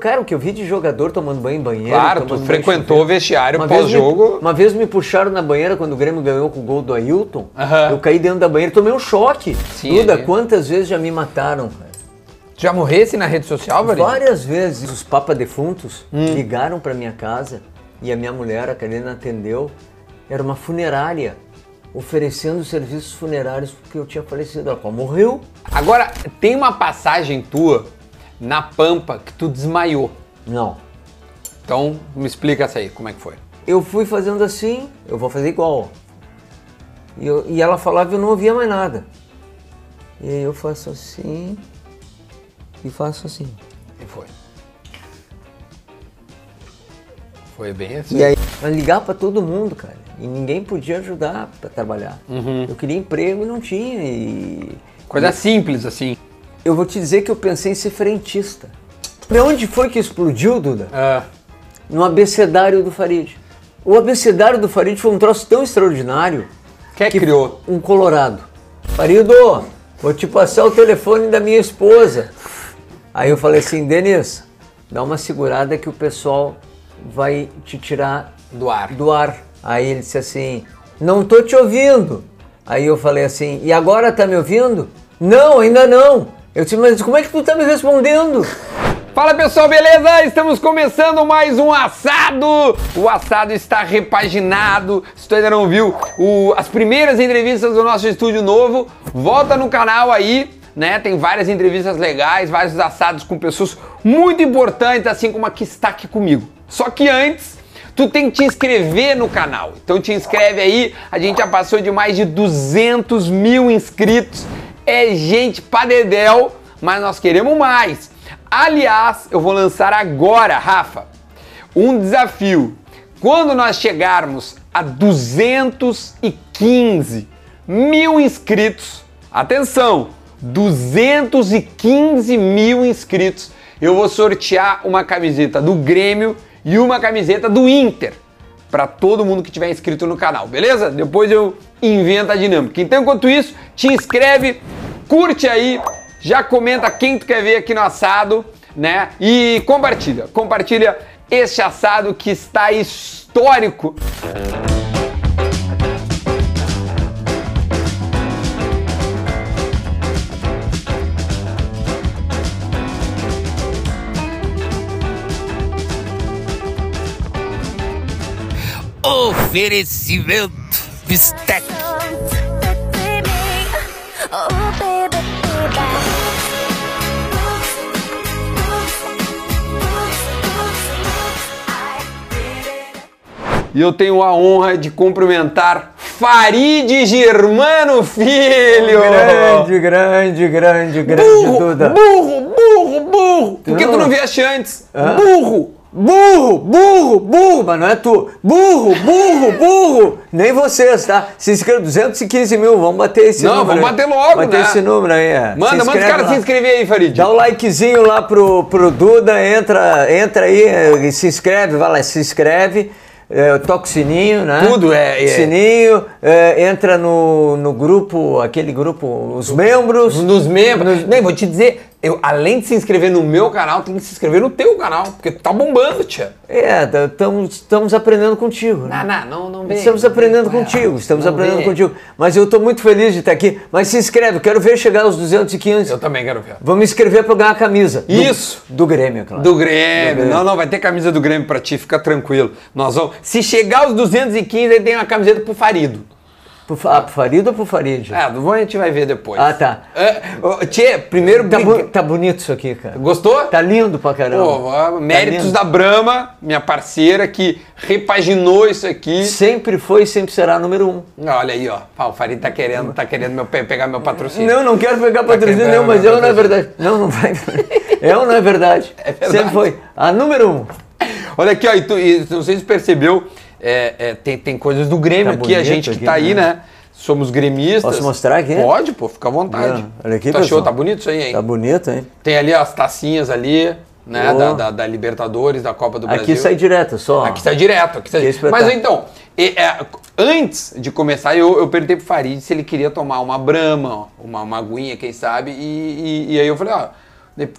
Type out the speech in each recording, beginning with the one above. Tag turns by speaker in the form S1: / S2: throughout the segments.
S1: Cara, o que eu vi de jogador tomando banho em banheiro.
S2: Claro, tu
S1: tomando banho em
S2: frequentou o vestiário
S1: Uma vez, me,
S2: pós-jogo.
S1: uma vez me puxaram na banheira quando o Grêmio ganhou com o gol do Ailton.
S2: Aham.
S1: Eu caí dentro da banheira, tomei um choque.
S3: Sim,
S1: Duda,
S3: ali.
S1: quantas vezes já me mataram? cara?
S3: Já morresse na rede social, Varinho?
S1: Várias vezes os papa defuntos
S2: Hum.
S1: ligaram pra minha casa e a minha mulher, a Karina, atendeu. Era uma funerária oferecendo serviços funerários porque eu tinha falecido. Ela "Pô, morreu.
S2: Agora, tem uma passagem tua na Pampa que tu desmaiou.
S1: Não.
S2: Então, me explica essa aí, como é que foi.
S1: Eu fui fazendo assim, eu vou fazer igual. E, eu- e ela falava e eu não ouvia mais nada. E aí eu faço assim e faço assim.
S2: E foi. Foi bem assim.
S1: E aí, pra ligar pra todo mundo, cara. E ninguém podia ajudar pra trabalhar. Eu queria emprego e não tinha. E
S2: Coisa simples, assim.
S1: eu vou te dizer que eu pensei em ser frentista. De onde foi que explodiu, Duda?
S2: Ah,
S1: No abecedário do Farid. O abecedário do Farid foi um troço tão extraordinário
S2: Quem é criou?
S1: um colorado. Farido, vou te passar o telefone da minha esposa. Aí eu falei assim, Denis, dá uma segurada que o pessoal vai te tirar
S2: Do ar.
S1: do ar. Aí ele disse assim, não tô te ouvindo. Aí eu falei assim, e agora tá me ouvindo? Não, ainda não. Eu disse, mas como é que tu tá me respondendo?
S2: Fala pessoal, beleza? Estamos começando mais um assado! O assado está repaginado. Se tu ainda não viu o- as primeiras entrevistas do nosso estúdio novo, volta no canal aí, né? Tem várias entrevistas legais, vários assados com pessoas muito importantes, assim como a que está aqui comigo. Só que antes, Tu tem que te inscrever no canal. Então te inscreve aí. A gente já passou de mais de 200 mil inscritos. É gente pra dedéu, mas nós queremos mais. Aliás, eu vou lançar agora, Rafa, um desafio. Quando nós chegarmos a 215 mil inscritos, atenção, 215 mil inscritos, eu vou sortear uma camiseta do Grêmio e uma camiseta do Inter para todo mundo que tiver inscrito no canal, beleza? Depois eu invento a dinâmica. Então, enquanto isso, te inscreve, curte aí, já comenta quem tu quer ver aqui no assado, né? E compartilha, compartilha este assado que está histórico
S4: Oferecimento Bistec.
S2: e eu tenho a honra de cumprimentar Farid Germano Filho!
S1: Grande, grande, grande, grande,
S2: burro,
S1: Duda.
S2: burro, burro, burro. Por que tu
S1: não-
S2: não vieste antes?
S1: Hã?
S2: Burro.
S1: Burro, burro, burro, mas não é tu. Burro, burro, burro. Nem vocês, tá? Se inscreve 215 mil, vamos bater esse
S2: Não,
S1: número.
S2: vamos
S1: aí.
S2: bater logo,
S1: bater
S2: né?
S1: esse número aí. é.
S2: Manda, manda os
S1: inscreve
S2: caras
S1: lá.
S2: se inscrever aí, Farid.
S1: Dá o likezinho lá pro, pro Duda, entra, entra aí, é, e se inscreve, vai lá, se inscreve. É, toca o sininho, né?
S2: Tudo, é, é.
S1: Sininho, é, entra no, no grupo, aquele grupo, os membros.
S2: Nos membros. Nem, vou te dizer, eu, além de se inscrever no meu canal, tem que se inscrever no teu canal, porque tu tá bombando, tia.
S1: É, estamos aprendendo contigo, né?
S2: Não, não, não, não vem.
S1: Estamos aprendendo contigo, estamos
S2: Não
S1: aprendendo
S2: vem.
S1: contigo. Mas eu estou muito feliz de estar aqui. Mas se inscreve, quero ver chegar aos 215.
S2: Eu também quero ver.
S1: Vamos inscrever para ganhar a camisa. Do-
S2: Isso.
S1: Do, Grêmio, é claro.
S2: Do Grêmio. Não, não, vai ter camisa do Grêmio pra ti, fica tranquilo. Nós vamos. Se chegar aos 215, aí tem uma camiseta pro Farido.
S1: Pro, Fa- ah, pro Farido ou pro Farid?
S2: É, do bom a gente vai ver depois.
S1: Ah, tá.
S2: É, ô, Tchê, primeiro.
S1: Tá,
S2: briga-
S1: bu- tá bonito isso aqui, cara.
S2: Gostou?
S1: Tá lindo pra caramba.
S2: Pô, ah,
S1: Tá
S2: méritos
S1: lindo.
S2: da Brahma, minha parceira, que repaginou isso aqui.
S1: Sempre foi e sempre será número um.
S2: Olha aí, ó. Pá, o Farid tá querendo, tá querendo meu, pe- pegar meu patrocínio.
S1: Não, não quero pegar patrocínio,
S2: quebrando,
S1: não, mas
S2: né,
S1: eu não é
S2: patrocínio.
S1: verdade. Não, não vai. Eu não é verdade.
S2: verdade.
S1: Sempre foi. A número um.
S2: Olha aqui, ó. E tu, e tu- não sei se percebeu, é, é, tem, tem coisas do Grêmio
S1: Tá
S2: aqui, a
S1: bonito
S2: gente que
S1: aqui,
S2: tá aí,
S1: né?
S2: né? Somos gremistas.
S1: Posso mostrar aqui?
S2: Pode, pô, fica à vontade.
S1: Não, olha aqui,
S2: tá show,
S1: pessoal.
S2: tá bonito isso aí, hein?
S1: Tá bonito, hein?
S2: Tem ali ó, as tacinhas ali, né?
S1: Boa.
S2: Da, da- da Libertadores, da Copa do Brasil.
S1: Aqui sai direto, só.
S2: Aqui sai direto. Aqui sai...
S1: Que espetáculo.
S2: Mas então, e- é, antes de começar, eu, eu perguntei pro Farid se ele queria tomar uma brama, uma, uma aguinha, quem sabe, e, e- e aí eu falei, ó,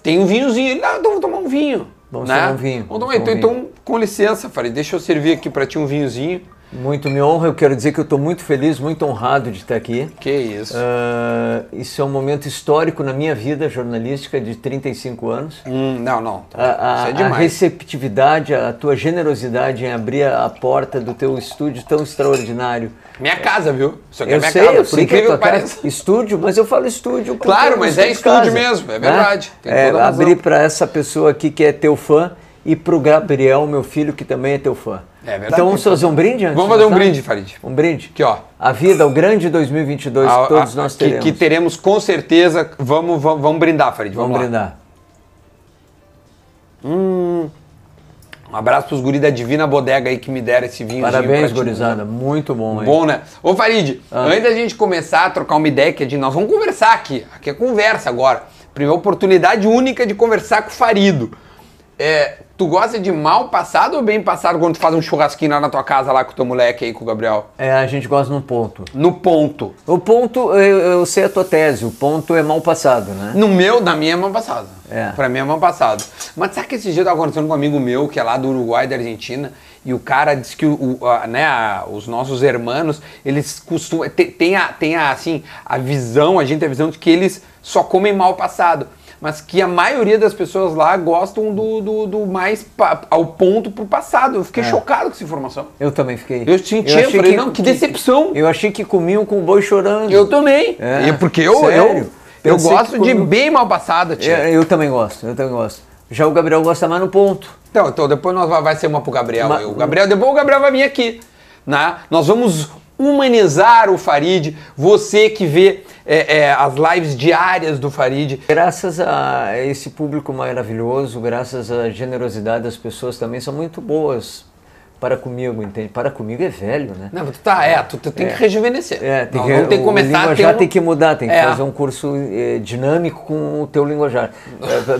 S2: tem um vinhozinho. Ele, ah, então vou tomar um vinho.
S1: Vamos
S2: né?
S1: tomar um vinho.
S2: Vamos tomar-
S1: tomar
S2: então,
S1: um vinho.
S2: então, com licença, Farid, deixa eu servir aqui pra ti um vinhozinho.
S1: Muito me honra, eu quero dizer que eu estou muito feliz, muito honrado de estar aqui.
S2: Que isso.
S1: Ah, isso é um momento histórico na minha vida jornalística de 35 anos.
S2: Hum, não, não.
S1: A, a-
S2: isso é
S1: a
S2: demais.
S1: receptividade, a tua generosidade em abrir a a porta do teu estúdio tão extraordinário.
S2: Minha casa, viu? Isso aqui é
S1: Eu
S2: minha
S1: sei,
S2: casa,
S1: eu
S2: por
S1: sei que é tua
S2: incrível que pareça.
S1: casa. Estúdio, mas eu falo estúdio. porque
S2: Claro,
S1: eu
S2: mas
S1: gosto
S2: é
S1: de
S2: estúdio mesmo, é verdade, tem
S1: É,
S2: toda a razão.
S1: abrir para essa pessoa aqui que é teu fã e pro Gabriel, meu filho, que também é teu fã.
S2: É verdade.
S1: Então vamos fazer um brinde antes?
S2: Vamos
S1: de
S2: fazer um
S1: começar?
S2: brinde, Farid.
S1: Um brinde?
S2: Aqui, ó.
S1: A vida, o grande 2022
S2: A-
S1: que todos
S2: a-
S1: nós
S2: que-
S1: teremos.
S2: Que, teremos com certeza. Vamos, vamos, vamos brindar, Farid. Vamos,
S1: Vamos
S2: lá.
S1: brindar.
S2: Um abraço pros guris da Divina Bodega aí que me deram esse vinho.
S1: Parabéns, gurizada. Ah. Muito bom, hein?
S2: Bom, né? Ô, Farid, antes da gente começar a trocar uma ideia, que é de nós vamos conversar aqui. Aqui é conversa agora. Primeira oportunidade única de conversar com o Farido. É, tu gosta de mal passado ou bem passado quando tu faz um churrasquinho lá na tua casa, lá com o teu moleque aí, com o Gabriel?
S1: É, a gente gosta num ponto.
S2: No ponto.
S1: O ponto, eu, eu sei a tua tese, o ponto é mal passado, né?
S2: No meu, na minha é mão passada.
S1: É.
S2: Pra mim é mão passada. Mas sabe que esse dia eu tava conversando com um amigo meu, que é lá do Uruguai, da Argentina, e o cara disse que o, o- a- né, a- os nossos hermanos, eles costumam. Tem, tem, a, tem a, assim, a visão, a gente tem a visão de que eles só comem mal passado. Mas que a maioria das pessoas lá gostam do, do, do mais pa- ao ponto pro passado. Eu fiquei
S1: É.
S2: chocado com essa informação.
S1: Eu também fiquei.
S2: Eu senti, eu
S1: achei
S2: falei, não, que decepção.
S1: Eu achei que comiam com o boi chorando.
S2: Eu também.
S1: É.
S2: E porque eu, eu,
S1: Sério?
S2: eu
S1: Pensei
S2: gosto
S1: que
S2: de
S1: comi-
S2: bem mal passado, tio.
S1: É, eu também gosto, eu também gosto. Já o Gabriel gosta mais no ponto.
S2: Então, então depois nós vai, vai ser uma pro Gabriel.
S1: Ma-
S2: aí. O Gabriel, depois o Gabriel vai vir aqui, né? Nós vamos humanizar o Farid. Você que vê é, é, as lives diárias do Farid.
S1: Graças a esse público maravilhoso, graças à generosidade das pessoas também, são muito boas para comigo, entende? Para comigo é velho, né?
S2: Não, tu tá, é, tu, tu tem que rejuvenescer.
S1: É, tem
S2: Nós
S1: que,
S2: vamos ter que
S1: o
S2: começar a ter
S1: linguajar
S2: um-
S1: tem que mudar, tem que
S2: É.
S1: fazer um curso eh, dinâmico com o teu linguajar. É,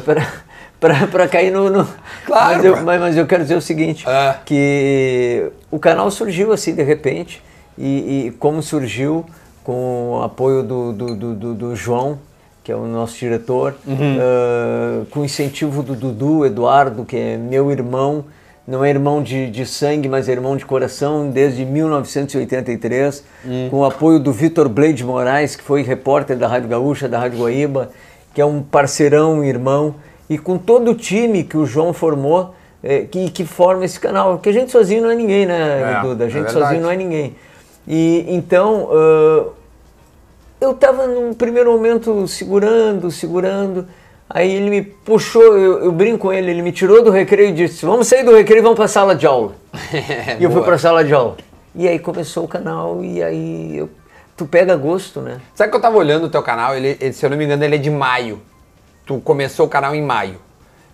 S1: para cair no, no-
S2: Claro,
S1: Mas eu,
S2: cara.
S1: mas- mas eu quero dizer o seguinte,
S2: Ah.
S1: que o canal surgiu assim de repente e, e como surgiu com o apoio do, do, do- do- do João, que é o nosso diretor, ah, com o incentivo do Dudu, Eduardo, que é meu irmão, não é irmão de, de sangue, mas é irmão de coração, desde 1983, com o apoio do Vitor Blade Moraes, que foi repórter da Rádio Gaúcha, da Rádio Guaíba, que é um parceirão, um irmão, e com todo o time que o João formou, eh, que, que forma esse canal. Porque a gente sozinho não é ninguém, né,
S2: É,
S1: Duda? A
S2: é
S1: gente
S2: verdade.
S1: sozinho não é ninguém. E então, ah, eu estava num primeiro momento segurando, segurando. Aí ele me puxou, eu, eu brinco com ele, ele me tirou do recreio e disse: Vamos sair do recreio e vamos para a sala de aula. e eu fui
S2: É boa.
S1: para a sala de aula. E aí começou o canal, e aí eu- tu pega gosto, né?
S2: Sabe que eu tava olhando o teu canal, ele, ele- se eu não me engano, ele é de maio. Tu começou o canal em maio.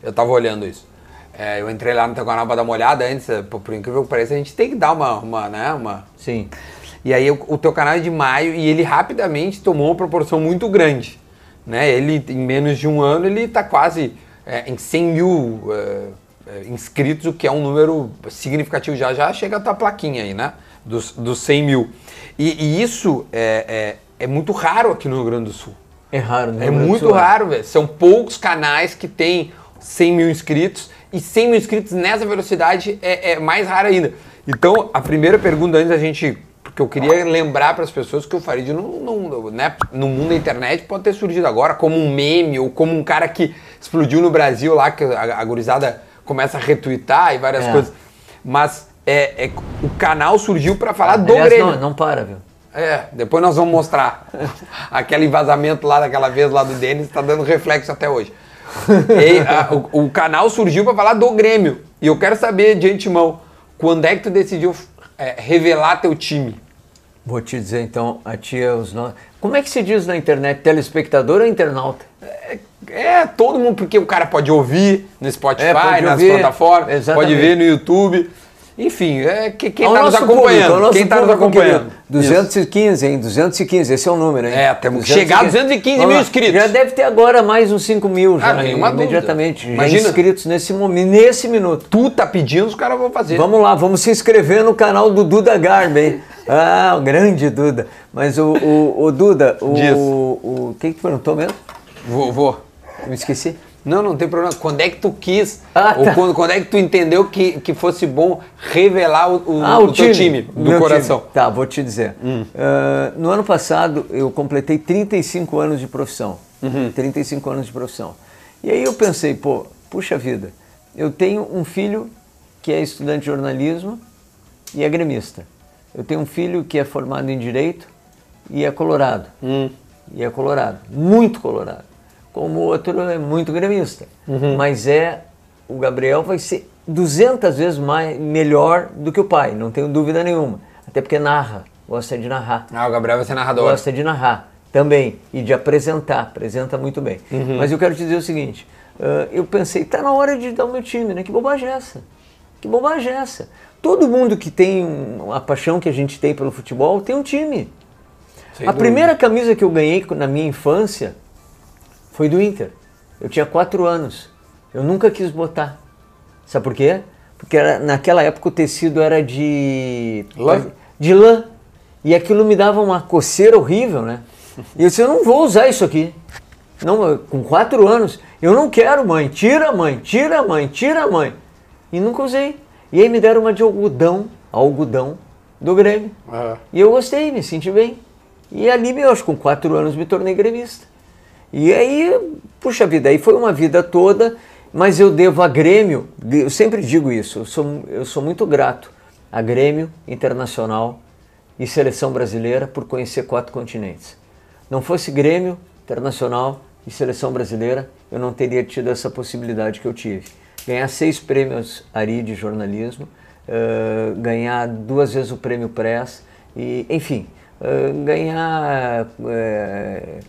S2: Eu tava olhando isso. É, eu entrei lá no teu canal pra dar uma olhada antes, eh, por, por incrível que pareça, a gente tem que dar uma, uma né, uma...
S1: Sim.
S2: E aí o, o teu canal é de maio e ele rapidamente tomou uma proporção muito grande. Né? Ele, em menos de um ano, ele está quase é, em 100 mil é, é, inscritos, o que é um número significativo. Já já chega a tua plaquinha aí, né? Dos, dos 100 mil. E, e isso é, é, é muito raro aqui no Rio Grande do Sul.
S1: É raro, né?
S2: É muito raro, velho. São poucos canais que têm 100 mil inscritos. E 100 mil inscritos nessa velocidade é, é mais raro ainda. Então, a primeira pergunta antes da gente. Porque eu queria lembrar para as pessoas que o Farid não, não- né, no mundo da internet pode ter surgido agora como um meme ou como um cara que explodiu no Brasil lá, que a, a gurizada começa a retweetar e várias
S1: É.
S2: coisas. Mas é, é- o canal surgiu para falar do
S1: Aliás,
S2: Grêmio.
S1: não, não para, viu?
S2: É, depois nós vamos mostrar. Aquele vazamento lá daquela vez lá do Denis tá dando reflexo até hoje. E, a, o, o canal surgiu pra falar do Grêmio. E eu quero saber de antemão, quando é que tu decidiu é, revelar teu time?
S1: Vou te dizer então, a tia, os nós. Como é que se diz na internet? Telespectador ou internauta?
S2: É, é, todo mundo, porque o cara pode ouvir no Spotify,
S1: É, pode
S2: nas
S1: ouvir,
S2: plataformas,
S1: exatamente.
S2: pode ver no YouTube. Enfim, é que, quem
S1: Ao
S2: tá nos
S1: nosso público,
S2: acompanhando.
S1: ao nosso
S2: quem tá nos
S1: público
S2: acompanhando.
S1: querido. 215, hein? 215, esse é o número, hein?
S2: É, temos que chegar a 215 mil
S1: Vamos lá.
S2: inscritos.
S1: Já deve ter agora mais uns 5 mil, já,
S2: Ah, nenhuma dúvida.
S1: imediatamente. já
S2: Imagina.
S1: inscritos nesse, momen- nesse minuto.
S2: Tu tá pedindo, os caras vão fazer.
S1: Vamos lá, vamos se inscrever no canal do Duda Garbi, hein? Ah, o grande Duda. Mas o, o, o Duda, o,
S2: Diz.
S1: o, o. Quem que perguntou mesmo?
S2: Vou, vou.
S1: Eu me esqueci.
S2: Não, não tem problema. Quando é que tu quis?
S1: Ah,
S2: ou
S1: tá.
S2: quando, quando é que tu entendeu que, que fosse bom revelar o, o,
S1: Ah,
S2: o teu time do
S1: Meu
S2: coração? Hum.
S1: time. Tá, vou te dizer. Ah, no ano passado, eu completei 35 anos de profissão.
S2: Uhum.
S1: 35 anos de profissão. E aí eu pensei, pô, puxa vida, eu tenho um filho que é estudante de jornalismo e é gremista. Eu tenho um filho que é formado em direito e é colorado. E é colorado, muito colorado. Como o outro é muito gremista. Mas é, o Gabriel vai ser 200 vezes mais, melhor do que o pai, não tenho dúvida nenhuma. Até porque narra, gosta de narrar.
S2: Ah, o Gabriel vai ser narrador.
S1: Gosta de narrar também e de apresentar, apresenta muito bem. Mas eu quero te dizer o seguinte: ah, eu pensei, tá na hora de dar o meu time, né? Que bobagem é essa? Que bobagem é essa? Todo mundo que tem um- a paixão que a gente tem pelo futebol tem um time. a primeira camisa que eu ganhei na minha infância foi do Inter. Eu tinha quatro anos. Eu nunca quis botar. Sabe por quê? Porque era- naquela época o tecido era de
S2: Lã?
S1: de lã. E aquilo me dava uma coceira horrível, né? E eu disse, eu não vou usar isso aqui. Não, eu- com quatro anos, eu não quero, mãe. Tira, mãe, tira, mãe, tira, mãe. E nunca usei. E aí me deram uma de algodão, algodão, do Grêmio.
S2: Aham.
S1: E eu gostei, me senti bem. E ali, eu acho que com quatro anos me tornei gremista. E aí, puxa vida, aí foi uma vida toda, mas eu devo a Grêmio, eu sempre digo isso, eu sou, eu sou muito grato a Grêmio Internacional e Seleção Brasileira por conhecer quatro continentes. Não fosse Grêmio Internacional e Seleção Brasileira, eu não teria tido essa possibilidade que eu tive. Ganhar seis prêmios Ari de jornalismo, eh, ganhar duas vezes o prêmio Press, e, enfim, eh, ganhar eh,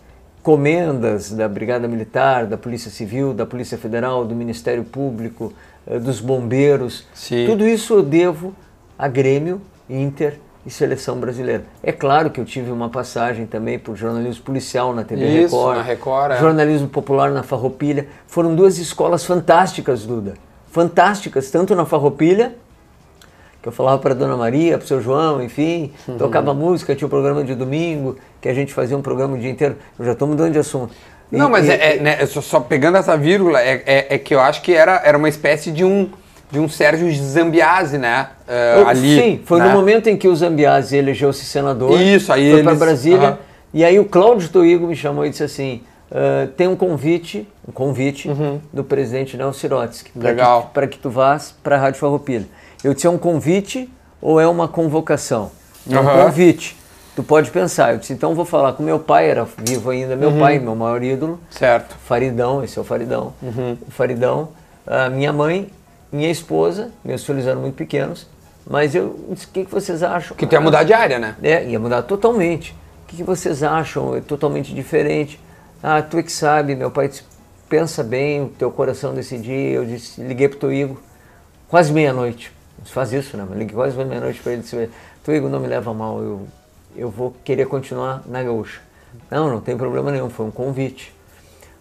S1: comendas da Brigada Militar, da Polícia Civil, da Polícia Federal, do Ministério Público, eh, dos bombeiros.
S2: Sim.
S1: Tudo isso eu devo a Grêmio, Inter e Seleção Brasileira. É claro que eu tive uma passagem também por jornalismo policial na TV
S2: Isso,
S1: Record,
S2: na Record, é.
S1: jornalismo popular na Farroupilha. Foram duas escolas fantásticas, Duda. Fantásticas, tanto na Farroupilha que eu falava para Dona Maria, para o seu João, enfim,
S2: Uhum.
S1: tocava música, tinha o programa de domingo, que a gente fazia um programa o dia inteiro. Eu já estou mudando de assunto. E-
S2: Não, mas
S1: e-
S2: é, é, né, eu só, só pegando essa vírgula, é, é- é que eu acho que era, era uma espécie de um, de um Sérgio Zambiase, né? eh,
S1: eu-
S2: ali.
S1: Oh, Sim, foi
S2: né?
S1: no momento em que o Zambiase elegeu-se senador.
S2: Isso, aí
S1: Foi para
S2: eles-
S1: Brasília.
S2: aham.
S1: E aí o Cláudio Toigo me chamou e disse assim, "Ah, tem um convite, um convite do presidente Nelson Sirotsky. pra
S2: Uhum. Legal.
S1: que- Para que tu vás para a Rádio Farroupilha. Eu disse, é um convite ou é uma convocação? É um
S2: Aham.
S1: convite. Tu pode pensar. Eu disse, então vou falar com meu pai, era vivo ainda,
S2: Uhum.
S1: meu pai, meu maior ídolo.
S2: Certo.
S1: Faridão, esse é o Faridão.
S2: Uhum.
S1: O Faridão, a minha mãe, minha esposa, meus filhos eram muito pequenos, mas eu disse, o que, que vocês acham?
S2: Que tu ia mudar de área, né?
S1: É, ia mudar totalmente. O que, que vocês acham? É totalmente diferente. Ah, tu é que sabe, meu pai disse, pensa bem, o teu coração decidir. Eu disse, liguei pro Toigo, quase meia-noite. Faz isso, né? Eu liguei quase meia-noite para ele disse, Toigo, não me leva a mal, eu, eu vou querer continuar na gaúcha. Não, não tem problema nenhum, foi um convite.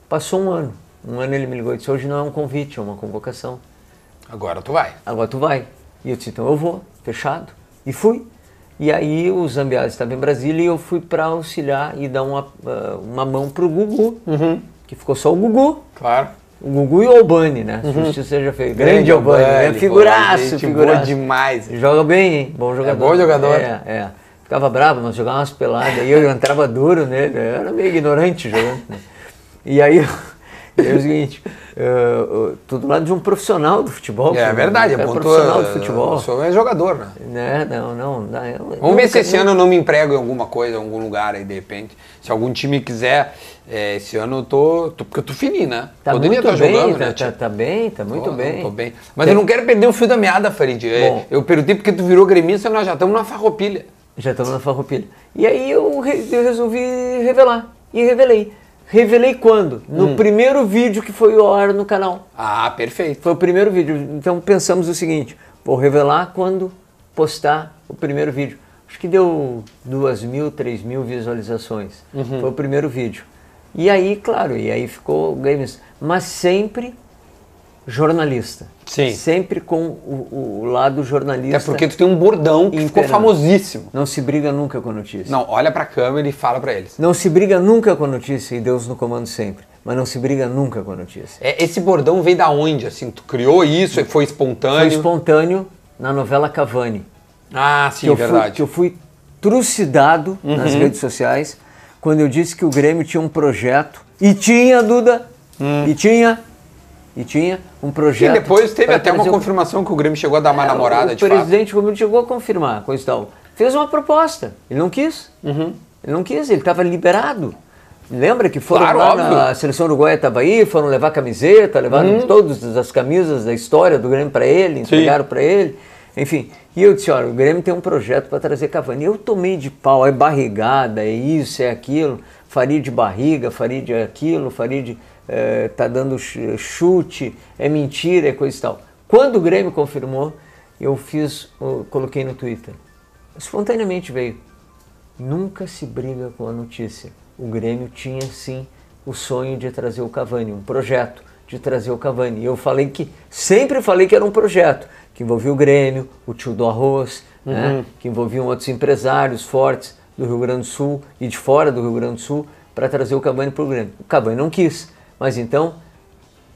S1: Passou um ano. Um ano ele me ligou e disse, hoje não é um convite, é uma convocação
S2: Agora tu vai.
S1: agora tu vai. E eu disse, então eu vou, fechado. E fui. E aí o Zambiás estava em Brasília e eu fui para auxiliar e dar uma, ah, uma mão pro Gugu,
S2: Uhum.
S1: que ficou só o Gugu.
S2: Claro.
S1: O Gugu e o Albani, né? Justiça seja feita. Grande Albani, né?
S2: pô,
S1: Figuraço,
S2: Uhum. gente boa
S1: figuraço.
S2: demais.
S1: Joga bem, hein? Bom jogador.
S2: bom jogador.
S1: É, é. Ficava bravo, mas jogava umas peladas. E eu entrava duro nele. Eu era meio ignorante jogando. né? E aí, eu- e aí é o seguinte, eu, eu tô do lado de um profissional do futebol.
S2: É
S1: cara.
S2: verdade,
S1: Eu era
S2: apontou.
S1: profissional do futebol.
S2: Eu sou um jogador, né?
S1: Né? Não, não. não eu,
S2: Vamos ver
S1: nunca-
S2: se esse ano eu não me emprego em alguma coisa, em algum lugar aí, de repente. Se algum time quiser, é, esse ano eu tô, tô- Porque eu tô fininho, né?
S1: Tá
S2: Poderia
S1: muito
S2: estar
S1: bem,
S2: jogando,
S1: tá,
S2: né?
S1: tá,
S2: Tipo,
S1: tá bem, tá muito
S2: tô-
S1: bem.
S2: Tô bem. Mas eu não quero perder o fio da meada, Farid. É,
S1: Bom.
S2: Eu perdi porque tu virou gremista e nós já estamos na farroupilha.
S1: Já estamos na Farroupilha. E aí eu, re- eu resolvi revelar. E revelei. Revelei quando? No
S2: Hum.
S1: primeiro vídeo que foi ao ar no canal.
S2: Ah, perfeito.
S1: Foi o primeiro vídeo. Então pensamos o seguinte: vou revelar quando postar o primeiro vídeo. Acho que deu duas mil, três mil visualizações.
S2: Uhum.
S1: Foi o primeiro vídeo. E aí, claro, e aí ficou o games. Mas sempre jornalista.
S2: Sim.
S1: Sempre com o, o lado jornalista.
S2: É porque tu tem um bordão que ficou
S1: Imperante.
S2: famosíssimo.
S1: Não se briga nunca com a notícia.
S2: Não, olha pra câmera e fala pra eles.
S1: Não se briga nunca com a notícia e Deus no comando sempre. Mas não se briga nunca com a notícia.
S2: É, esse bordão veio da onde? Assim, tu criou isso? Foi
S1: Foi
S2: espontâneo?
S1: É espontâneo na novela Cavani.
S2: Ah,
S1: que,
S2: sim,
S1: eu fui,
S2: verdade. Uhum.
S1: que eu fui trucidado nas redes sociais quando eu disse que o Grêmio tinha um projeto. E tinha, Duda. E tinha. E tinha um
S2: Hum. E
S1: projeto.
S2: depois teve
S1: pra
S2: até uma
S1: trazer o-
S2: confirmação que o Grêmio chegou a dar uma
S1: É,
S2: namorada,
S1: O
S2: de fato.
S1: presidente Romildo chegou a confirmar, coisa e tal. Fez uma proposta. Ele não quis.
S2: Uhum.
S1: Ele não quis, ele estava liberado. Lembra que foram
S2: Claro,
S1: lá
S2: óbvio.
S1: na a seleção uruguaia estava aí, foram levar camiseta, levaram todas as camisas da história do Grêmio para ele, entregaram para ele. Enfim, e eu disse, olha, o Grêmio tem um projeto para trazer Cavani. Eu tomei de pau, é barrigada, é isso, é aquilo, faria de barriga, faria de aquilo, faria de... eh, tá dando ch- chute, é mentira, é coisa e tal. Quando o Grêmio confirmou, eu fiz, eu coloquei no Twitter. Espontaneamente veio. Nunca se briga com a notícia. O Grêmio tinha sim o sonho de trazer o Cavani, um projeto de trazer o Cavani. E eu falei que sempre falei que era um projeto que envolvia o Grêmio, o tio do arroz, né, que envolviam outros empresários fortes do Rio Grande do Sul e de fora do Rio Grande do Sul para trazer o Cavani para o Grêmio. O Cavani não quis, mas então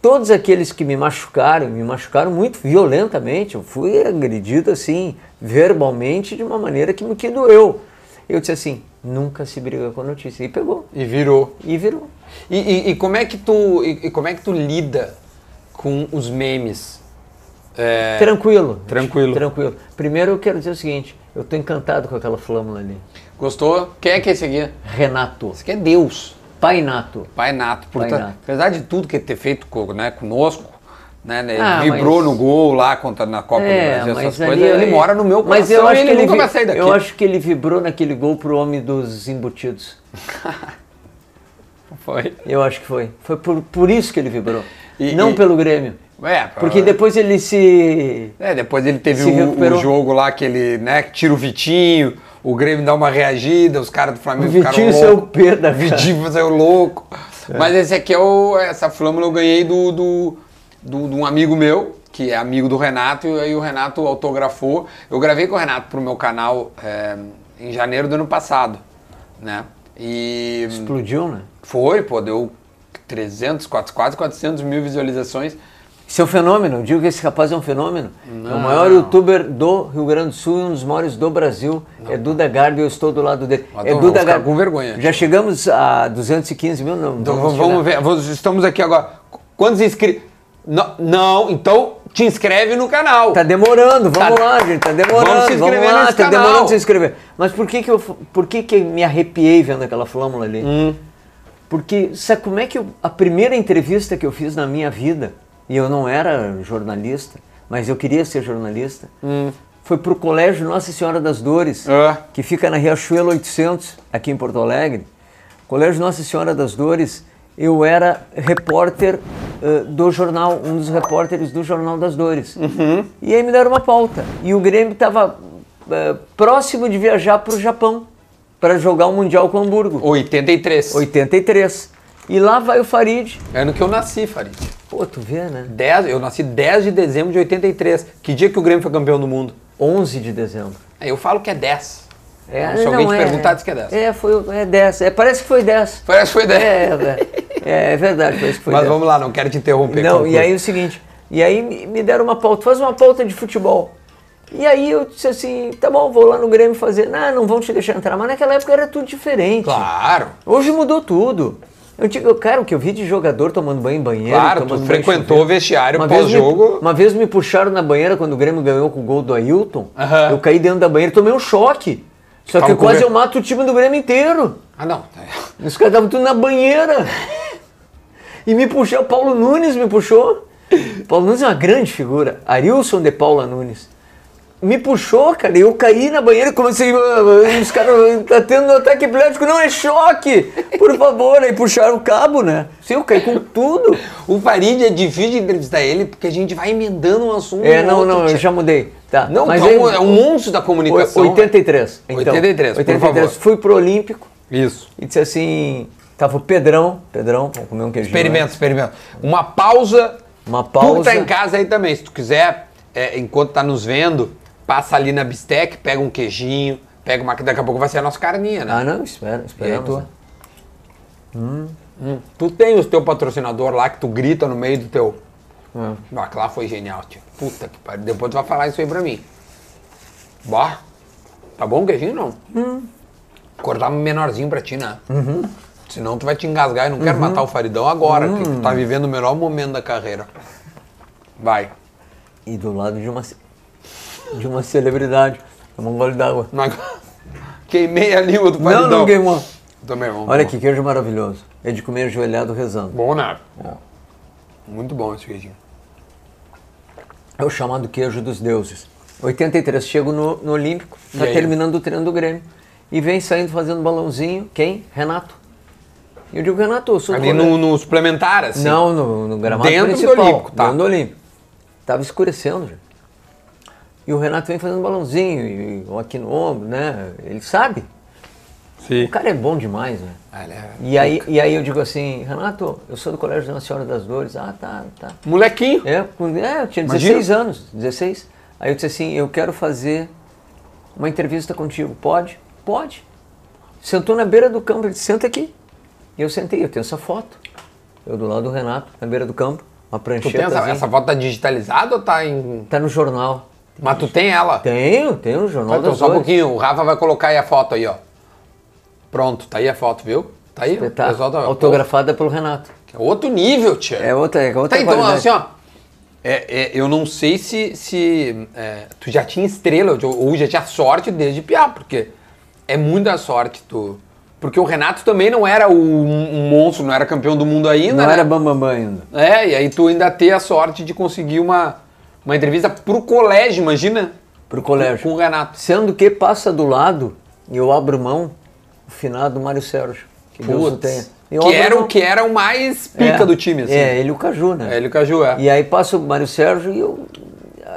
S1: todos aqueles que me machucaram, me machucaram muito violentamente. Eu fui agredido assim, verbalmente, de uma maneira que me que doeu. Eu disse assim: nunca se briga com a notícia. E pegou.
S2: E virou.
S1: E virou.
S2: E, e- e como é que tu, e, e como é que tu lida com os memes? É,
S1: Tranquilo.
S2: Tranquilo.
S1: Tranquilo. Primeiro eu quero dizer o seguinte: eu tô encantado com aquela flâmula ali.
S2: Gostou? Quem é que é esse aqui? Esse
S1: Renato.
S2: aqui é Deus,
S1: Painato.
S2: Pai Nato. Por
S1: Pai
S2: ta-
S1: Nato.
S2: Apesar de tudo que ele ter feito co- né, conosco, né, né, ele
S1: Ah,
S2: vibrou
S1: mas- É,
S2: no gol lá contra, na Copa do Brasil, essas coisas, ele
S1: eu-
S2: mora no meu coração
S1: mas eu acho
S2: e ele
S1: que ele
S2: nunca
S1: vi-
S2: vai sair daqui.
S1: Eu acho que ele vibrou naquele gol pro homem dos embutidos.
S2: Foi.
S1: Eu acho que foi. Foi por, por isso que ele vibrou.
S2: E-
S1: não
S2: e-
S1: pelo Grêmio.
S2: É,
S1: Porque depois ele se.
S2: É, depois ele teve
S1: Se
S2: o, o
S1: recuperou.
S2: jogo lá que ele, né, que tira o Vitinho, o Grêmio dá uma reagida, os caras do Flamengo
S1: O
S2: ficaram
S1: Vitinho
S2: loucos.
S1: saiu pé da cara.
S2: Vitinho saiu louco. Mas esse aqui é o. Essa flâmula eu ganhei do, do, do- de um amigo meu, que é amigo do Renato, e aí o Renato autografou. Eu gravei com o Renato pro meu canal é, em janeiro do ano passado, né? E.
S1: Explodiu, né?
S2: Foi, pô, deu 300, quatro- quase 400 mil visualizações.
S1: Isso é um fenômeno. Eu digo que esse rapaz é um fenômeno. É o maior youtuber do Rio Grande do Sul e um dos maiores do Brasil. É Duda Garbi, eu estou do lado dele.
S2: Mas
S1: é
S2: então vamos
S1: Duda
S2: ficar
S1: Garbi.
S2: com vergonha.
S1: Já chegamos a 215 mil? Não,
S2: Então
S1: vamos
S2: vamos,
S1: chegar.
S2: vamos ver. Vamos- Estamos aqui agora. Qu- Quantos inscritos? Não, não, então te inscreve no canal.
S1: Tá demorando, vamos
S2: Tá-
S1: lá, gente, tá demorando,
S2: Vamos
S1: vamos,
S2: se inscrever
S1: lá,
S2: nesse
S1: tá
S2: canal.
S1: demorando se inscrever. Mas por que que eu, por que que me arrepiei vendo aquela flâmula ali?
S2: Hum.
S1: Porque, sabe como é que eu, a primeira entrevista que eu fiz na minha vida, e eu não era jornalista, mas eu queria ser jornalista,
S2: Hum.
S1: foi pro Colégio Nossa Senhora das Dores,
S2: Ah.
S1: que fica na Riachuelo 800, aqui em Porto Alegre. Colégio Nossa Senhora das Dores, eu era repórter eh, do jornal, um dos repórteres do Jornal das Dores.
S2: Uhum.
S1: E aí me deram uma pauta. E o Grêmio estava próximo de viajar para o Japão para jogar o Mundial com o Hamburgo.
S2: 83.
S1: 83. E lá vai o Farid.
S2: Ano É que eu nasci, Farid.
S1: Pô, tu vê, né?
S2: 10, eu nasci 10 de dezembro de 83. Que dia que o Grêmio foi campeão do mundo?
S1: 11 de dezembro.
S2: É, Eu falo que é 10.
S1: É,
S2: Se alguém
S1: não,
S2: te
S1: é-
S2: perguntar, diz que é 10.
S1: É, foi, é 10. É, parece que foi 10.
S2: Parece que foi 10.
S1: É, é, é verdade, parece que foi
S2: Mas
S1: 10.
S2: vamos lá, não quero te interromper.
S1: Não,
S2: conclui.
S1: e aí o seguinte, e aí me- me deram uma pauta, faz uma pauta de futebol. E aí eu disse assim, tá bom, vou lá no Grêmio fazer. Não, não vão te deixar entrar. Mas naquela época era tudo diferente.
S2: Claro.
S1: Hoje mudou tudo. Eu digo, cara, o que eu vi de jogador tomando banho em banheiro.
S2: Claro,
S1: tomando
S2: tu
S1: um banho em
S2: frequentou
S1: chuveiro.
S2: o vestiário
S1: Uma vez me-
S2: pós-jogo.
S1: Uma vez me puxaram na banheira quando o Grêmio ganhou com o gol do Ailton.
S2: Aham.
S1: Eu caí dentro da banheira, tomei um choque. Só que
S2: Tava
S1: eu
S2: com
S1: quase
S2: ver-
S1: eu mato o time do Grêmio inteiro.
S2: Ah, não.
S1: Os caras estavam tudo na banheira. E me puxou, o Paulo Nunes me puxou. Paulo Nunes é uma grande figura. Arilson de Paula Nunes. Me puxou, cara, e eu caí na banheira e comecei. "Ah, Os caras tá tendo um ataque epilético, não é choque! Por favor, aí puxaram o cabo, né? Sim, eu caí com tudo.
S2: O Farid é difícil de entrevistar ele porque a gente vai emendando um assunto.
S1: É,
S2: no
S1: não,
S2: outro,
S1: não, eu
S2: tia.
S1: já mudei. Tá.
S2: Não,
S1: mas
S2: tu é né? um-
S1: aí-
S2: é um monstro da comunicação.
S1: Oi- 83. Então,
S2: 83, por favor.
S1: Fui pro Olímpico
S2: Isso.
S1: e disse assim: tava o Pedrão, Pedrão, vamos comer um queijinho. né?
S2: Experimento, experimento. Uma pausa
S1: Uma
S2: Tu que
S1: pausa.
S2: tá em casa aí também, se tu quiser, é, enquanto tá nos vendo, passa ali na Bistec, pega um queijinho, pega uma. que Daqui a pouco vai ser a nossa carninha, né?
S1: Ah, não, espera, espera. é.
S2: tu? Tu tem o teu patrocinador lá que tu grita no meio do teu.
S1: É.
S2: Ah, aquela foi genial, tio. Puta que pariu. Depois tu vai falar isso aí pra mim. Bah. Tá bom o queijinho não?
S1: Hum.
S2: Cortar menorzinho pra ti, né?
S1: Uhum.
S2: Senão tu vai te engasgar. Eu não quero matar o Faridão agora, que tu
S1: Hum.
S2: tá vivendo o melhor momento da carreira. Vai.
S1: E do lado de uma, ce- de uma celebridade. Toma um gole d'água.
S2: Não agu- Queimei a língua do Faridão.
S1: Não, não queimou.
S2: Também, vamos.
S1: Olha que queijo maravilhoso. É de comer ajoelhado rezando.
S2: Bom, né? Muito bom esse queijinho.
S1: É o chamado queijo dos deuses. 83, chego no, no Olímpico, tá
S2: aí?
S1: terminando o treino do Grêmio. E vem saindo fazendo balãozinho. Quem? Renato. E eu digo, Renato, eu sou
S2: Ali
S1: colega-
S2: no, no suplementar, assim.
S1: né? Não, no, no gramado
S2: Dentro do
S1: principal.
S2: Olímpico, tá.
S1: Dentro do Olímpico. Tava escurecendo já. E o Renato vem fazendo balãozinho, e, eu aqui no ombro, né? Ele sabe.
S2: Sim.
S1: O cara é bom demais, né?
S2: Ah, ele é-
S1: E aí, e aí eu digo assim, Renato, eu sou do Colégio Nossa Senhora das Dores. Ah, tá, tá.
S2: Molequinho.
S1: É, com- é, eu tinha
S2: Imagina.
S1: 16 anos, 16. Aí eu disse assim, eu quero fazer uma entrevista contigo, pode? Pode. Sentou na beira do campo, ele disse, senta aqui. E eu sentei, eu tenho essa foto. Eu do lado do Renato, na beira do campo, uma
S2: Tu tem
S1: prancheta.
S2: essa, essa foto tá digitalizada ou tá em.
S1: Tá no jornal.
S2: Mas tu tem ela?
S1: Tenho, tenho no jornal
S2: então
S1: das
S2: só um
S1: Dores.
S2: pouquinho, o Rafa vai colocar aí a foto aí, ó. Pronto, tá aí a foto, viu? Tá aí. o
S1: Tá
S2: pessoal tá-
S1: autografada pelo Renato.
S2: Pô, é outro nível, tia.
S1: É outra, é outra
S2: Tá, então,
S1: qualidade.
S2: assim, ó. é- é, eu não sei se, se é, tu já tinha estrela ou, ou já tinha sorte desde piá, porque é muita sorte tu. Porque o Renato também não era o, um monstro, não era campeão do mundo ainda.
S1: Não
S2: né?
S1: era bambambam ainda.
S2: É, e aí tu ainda ter a sorte de conseguir uma, uma entrevista pro colégio, imagina?
S1: Pro colégio.
S2: Com o Renato.
S1: Sendo que passa do lado, e eu abro mão, o finado Mário Sérgio. Que Deus o tenha.
S2: Putz,
S1: Eu
S2: que
S1: abro
S2: era o
S1: mão.
S2: que era o mais pica
S1: É,
S2: do time, assim.
S1: É, ele e o Caju, né?
S2: É, ele e o Caju, é.
S1: E aí passa o Mário Sérgio e eu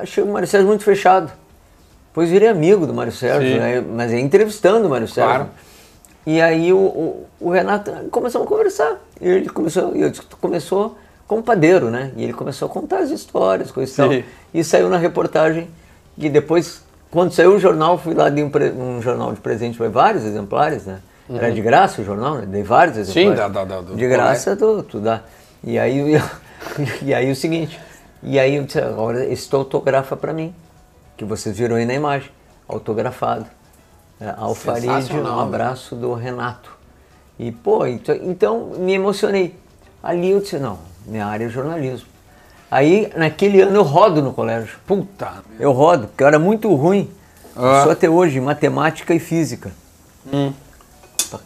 S1: achei o Mário Sérgio muito fechado. Depois virei amigo do Mário Sérgio,
S2: Sim.
S1: né? mas é entrevistando o Mário Sérgio.
S2: Claro.
S1: E aí o, o, o Renato começou a conversar. E ele começou, e eu disse, "Tu começou como padeiro, né? E ele começou a contar as histórias, coisas e tal.
S2: Sim.
S1: E saiu na reportagem. E depois, quando saiu o jornal, fui lá de um, pre- um jornal de presente, foi vários exemplares, né?
S2: Uhum.
S1: Era de graça o jornal, né? Dei vários exemplares.
S2: dá- dá- dá- do
S1: De graça, tu, tu tá dá. E aí, eu- e aí o seguinte, e aí eu disse, agora esse tu autografa pra mim, que vocês viram aí na imagem, autografado. É, Alfarídio,
S2: Sensacional,
S1: um
S2: né?
S1: abraço do Renato. E, pô, então, então me emocionei. Ali eu disse, não, minha área é jornalismo. Aí, naquele ano, eu rodo no colégio.
S2: Puta. meu.
S1: Eu rodo, porque eu era muito ruim.
S2: Ah. Hum.
S1: Só até hoje, em matemática e física.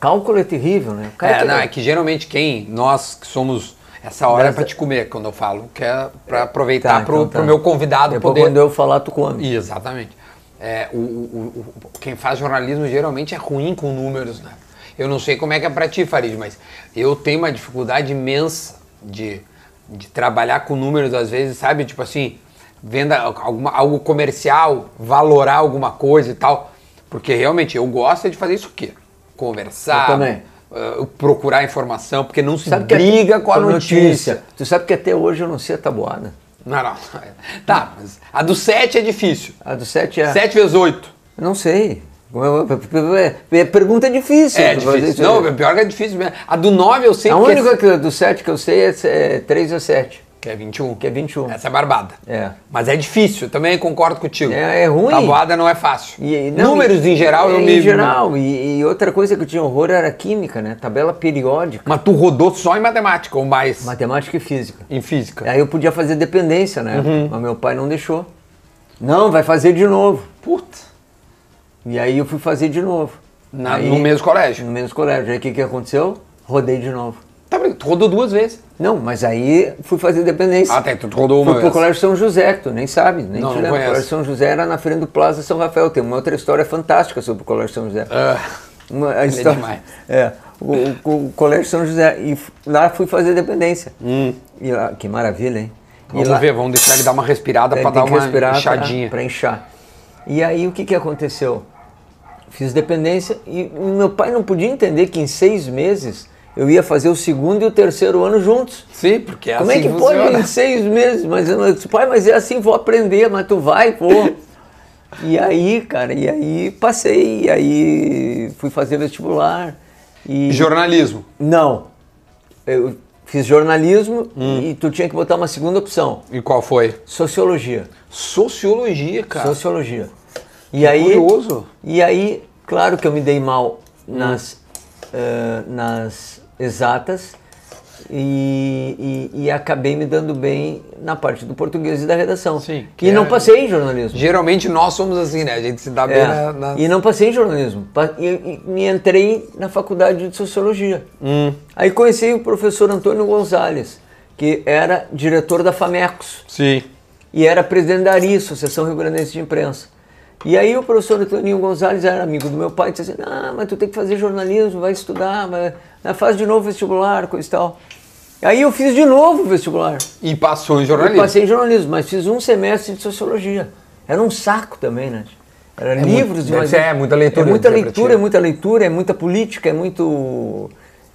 S1: Cálculo é terrível, né? O cara
S2: É,
S1: que-
S2: não, é que geralmente quem, nós que somos. Essa hora é pra te comer, quando eu falo, que é pra aproveitar
S1: Tá,
S2: pro,
S1: então tá.
S2: pro meu convidado
S1: Depois,
S2: poder.
S1: quando eu falar, tu come.
S2: Exatamente. É, o, o- o- o- quem faz jornalismo geralmente é ruim com números, né? Eu não sei como é que é pra ti, Farid, mas eu tenho uma dificuldade imensa de, de trabalhar com números, às vezes, sabe? Tipo assim, venda alguma, algo comercial, valorar alguma coisa e tal. Porque realmente eu gosto é de fazer isso aqui. Conversar,
S1: Eu também.
S2: eh, procurar informação, porque não se
S1: que é
S2: briga
S1: até-
S2: com a é notícia.
S1: Tu sabe que até hoje eu não sei a tabuada.
S2: Não, não. Tá, mas a do 7 é difícil.
S1: A do 7 é.
S2: 7 vezes 8.
S1: Não sei. É Pergunta difícil.
S2: É
S1: tu fazer
S2: difícil.
S1: isso.
S2: Não, pior que é difícil mesmo. A do 9 eu sei
S1: a
S2: que,
S1: única
S2: é,
S1: que, do 7 que eu sei é, é 3 ou 7.
S2: que é 21.
S1: Que é 21.
S2: Essa é barbada.
S1: É.
S2: Mas é difícil, eu também concordo contigo.
S1: É- é ruim.
S2: Tabuada não é fácil.
S1: E- e- não,
S2: Números
S1: e- é,
S2: em geral eu
S1: em
S2: me.
S1: geral, e, e outra coisa que eu tinha horror era química, né? Tabela periódica,
S2: Mas tu rodou só em matemática ou mais?
S1: matemática e física.
S2: Em física.
S1: Aí eu podia fazer dependência, né?
S2: Uhum.
S1: Mas meu pai não deixou. Não, vai fazer de novo.
S2: Puta.
S1: E aí eu fui fazer de novo.
S2: Na-
S1: Aí-
S2: no mesmo colégio.
S1: No mesmo colégio. Aí o que, que aconteceu? Rodei de novo.
S2: Tá brincando, tu rodou duas vezes.
S1: Não, mas aí fui fazer dependência.
S2: Ah, tá, tu rodou uma
S1: Fui pro
S2: vez.
S1: Colégio São José, que tu nem sabe, nem
S2: Não,
S1: te
S2: não
S1: lembra.
S2: conheço.
S1: O Colégio São José era na frente do Plaza São Rafael. Tem uma outra história fantástica sobre o Colégio São José.
S2: Ah,
S1: Uma, a história,
S2: demais.
S1: é, o, o- o Colégio São José. E f- lá fui fazer dependência.
S2: Hum.
S1: E lá, que maravilha, hein? E
S2: vamos
S1: lá-
S2: ver, vamos deixar ele dar uma respirada
S1: é,
S2: pra
S1: tem
S2: dar
S1: que
S2: uma
S1: respirar pra-
S2: inchadinha.
S1: Pra inchar. E aí o que, que aconteceu? Fiz dependência e o meu pai não podia entender que em seis meses eu ia fazer o segundo e o terceiro ano juntos.
S2: Sim, porque é
S1: Como
S2: assim
S1: é que pode
S2: funciona.
S1: em seis meses? Mas eu não- eu disse, pai, mas é assim, vou aprender, mas tu vai, pô. e aí, cara, e aí passei, e aí fui fazer vestibular. E
S2: Jornalismo.
S1: não. Eu fiz jornalismo
S2: Hum.
S1: e tu tinha que botar uma segunda opção.
S2: E qual foi?
S1: Sociologia.
S2: Sociologia, cara.
S1: Sociologia. E aí,
S2: Tá. curioso.
S1: E aí, claro que eu me dei mal nas, eh, nas exatas e, e- e acabei me dando bem na parte do português e da redação.
S2: Sim, que
S1: e não
S2: é-
S1: passei em jornalismo.
S2: Geralmente nós somos assim, né? A gente se dá bem
S1: É,
S2: na, na-
S1: E não passei em jornalismo. Pa- E, e me entrei na faculdade de sociologia.
S2: Hum.
S1: Aí conheci o professor Antônio Gonzalez, que era diretor da FAMECOS
S2: Sim.
S1: e era presidente da ARI, Associação Rio Grandense de Imprensa. E aí o professor Antônio Gonzalez era amigo do meu pai, disse assim, ah, mas tu tem que fazer jornalismo, vai estudar, vai... ah, faz de novo vestibular, coisa e tal. Aí eu fiz de novo o vestibular.
S2: E passou em
S1: Eu
S2: jornalismo.
S1: passei em jornalismo, mas fiz um semestre de sociologia. Era um saco também, né? Era livros
S3: muito-
S1: de
S3: deve ser, é muita leitura,
S1: É muita
S3: deve ser pra
S1: leitura,
S3: ti.
S1: é muita leitura, é muita política, é muito.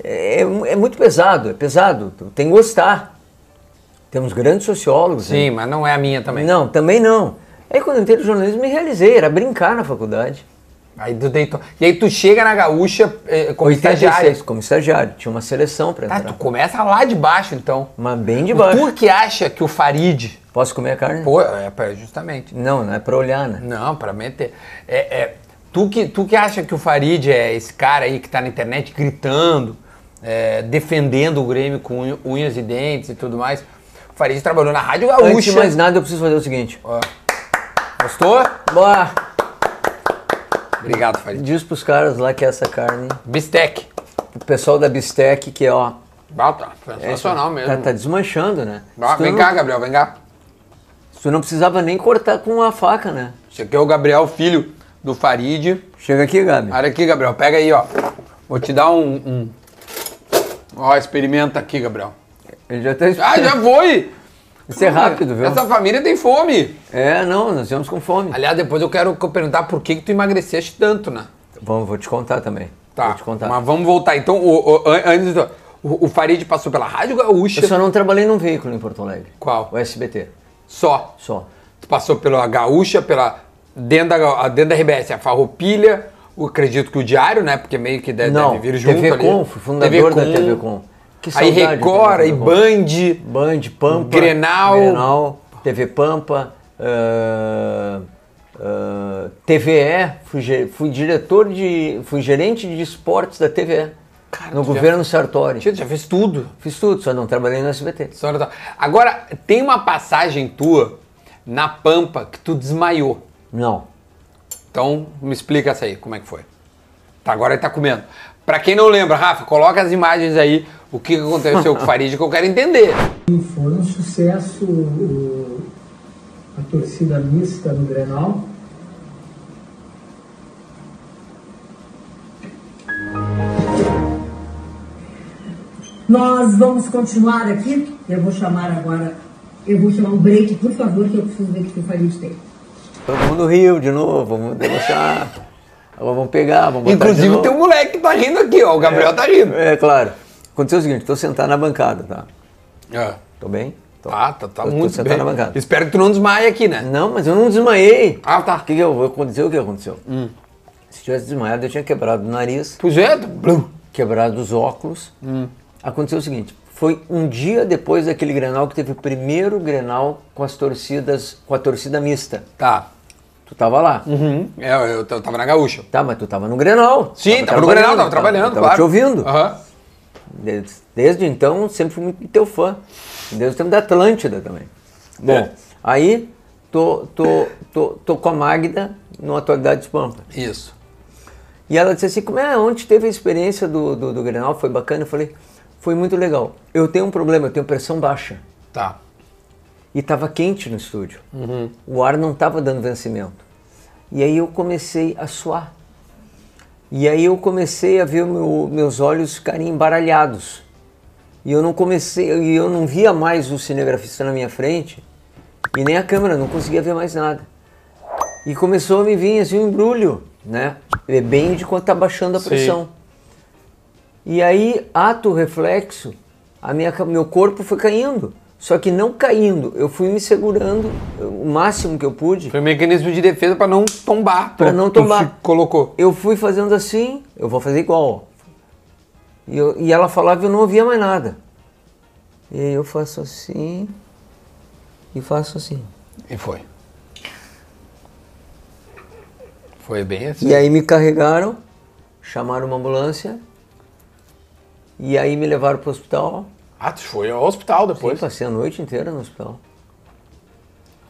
S1: É, é- é muito pesado, é pesado. Tu Tem que gostar. Temos grandes sociólogos. né?
S3: Sim, mas não é a minha também.
S1: Não, também não. Aí quando eu entrei no jornalismo, me realizei, era brincar na faculdade.
S3: Aí tu deitou. E aí tu chega na gaúcha eh, como
S1: 86,
S3: estagiário.
S1: como estagiário, tinha uma seleção pra
S3: Ah,
S1: entrar.
S3: tu começa lá de baixo, então.
S1: Mas bem de baixo.
S3: Tu que acha que o Farid.
S1: Posso comer a carne?
S3: Pô, é, pra- justamente.
S1: Não, não é pra olhar, né?
S3: Não, pra meter. É, é, tu, que, tu que acha que o Farid é esse cara aí que tá na internet gritando, é, defendendo o Grêmio com unho- unhas e dentes e tudo mais. O Farid trabalhou na Rádio Gaúcha.
S1: Antes de mais nada, eu preciso fazer o seguinte.
S3: Gostou?
S1: Bah,
S3: Obrigado, Farid.
S1: diz pros caras lá que essa carne.
S3: Bistec.
S1: O pessoal da Bistec, que é, ó.
S3: Ah, tá. Sensacional mesmo.
S1: Tá, tá desmanchando, né?
S3: Ah,
S1: Se tu
S3: vem
S1: não-
S3: cá, Gabriel, vem cá.
S1: se Tu não precisava nem cortar com a faca, né?
S2: Esse aqui é o Gabriel, filho do Farid.
S1: Chega aqui, Gabi.
S2: Olha aqui, Gabriel. Pega aí, ó. Vou te dar um. um- Ó, experimenta aqui, Gabriel.
S1: Ele já tá.
S2: Ah, já foi!
S1: Isso é rápido, viu?
S2: Essa família tem fome.
S1: É, não, nós estamos com fome.
S3: Aliás, depois eu quero perguntar por que, que tu emagreceste tanto, né?
S1: Vamos, vou te contar também.
S2: Tá,
S1: Vou te contar.
S2: mas vamos voltar. Então, o, o- an- antes do- o, o Farid passou pela Rádio Gaúcha.
S1: Eu só não trabalhei num veículo em Porto Alegre.
S2: Qual?
S1: O SBT,
S2: Só.
S1: só.
S2: Tu passou pela Gaúcha, pela dentro da, Ga- a- dentro da RBS, a Farroupilha, eu acredito que o Diário, né? Porque meio que deve,
S1: Não,
S2: deve vir junto
S1: TV
S2: ali.
S1: Com, fui fundador da TV Com. Que
S2: Aí
S1: saudade da
S2: Record, aí
S1: TV Com.
S2: Band.
S1: Band, Pampa,
S2: Grenal.
S1: Grenal, TV Pampa, ah, ah, TVE, fui, ge- fui diretor de, fui gerente de esportes da TVE no governo Sartori.
S2: Tito, já fez tudo.
S1: Fiz tudo, só não trabalhei no SBT.
S2: Senhora tá- Agora, tem uma passagem tua na Pampa que tu desmaiou.
S1: Não.
S2: Então, me explica essa aí, como é que foi. Tá, agora ele tá comendo. Pra quem não lembra, Rafa, coloca as imagens aí, o que que aconteceu com o Farid, que eu quero entender.
S5: Foi um sucesso o- a torcida mista no Grenal.
S6: Nós vamos continuar aqui. Eu vou chamar agora. Eu vou chamar um break, por favor, que eu preciso ver o que o Farid tem.
S1: Todo mundo riu de novo, vamos debochar. Agora vamos pegar, vamos botar de
S2: Inclusive,
S1: novo.
S2: tem um moleque que tá rindo aqui, ó. O Gabriel tá rindo.
S1: É, claro. Aconteceu o seguinte, tô sentado na bancada, tá?
S2: É.
S1: Tô bem? Tô.
S2: Tá, tá, tá
S1: Então, Tô- tô
S2: muito
S1: sentado na
S2: bem.
S1: bancada.
S2: Espero que tu não desmaie aqui, né?
S1: Não, mas eu não desmaiei.
S2: Ah, tá. Hum.
S1: O que, que eu- aconteceu? O que aconteceu? Se tivesse desmaiado, eu tinha quebrado o nariz,
S2: Pois é, tu- blum.
S1: quebrado os óculos.
S2: Hum.
S1: Aconteceu o seguinte, foi um dia depois daquele Grenal que teve o primeiro Grenal com as torcidas, com a torcida mista.
S2: Tá.
S1: Tu tava lá.
S2: É, eu, eu tava na gaúcha.
S1: Tá, mas tu Uhum. tava no Grenal.
S2: Sim, tava, no
S1: trabalhando,
S2: Grenal, tava trabalhando,
S1: tava
S2: claro.
S1: te ouvindo.
S2: Aham.
S1: Desde, desde então, sempre fui muito teu fã. Desde o tempo da Atlântida também. Bom,
S2: É.
S1: aí tô, tô, tô, tô com a Magda no Atualidades Pampa.
S2: Isso.
S1: E ela disse assim, como é, onde teve a experiência do, do, do Grenal, foi bacana. Eu falei, foi muito legal. Eu tenho um problema, eu tenho pressão baixa.
S2: Tá.
S1: E tava quente no estúdio. O ar não tava dando vencimento. E aí eu comecei a suar. E aí eu comecei a ver o meu- meus olhos ficarem embaralhados. E eu não comecei, e eu não via mais o cinegrafista na minha frente e nem a câmera, não conseguia ver mais nada. E começou a me vir assim um embrulho, né? É bem de quando tá baixando a pressão. E aí, ato reflexo, a minha, ca- meu corpo foi caindo. Só que não caindo, eu fui me segurando eu- o máximo que eu pude.
S2: Foi um mecanismo de defesa pra não tombar.
S1: Pra
S2: Tu-
S1: não
S2: tu
S1: tombar.
S2: se colocou.
S1: Eu fui fazendo assim, eu vou fazer igual. E, eu- e ela falava e eu não ouvia mais nada. E aí eu faço assim e faço assim.
S2: E foi. Foi bem assim.
S1: E aí me carregaram, chamaram uma ambulância e aí me levaram para o hospital.
S3: Ah, tu foi ao hospital
S1: Eu
S3: depois.
S1: passei a noite inteira no hospital.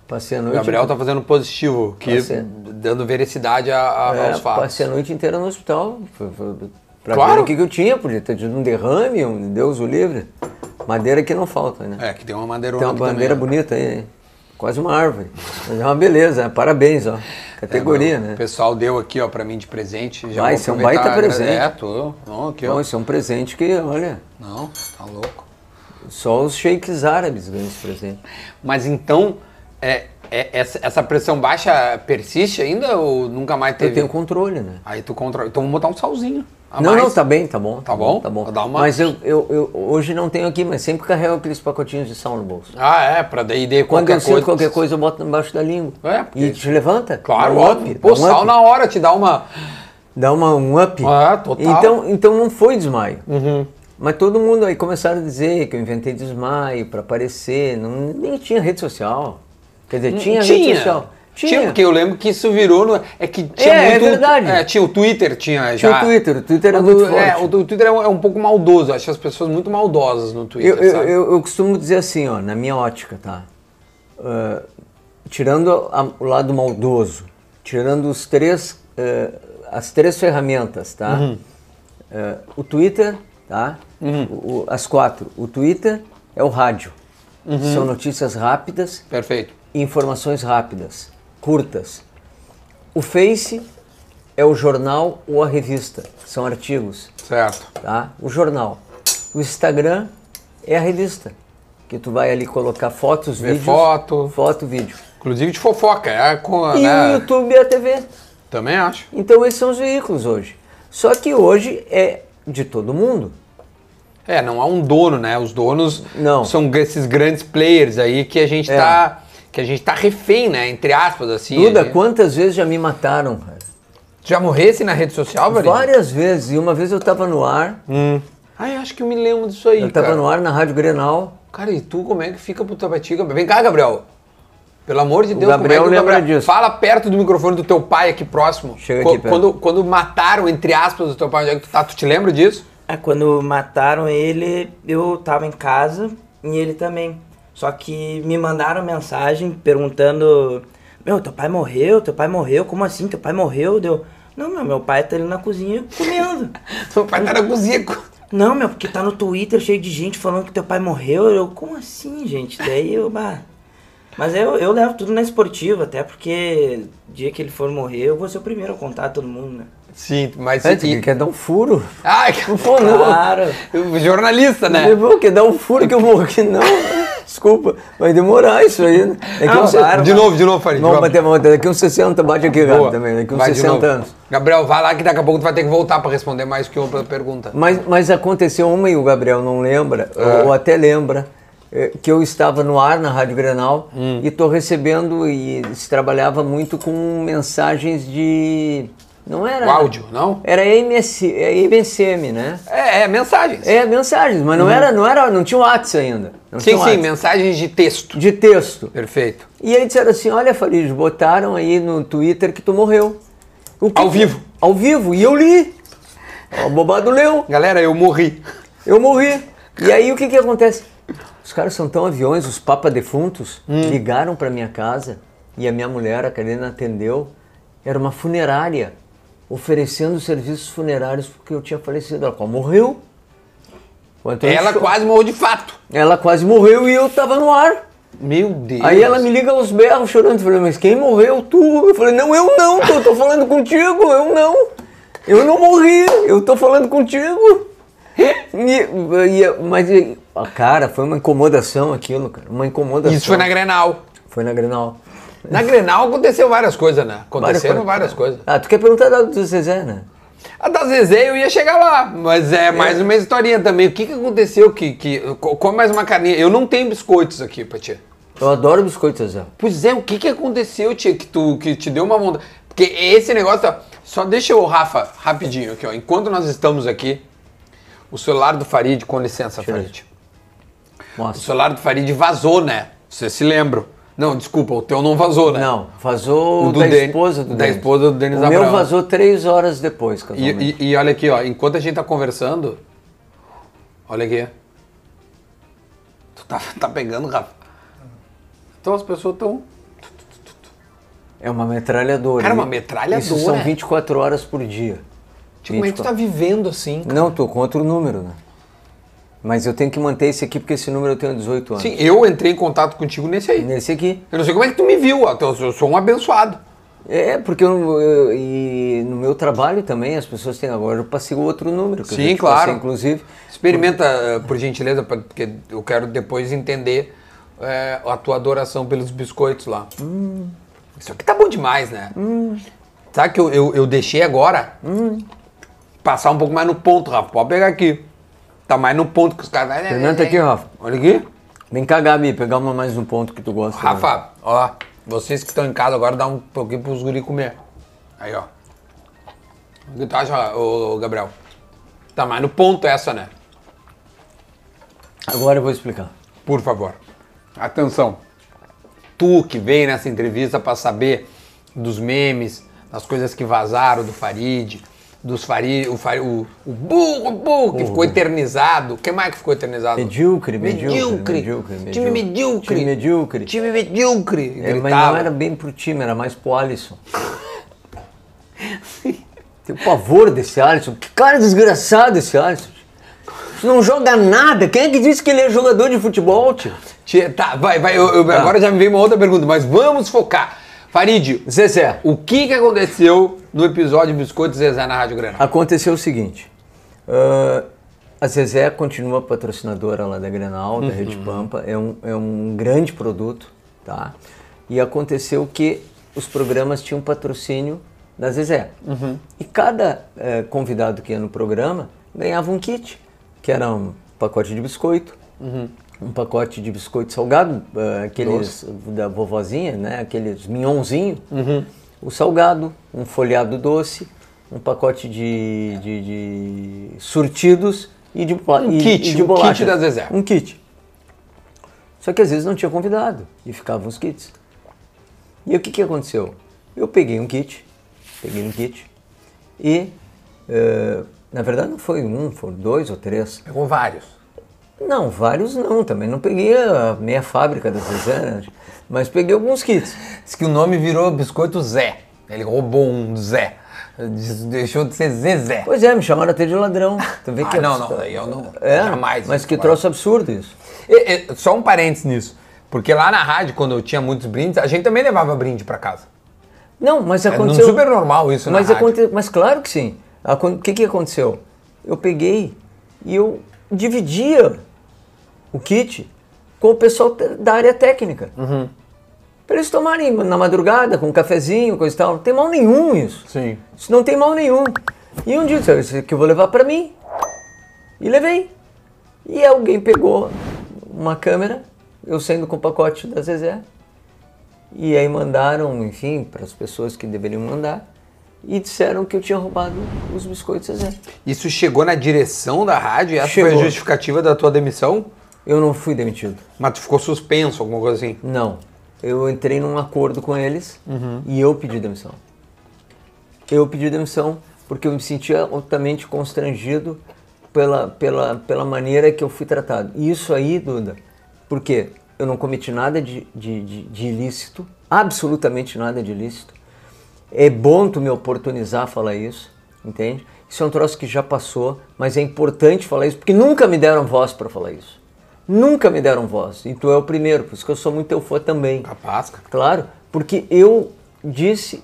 S1: Passei a noite.
S2: Gabriel tá fazendo positivo, que
S1: Passei.
S2: dando veracidade a- a-
S1: É,
S2: aos fatos.
S1: Passei a noite inteira no hospital. Foi- foi- Pra
S2: Claro.
S1: ver o que, que eu tinha, podia ter tido um derrame, um Deus o livre. Madeira que não falta, né?
S2: É, que tem uma madeirona
S1: Tem uma
S2: aqui também,
S1: bandeira
S2: né?
S1: bonita aí, hein? quase uma árvore. Mas é uma beleza, né? parabéns, ó. Categoria,
S2: É, não,
S1: né?
S2: O pessoal deu aqui, ó, pra mim de presente. Já
S1: Ah,
S2: vou
S1: isso é um
S2: aproveitar,
S1: baita
S2: né?
S1: presente.
S2: É, tô. Não, aqui,
S1: Então,
S2: ó.
S1: isso é um presente que, olha,
S2: Não, tá louco.
S1: só os sheiks árabes ganham esse presente.
S2: Mas então, é, é- essa, essa pressão baixa persiste ainda ou nunca mais
S1: Eu
S2: teve?
S1: tenho controle, né?
S2: Aí tu controla. Então vamos botar um salzinho. a
S1: não,
S2: mais.
S1: não, tá bem, tá bom.
S2: Tá bom?
S1: Tá bom.
S2: Dá uma-
S1: Mas eu, eu, eu hoje não tenho aqui, mas sempre carrego aqueles pacotinhos de sal no bolso.
S2: Ah, é, pra daí de
S1: Quando
S2: qualquer
S1: eu sinto
S2: coisa.
S1: qualquer coisa, eu boto embaixo da língua.
S2: É, porque-
S1: E te levanta?
S2: Claro,
S1: dá um
S2: óbvio.
S1: up,
S2: Pô,
S1: dá um
S2: sal
S1: up,
S2: na hora te dá uma.
S1: Dá uma, um up.
S2: Ah, total. Uhum.
S1: Então, então não foi desmaio. Mas todo mundo aí começaram a dizer que eu inventei desmaio pra aparecer. Não, nem tinha rede social. Quer dizer, tinha, rede social.
S2: Hum, Tinha. porque eu lembro que isso virou. No... É que tinha
S1: É, é
S2: muito.
S1: verdade.
S2: É, tinha o Twitter, tinha já.
S1: Tinha o Twitter, o Twitter era
S2: Mas
S1: muito
S2: o- é,
S1: forte.
S2: o Twitter é um, é um pouco maldoso. Eu acho as pessoas muito maldosas no Twitter.
S1: Eu, eu,
S2: sabe?
S1: eu- eu costumo dizer assim, ó, na minha ótica, tá? Ah, tirando a- o lado maldoso, tirando os três, eh, as três ferramentas, tá? Eh, o Twitter, tá? O- o- as quatro. O Twitter é o rádio. São notícias rápidas
S2: Perfeito.
S1: e informações rápidas, curtas. O Face é o jornal ou a revista. São artigos
S2: Certo.
S1: tá? O jornal. O Instagram é a revista, que tu vai ali colocar fotos,
S2: Ver
S1: vídeos,
S2: foto.
S1: foto, vídeo.
S2: Inclusive de fofoca. É, com,
S1: E
S2: né?
S1: o YouTube é a TV.
S2: Também acho.
S1: Então esses são os veículos hoje. Só que hoje é de todo mundo.
S2: É, não há um dono, né? Os donos
S1: Não.
S2: são esses grandes players aí que a gente
S1: É.
S2: tá. Que a gente tá refém, né? Entre aspas, assim. a
S1: Duda,
S2: gente-
S1: quantas vezes já me mataram? cara?
S2: Tu já morresse na rede social, Varinho?
S1: Várias vezes. E uma vez eu tava no ar,
S2: Ai, acho que eu me lembro disso aí.
S1: eu tava
S2: cara.
S1: no ar na Rádio Grenal.
S2: Cara, e tu como é que fica pro Tapati, Gabriel? Vem cá, Gabriel. Pelo amor de Deus,
S1: Gabriel
S2: como é que o
S1: lembra disso.
S2: Fala perto do microfone do teu pai aqui próximo.
S1: Chega
S2: Qu-
S1: aqui perto.
S2: Quando, quando mataram, entre aspas, o teu pai, onde é que tu tá? Tu te lembra disso?
S7: É, quando mataram ele, eu tava em casa e ele também. Só que me mandaram mensagem perguntando: Meu, teu pai morreu, teu pai morreu, como assim? Teu pai morreu? Deu. Não, meu, meu pai tá ali na cozinha comendo.
S2: Teu pai tá na cozinha. co-
S7: Não, meu, porque tá no Twitter cheio de gente falando que teu pai morreu. Eu, como assim, gente? Daí eu, bah. Mas eu, eu levo tudo na esportiva, até porque dia que ele for morrer, eu vou ser o primeiro a contar todo mundo, né?
S2: Sim, mas.
S1: É, tu
S2: e-
S1: quer dar um furo?
S2: Ai, que pô,
S7: Claro.
S2: não. Jornalista, né?
S1: Ele falou, quer dar um furo que eu morri? Não, desculpa, vai demorar isso aí. né? Daqui
S7: Ah,
S1: uns-
S7: claro,
S2: De novo, de novo, Farid.
S1: Não,
S2: Vamos.
S1: bater, bater. Daqui uns 60, bate aqui,
S2: Boa.
S1: Gabi, também. Daqui uns
S2: Vai de
S1: 60
S2: novo.
S1: anos.
S2: Gabriel, vai lá que daqui a pouco tu vai ter que voltar pra responder mais que uma pergunta.
S1: Mas, mas aconteceu uma e o Gabriel não lembra,
S2: É.
S1: ou- ou até lembra, eh, que eu estava no ar na Rádio Grenal
S2: Hum.
S1: e estou recebendo, e se trabalhava muito com mensagens de... Não era...
S2: O áudio, não?
S1: Era MS, é MSM, né?
S2: É, é mensagens.
S1: É, mensagens, mas não era, não era, não tinha WhatsApp ainda. Não
S2: Uhum. sim,
S1: tinha
S2: sim,
S1: WhatsApp.
S2: mensagens de texto.
S1: De texto.
S2: Perfeito.
S1: E aí disseram assim, olha Farid, botaram aí no Twitter que tu morreu. O que-
S2: Ao vivo.
S1: Ao vivo, e eu li. O bobado leu,
S2: Galera, eu morri.
S1: eu morri. E aí o que que acontece? Os caras são tão aviões, os papa defuntos,
S2: Hum.
S1: ligaram pra minha casa e a minha mulher, a Karina, atendeu. Era uma funerária, oferecendo serviços funerários porque eu tinha falecido. Ela quase morreu. O Antônio
S2: Ela
S1: cho-
S2: quase morreu de fato.
S1: ela quase morreu e eu tava no ar.
S2: Meu Deus.
S1: Aí ela me liga aos berros chorando. Eu falei, mas quem morreu? Tu? Eu falei, não, eu não, eu tô falando contigo, eu não. Eu não morri, eu tô falando contigo. E- e- mas, e- ah, cara, foi uma incomodação aquilo, cara. Uma incomodação.
S2: Isso foi na Grenal.
S1: Foi na Grenal.
S2: Na Grenal aconteceu várias coisas, né? Aconteceram várias coisas.
S1: Ah, tu quer perguntar da- do Zezé, né?
S2: A da Zezé eu ia chegar lá, mas é mais uma historinha também. O que, que aconteceu? Que, que, co- come mais uma carninha. Eu não tenho biscoitos aqui, Patia.
S1: Eu adoro biscoito, Zezé.
S2: Pois é, o que, que aconteceu, tia, que, tu, que te deu uma vontade? Porque esse negócio, ó, só deixa eu, Rafa, rapidinho aqui, ó. Enquanto nós estamos aqui, o celular do Farid, com licença,
S1: Deixa eu ver.
S2: Farid. O
S1: Mostra.
S2: celular do Farid vazou, né? Você se lembra? Não, desculpa, o teu não vazou, né?
S1: Não, vazou
S2: O do
S1: da
S2: Den-
S1: esposa do
S2: da
S1: Denis.
S2: esposa do Denis
S1: O meu
S2: Abraão.
S1: vazou três horas depois,
S2: E,
S1: casualmente.
S2: e- e olha aqui, ó, enquanto a gente tá conversando, olha aqui. Tu tá, tá pegando, Rafa. Então as pessoas estão.
S1: É uma metralhadora.
S2: Cara, uma
S1: né?
S2: metralhadora.
S1: Isso são 24 horas por dia.
S2: Tipo, como é que tu tá vivendo assim?
S1: Não, tô com outro número, né? Mas eu tenho que manter esse aqui porque esse número eu tenho 18 anos.
S2: Sim, eu entrei em contato contigo nesse aí.
S1: Nesse aqui.
S2: Eu não sei como é que tu me viu, ó. então Eu sou um abençoado.
S1: É, porque eu, eu- e no meu trabalho também as pessoas têm agora. Eu passei o outro número. Que eu
S2: Sim,
S1: já te
S2: claro.
S1: passei, inclusive.
S2: Experimenta, eh, por gentileza, pra- porque eu quero depois entender eh, a tua adoração pelos biscoitos lá. Isso aqui tá bom demais, né? Sabe que eu, eu, eu deixei agora passar um pouco mais no ponto, Rafa. Pode pegar aqui. Tá mais no ponto que os caras...
S1: Experimenta tá
S2: é.
S1: aqui, Rafa.
S2: Olha aqui.
S1: Vem cá, Gabi, pegar uma mais um ponto que tu gosta. né?
S2: Rafa, ó, vocês que estão em casa agora, dá um pouquinho pros guri comer. Aí, ó. O que tu acha, ô, ô, Gabriel? Tá mais no ponto essa, né?
S1: Agora eu vou explicar.
S2: Por favor. Atenção. Tu que veio nessa entrevista pra saber dos memes, das coisas que vazaram do Farid, dos Farid, o, Farid, o, o burro, burro, que ficou eternizado. Quem mais que ficou eternizado?
S1: Medíocre, medíocre,
S2: medíocre.
S1: medíocre,
S2: Time medíocre.
S1: medíocre. Time medíocre.
S2: Time medíocre.
S1: É, mas
S2: Gritava.
S1: não era bem pro time, era mais pro Alisson. Tenho pavor desse Alisson. Que cara desgraçado esse Alisson. Isso Não joga nada. Quem é que disse que ele é jogador de futebol, tio?
S2: Tia, Tá, vai, vai. eu- eu- Agora já me veio uma outra pergunta, mas vamos focar. Farid,
S1: Zezé.
S2: o que, que aconteceu no episódio Biscoito Zezé na Rádio Granada?
S1: Aconteceu o seguinte. ah, a Zezé continua patrocinadora lá da Grenal, da Rede Pampa. É um, é um grande produto, tá? E aconteceu que os programas tinham patrocínio da Zezé. E cada eh, convidado que ia no programa ganhava um kit, que era um pacote de biscoito, um pacote de biscoito salgado, eh, aqueles da vovozinha, né? Aqueles minhonzinho, o salgado, um folhado doce, um pacote de, de- de surtidos e de bo- e-
S2: kit,
S1: e de
S2: um
S1: bolacha.
S2: kit da Zezé.
S1: Um kit. Só que às vezes não tinha convidado e ficavam os kits. E o que, que aconteceu? Eu peguei um kit, peguei um kit e, eh, na verdade, não foi um, foram dois ou três.
S2: Pegou vários.
S1: Não, vários não, também não peguei a meia fábrica da Zezé, né? mas peguei alguns kits.
S2: Diz que o nome virou Biscoito Zé. Ele roubou um Zé. Diz- Deixou de ser Zezé.
S1: Pois é, me chamaram até de ladrão. Tu vê
S2: Ah,
S1: que é-
S2: não, não, daí eu não-
S1: É,
S2: jamais
S1: Mas
S2: isso,
S1: que
S2: claro.
S1: troço absurdo isso.
S2: E- e, só um parênteses nisso. Porque lá na rádio, quando eu tinha muitos brindes, a gente também levava brinde pra casa.
S1: Não, mas
S2: É
S1: aconteceu.
S2: super normal isso na
S1: mas,
S2: rádio.
S1: aconte- mas claro que sim. Acon- O que, que aconteceu? Eu peguei e eu dividia o kit com o pessoal te- da área técnica.
S2: Uhum.
S1: Pra eles tomarem na madrugada, com um cafezinho, coisa e tal. Não tem mal nenhum isso.
S2: Sim.
S1: Isso não tem mal nenhum. E um dia eu disse, "Ah, isso aqui eu vou levar pra mim. E levei. E alguém pegou uma câmera, eu saindo com o pacote da Zezé. E aí mandaram, enfim, para as pessoas que deveriam mandar. E disseram que eu tinha roubado os biscoitos Zezé.
S2: Isso chegou na direção da rádio e essa foi
S1: Chegou.
S2: a justificativa da tua demissão?
S1: Eu não fui demitido.
S2: Mas tu ficou suspenso, alguma coisa assim?
S1: Não. Eu entrei num acordo com eles e eu pedi demissão. Eu pedi demissão porque eu me sentia altamente constrangido pela, pela, pela maneira que eu fui tratado. E isso aí, Duda, porque eu não cometi nada de, de, de- de ilícito, absolutamente nada de ilícito. É bom tu me oportunizar a falar isso, entende? Isso é um troço que já passou, mas é importante falar isso porque nunca me deram voz para falar isso. Nunca me deram voz. E tu é o primeiro, por isso que eu sou muito teu fã também.
S2: Capaz, cara.
S1: Claro, porque eu disse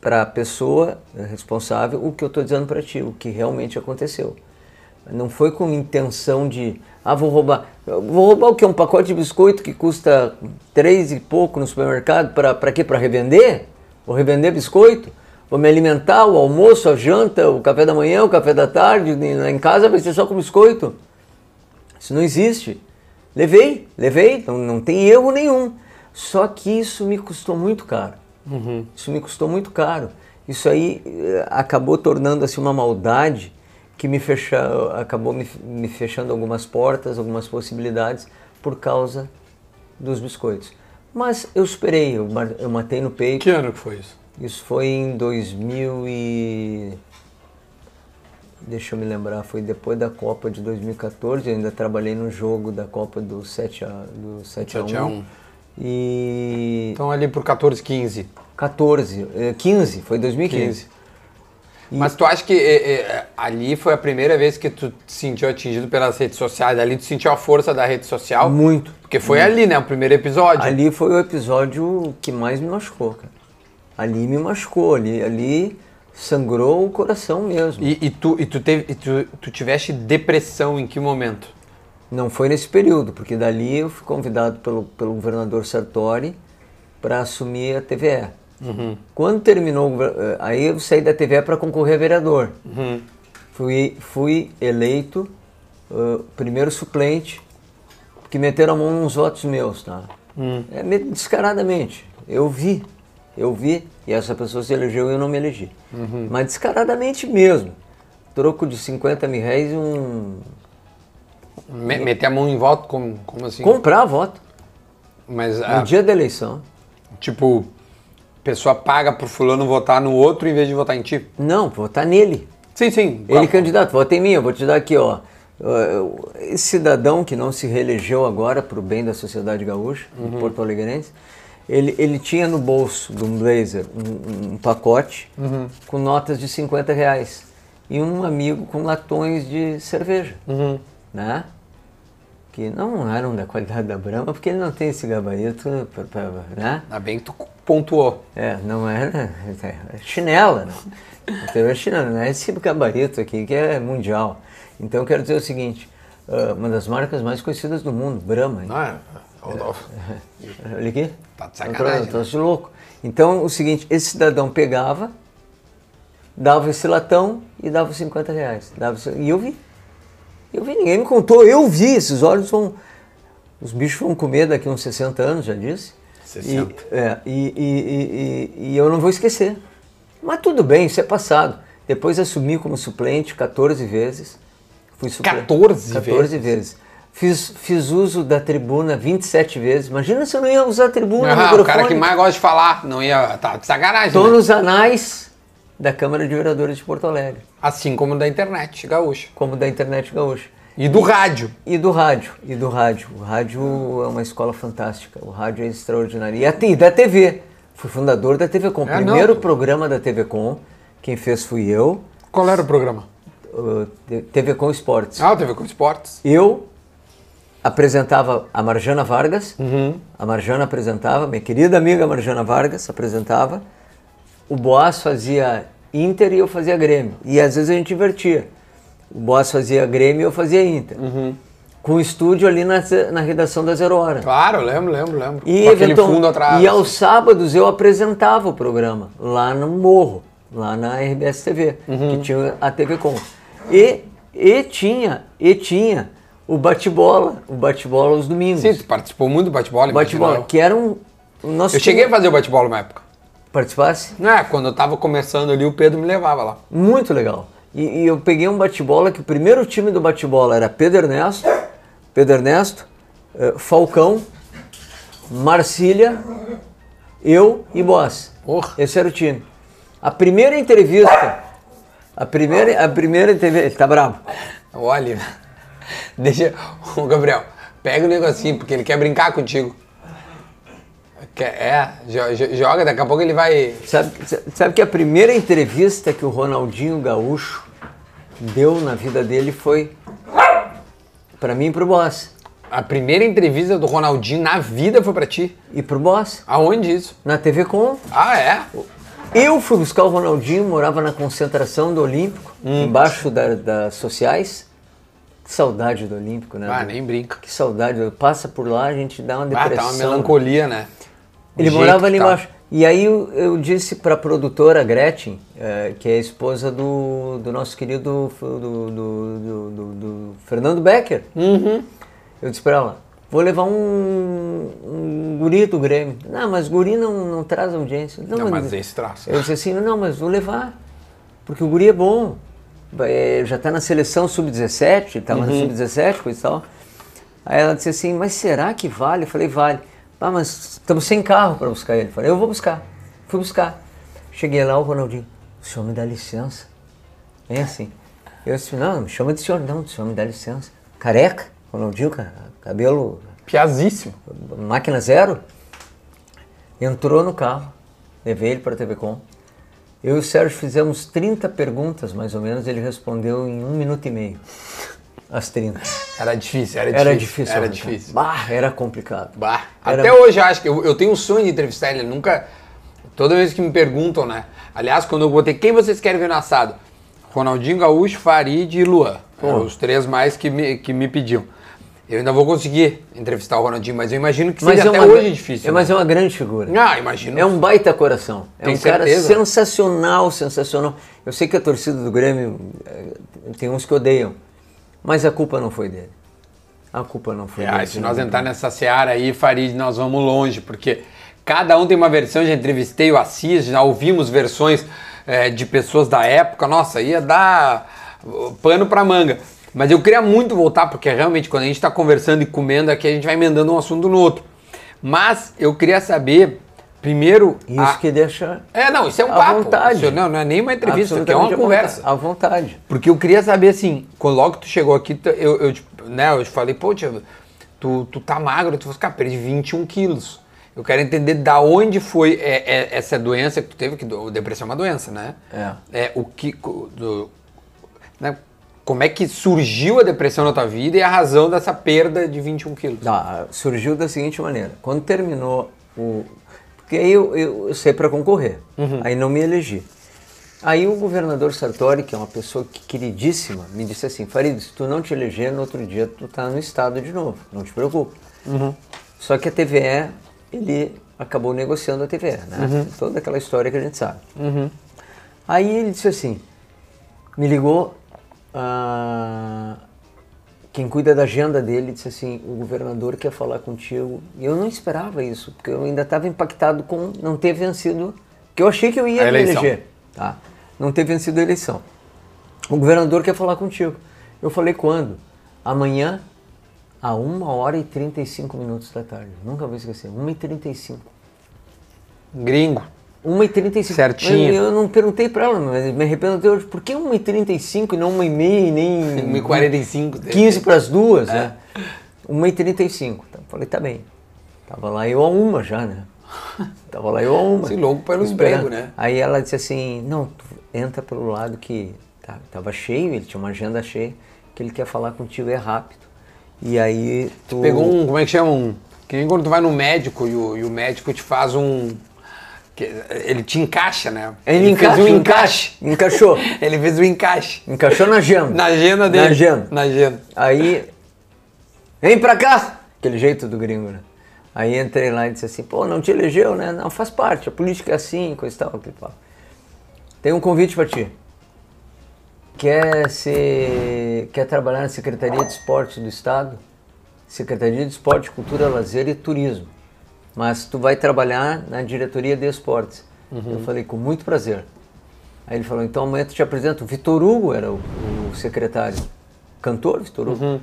S1: para a pessoa né, responsável o que eu estou dizendo para ti, o que realmente aconteceu. Não foi com intenção de, ah, vou roubar. Vou roubar o quê? Um pacote de biscoito que custa três e pouco no supermercado, para quê? Para revender? Vou revender biscoito? vou me alimentar, o almoço, a janta, o café da manhã, o café da tarde, em- lá em casa vai ser só com biscoito. Isso não existe. Levei, levei, não, não tem erro nenhum. Só que isso me custou muito caro. Isso me custou muito caro. Isso aí eh, acabou tornando-se uma maldade que me fecha, acabou me, fe- me fechando algumas portas, algumas possibilidades por causa dos biscoitos. Mas eu superei, eu, mar- eu matei no peito.
S2: Que ano que foi isso?
S1: Isso foi em 2000 e... Deixa eu me lembrar, foi depois da Copa de 2014, eu ainda trabalhei no jogo da Copa do 7 a, do 7 a 1.
S2: 7 a 1.
S1: E
S2: Então ali por 14, 15.
S1: 14, eh, 15, foi 2015.
S2: Mas tu acha que é, é, ali foi a primeira vez que tu te sentiu atingido pelas redes sociais? Ali tu sentiu a força da rede social?
S1: Muito.
S2: Porque foi ali, né? O primeiro episódio.
S1: Ali foi o episódio que mais me machucou, cara. Ali me machucou, ali, ali sangrou o coração mesmo.
S2: E, e tu, e, tu, teve, e tu, tu tiveste depressão em que momento?
S1: Não foi nesse período, porque dali eu fui convidado pelo, pelo governador Sartori para assumir a TVE. Quando terminou, o gover- eh, aí eu saí da TVE para concorrer a vereador. Fui, fui eleito eh, primeiro suplente, porque meteram a mão nos votos meus, tá? É, me- descaradamente. Eu vi, eu vi, e essa pessoa se elegeu e eu não me elegi. Mas descaradamente mesmo. Troco de 50 mil reais e um.
S2: Me- meter a mão em voto, como, como assim?
S1: Comprar voto.
S2: Mas,
S1: No
S2: ah,
S1: um dia da eleição.
S2: tipo, pessoa paga pro fulano votar no outro em vez de votar em ti?
S1: Não, votar nele.
S2: Sim, sim.
S1: Ele
S2: Claro.
S1: candidato, vota em mim, eu vou te dar aqui, ó. Uh, Esse cidadão que não se reelegeu agora para o bem da sociedade gaúcha, do Porto Alegrense, ele, ele tinha no bolso de um blazer um, um pacote com notas de 50 reais e um amigo com latões de cerveja, né? Que não eram da qualidade da Brahma, porque ele não tem esse gabarito, pra- pra- né?
S2: Ainda bem que tu pontuou.
S1: É, não era. É chinela, né? Então é chinela, não é esse gabarito aqui que é mundial. Então eu quero dizer o seguinte: ah, uma das marcas mais conhecidas do mundo, Brahma.
S2: Não é? Rodolfo.
S1: Olha aqui.
S2: Tá de sacanagem,
S1: Eu tô- eu tô de louco. Então o seguinte: esse cidadão pegava, dava esse latão e dava os 50 reais. Dava, esse- e eu vi. Eu vi, ninguém me contou. Eu vi, esses olhos vão. Os bichos vão comer daqui uns 60 anos, já disse.
S2: 60.
S1: E, é, e, e- e- e- e eu não vou esquecer. Mas tudo bem, isso é passado. Depois assumi como suplente 14 vezes. Fui suplente.
S2: 14
S1: 14 vezes. Fiz, fiz uso da tribuna 27 vezes. Imagina se eu não ia usar a tribuna,
S2: Ah,
S1: microfone.
S2: o cara que mais gosta de falar não ia. Tá de sacanagem.
S1: Tô
S2: né?
S1: nos anais da Câmara de Vereadores de Porto Alegre,
S2: Assim como da internet gaúcha.
S1: como da internet gaúcha.
S2: E do rádio.
S1: E do rádio, e do rádio. O rádio é uma escola fantástica, o rádio é extraordinário. E, a te- e da TV, fui fundador da TV Com. O
S2: É, não.
S1: primeiro programa da TV Com, quem fez fui eu,
S2: Qual era o programa?
S1: uh, T- TV Com Esportes.
S2: Ah, o TV com Esportes.
S1: Eu apresentava a Marjana Vargas, a Marjana apresentava, minha querida amiga Marjana Vargas apresentava, o Boas fazia Inter e eu fazia Grêmio. E às vezes a gente invertia. O Boas fazia Grêmio e eu fazia Inter. Com o estúdio ali na, na redação da Zero Hora.
S2: Claro, eu lembro, lembro, lembro.
S1: E,
S2: com aquele
S1: eventual-
S2: fundo atrás. assim.
S1: e aos sábados eu apresentava o programa lá no Morro, lá na RBS TV,
S2: Uhum.
S1: que tinha a TV Com. E, e tinha, e tinha o bate-bola, o bate-bola aos domingos.
S2: Sim, tu participou muito do bate-bola.
S1: bate-bola,
S2: imagina.
S1: que era um o nosso
S2: Eu cheguei a fazer o bate-bola uma época.
S1: participasse
S2: Não é, quando eu tava começando ali, o Pedro me levava lá.
S1: muito legal. E, e eu peguei um bate-bola que o primeiro time do bate-bola era Pedro Ernesto, Pedro Ernesto, eh, Falcão, Marcília, eu e Boss.
S2: Porra.
S1: Esse era o time. A primeira entrevista, a primeira, a primeira entrevista, ele tá bravo.
S2: Olha, deixa. Ô, Gabriel, pega o negocinho, porque ele quer brincar contigo. Quer- é, jo- jo- joga, daqui a pouco ele vai.
S1: Sabe, sabe que a primeira entrevista que o Ronaldinho Gaúcho deu na vida dele foi pra mim e pro Boss.
S2: A primeira entrevista do Ronaldinho na vida foi pra ti.
S1: E pro Boss,
S2: Aonde isso?
S1: na TV Com.
S2: Ah, é?
S1: Eu fui buscar o Ronaldinho, morava na concentração do Olímpico,
S2: Hum.
S1: embaixo da- das sociais. Que saudade do Olímpico, né?
S2: Ah,
S1: Do-
S2: nem brinca.
S1: Que saudade. Passa por lá, a gente dá uma
S2: Ah,
S1: depressão.
S2: tá uma melancolia, né? O
S1: Ele
S2: jeito
S1: morava
S2: que
S1: ali
S2: tá.
S1: embaixo. E aí eu, eu disse para a produtora Gretchen, eh, que é a esposa do, do nosso querido f- do, do- do- do- do Fernando Becker.
S2: Uhum.
S1: Eu disse para ela, vou levar um, um guri do Grêmio. Não, mas guri não, não traz audiência.
S2: Não, mas esse traço.
S1: Eu disse assim, não, mas vou levar, porque o guri é bom. Vai, eh, Já está na seleção sub-17, estava na sub-17, coisa e tal. Aí ela disse assim, mas será que vale? Eu falei, vale. Ah, mas estamos sem carro para buscar ele. Eu falei, eu vou buscar. Fui buscar. Cheguei lá, o Ronaldinho, o senhor me dá licença? É assim. Eu disse, não, me chama de senhor. Não, o senhor me dá licença. Careca, Ronaldinho, cara, cabelo,
S2: Piazíssimo.
S1: máquina zero. Entrou no carro, levei ele para a TV Com. Eu e o Sérgio fizemos 30 perguntas, mais ou menos, ele respondeu em um minuto e meio. As 30.
S2: Era difícil, era
S1: Era
S2: É difícil.
S1: difícil.
S2: Era
S1: Ronaldinho.
S2: difícil.
S1: Bah, era complicado.
S2: Bah,
S1: Era-
S2: Até hoje eu acho que eu, eu tenho um sonho de entrevistar ele. Nunca. Toda vez que me perguntam, né? Aliás, quando eu botei quem vocês querem ver no assado? Ronaldinho Gaúcho, Farid e Luan. Eram Os três mais que me, que me pediam. Eu ainda vou conseguir entrevistar o Ronaldinho, mas eu imagino que seja até hoje difícil.
S1: É,
S2: né?
S1: mas é uma grande figura.
S2: Ah, imagino.
S1: É um baita coração. É
S2: Tem
S1: um cara
S2: certeza?
S1: sensacional, sensacional. Eu sei que a torcida do Grêmio eh, tem uns que odeiam, mas a culpa não foi dele. A culpa não foi
S2: Ah,
S1: dele.
S2: se nós entrar nessa seara aí, Farid, nós vamos longe, porque cada um tem uma versão, já entrevistei o Assis, já ouvimos versões eh, de pessoas da época, nossa, ia dar uh, pano pra manga. Mas eu queria muito voltar, porque realmente quando a gente tá conversando e comendo aqui, a gente vai emendando um assunto no outro. Mas eu queria saber, primeiro...
S1: Isso
S2: a-
S1: que deixa
S2: É, não, isso é um
S1: à
S2: papo.
S1: vontade.
S2: Isso não, não é nem uma entrevista, isso aqui é
S1: absolutamente à
S2: uma conversa.
S1: vontade- À vontade.
S2: Porque eu queria saber assim, quando logo que tu chegou aqui, tu- eu, eu, te- né, eu te falei, pô, tia, tu, tu tá magro, tu falou assim, cara, perdi 21 quilos. Eu quero entender da onde foi é, é, essa doença que tu teve, que do- depressão é uma doença, né?
S1: É.
S2: o que. co- do- né, como é que surgiu a depressão na tua vida e a razão dessa perda de 21 quilos?
S1: Tá, surgiu da seguinte maneira. Quando terminou o. Porque aí eu, eu, eu saí para concorrer,
S2: Uhum.
S1: aí não me elegi. Aí o governador Sartori, que é uma pessoa que- queridíssima, me disse assim: Farid, se tu não te eleger, no outro dia tu tá no estado de novo, não te preocupa.
S2: Uhum.
S1: Só que a TVE, ele acabou negociando a TVE, né?
S2: Uhum.
S1: Toda aquela história que a gente sabe. Aí ele disse assim: me ligou. ah, quem cuida da agenda dele disse assim: o governador quer falar contigo. E eu não esperava isso, porque eu ainda estava impactado com não ter vencido, que eu achei que eu ia
S2: A
S1: me
S2: eleição.
S1: eleger, tá? Não ter vencido a eleição. O governador quer falar contigo. Eu falei quando? Amanhã, a 1 hora e 35 minutos da tarde. Nunca vou esquecer. 1 e 35.
S2: Gringo.
S1: 1h35.
S2: Certinho.
S1: Eu, eu não perguntei pra ela, mas me arrependo até hoje. Por que 1h35 e não 1h30 e nem
S2: 1h45?
S1: 15 para as duas, né?
S2: É.
S1: 1h35. Tá, falei, tá bem. Tava lá eu a uma já, né? Tava lá eu a uma.
S2: Esse louco pelo
S1: Esperando.
S2: emprego, né?
S1: Aí ela disse assim, não, tu entra pelo lado que tá- tava cheio, ele tinha uma agenda cheia, que ele quer falar contigo, é rápido. E aí tu...
S2: Pegou um, como é que chama? Um, que nem quando tu vai no médico e o, e o médico te faz um. que- ele te encaixa, né?
S1: Ele, encaixa,
S2: fez um encaixe.
S1: Encaixou.
S2: Ele fez um encaixe.
S1: Encaixou na agenda.
S2: Na agenda dele.
S1: Na agenda.
S2: Na agenda.
S1: Aí, vem pra cá! Aquele jeito do gringo, né? Aí entrei lá e disse assim, pô, não te elegeu, né? Não, faz parte, a política é assim, coisa e tal, aquele papo. Tem um convite pra ti. Quer ser... Quer trabalhar na Secretaria de Esporte do Estado? Secretaria de Esporte, Cultura, Lazer e Turismo. Mas tu vai trabalhar na diretoria de esportes. Eu falei, com muito prazer. Aí ele falou, então amanhã tu te apresento. O Vitor Hugo era o, o secretário. Cantor Vitor Hugo.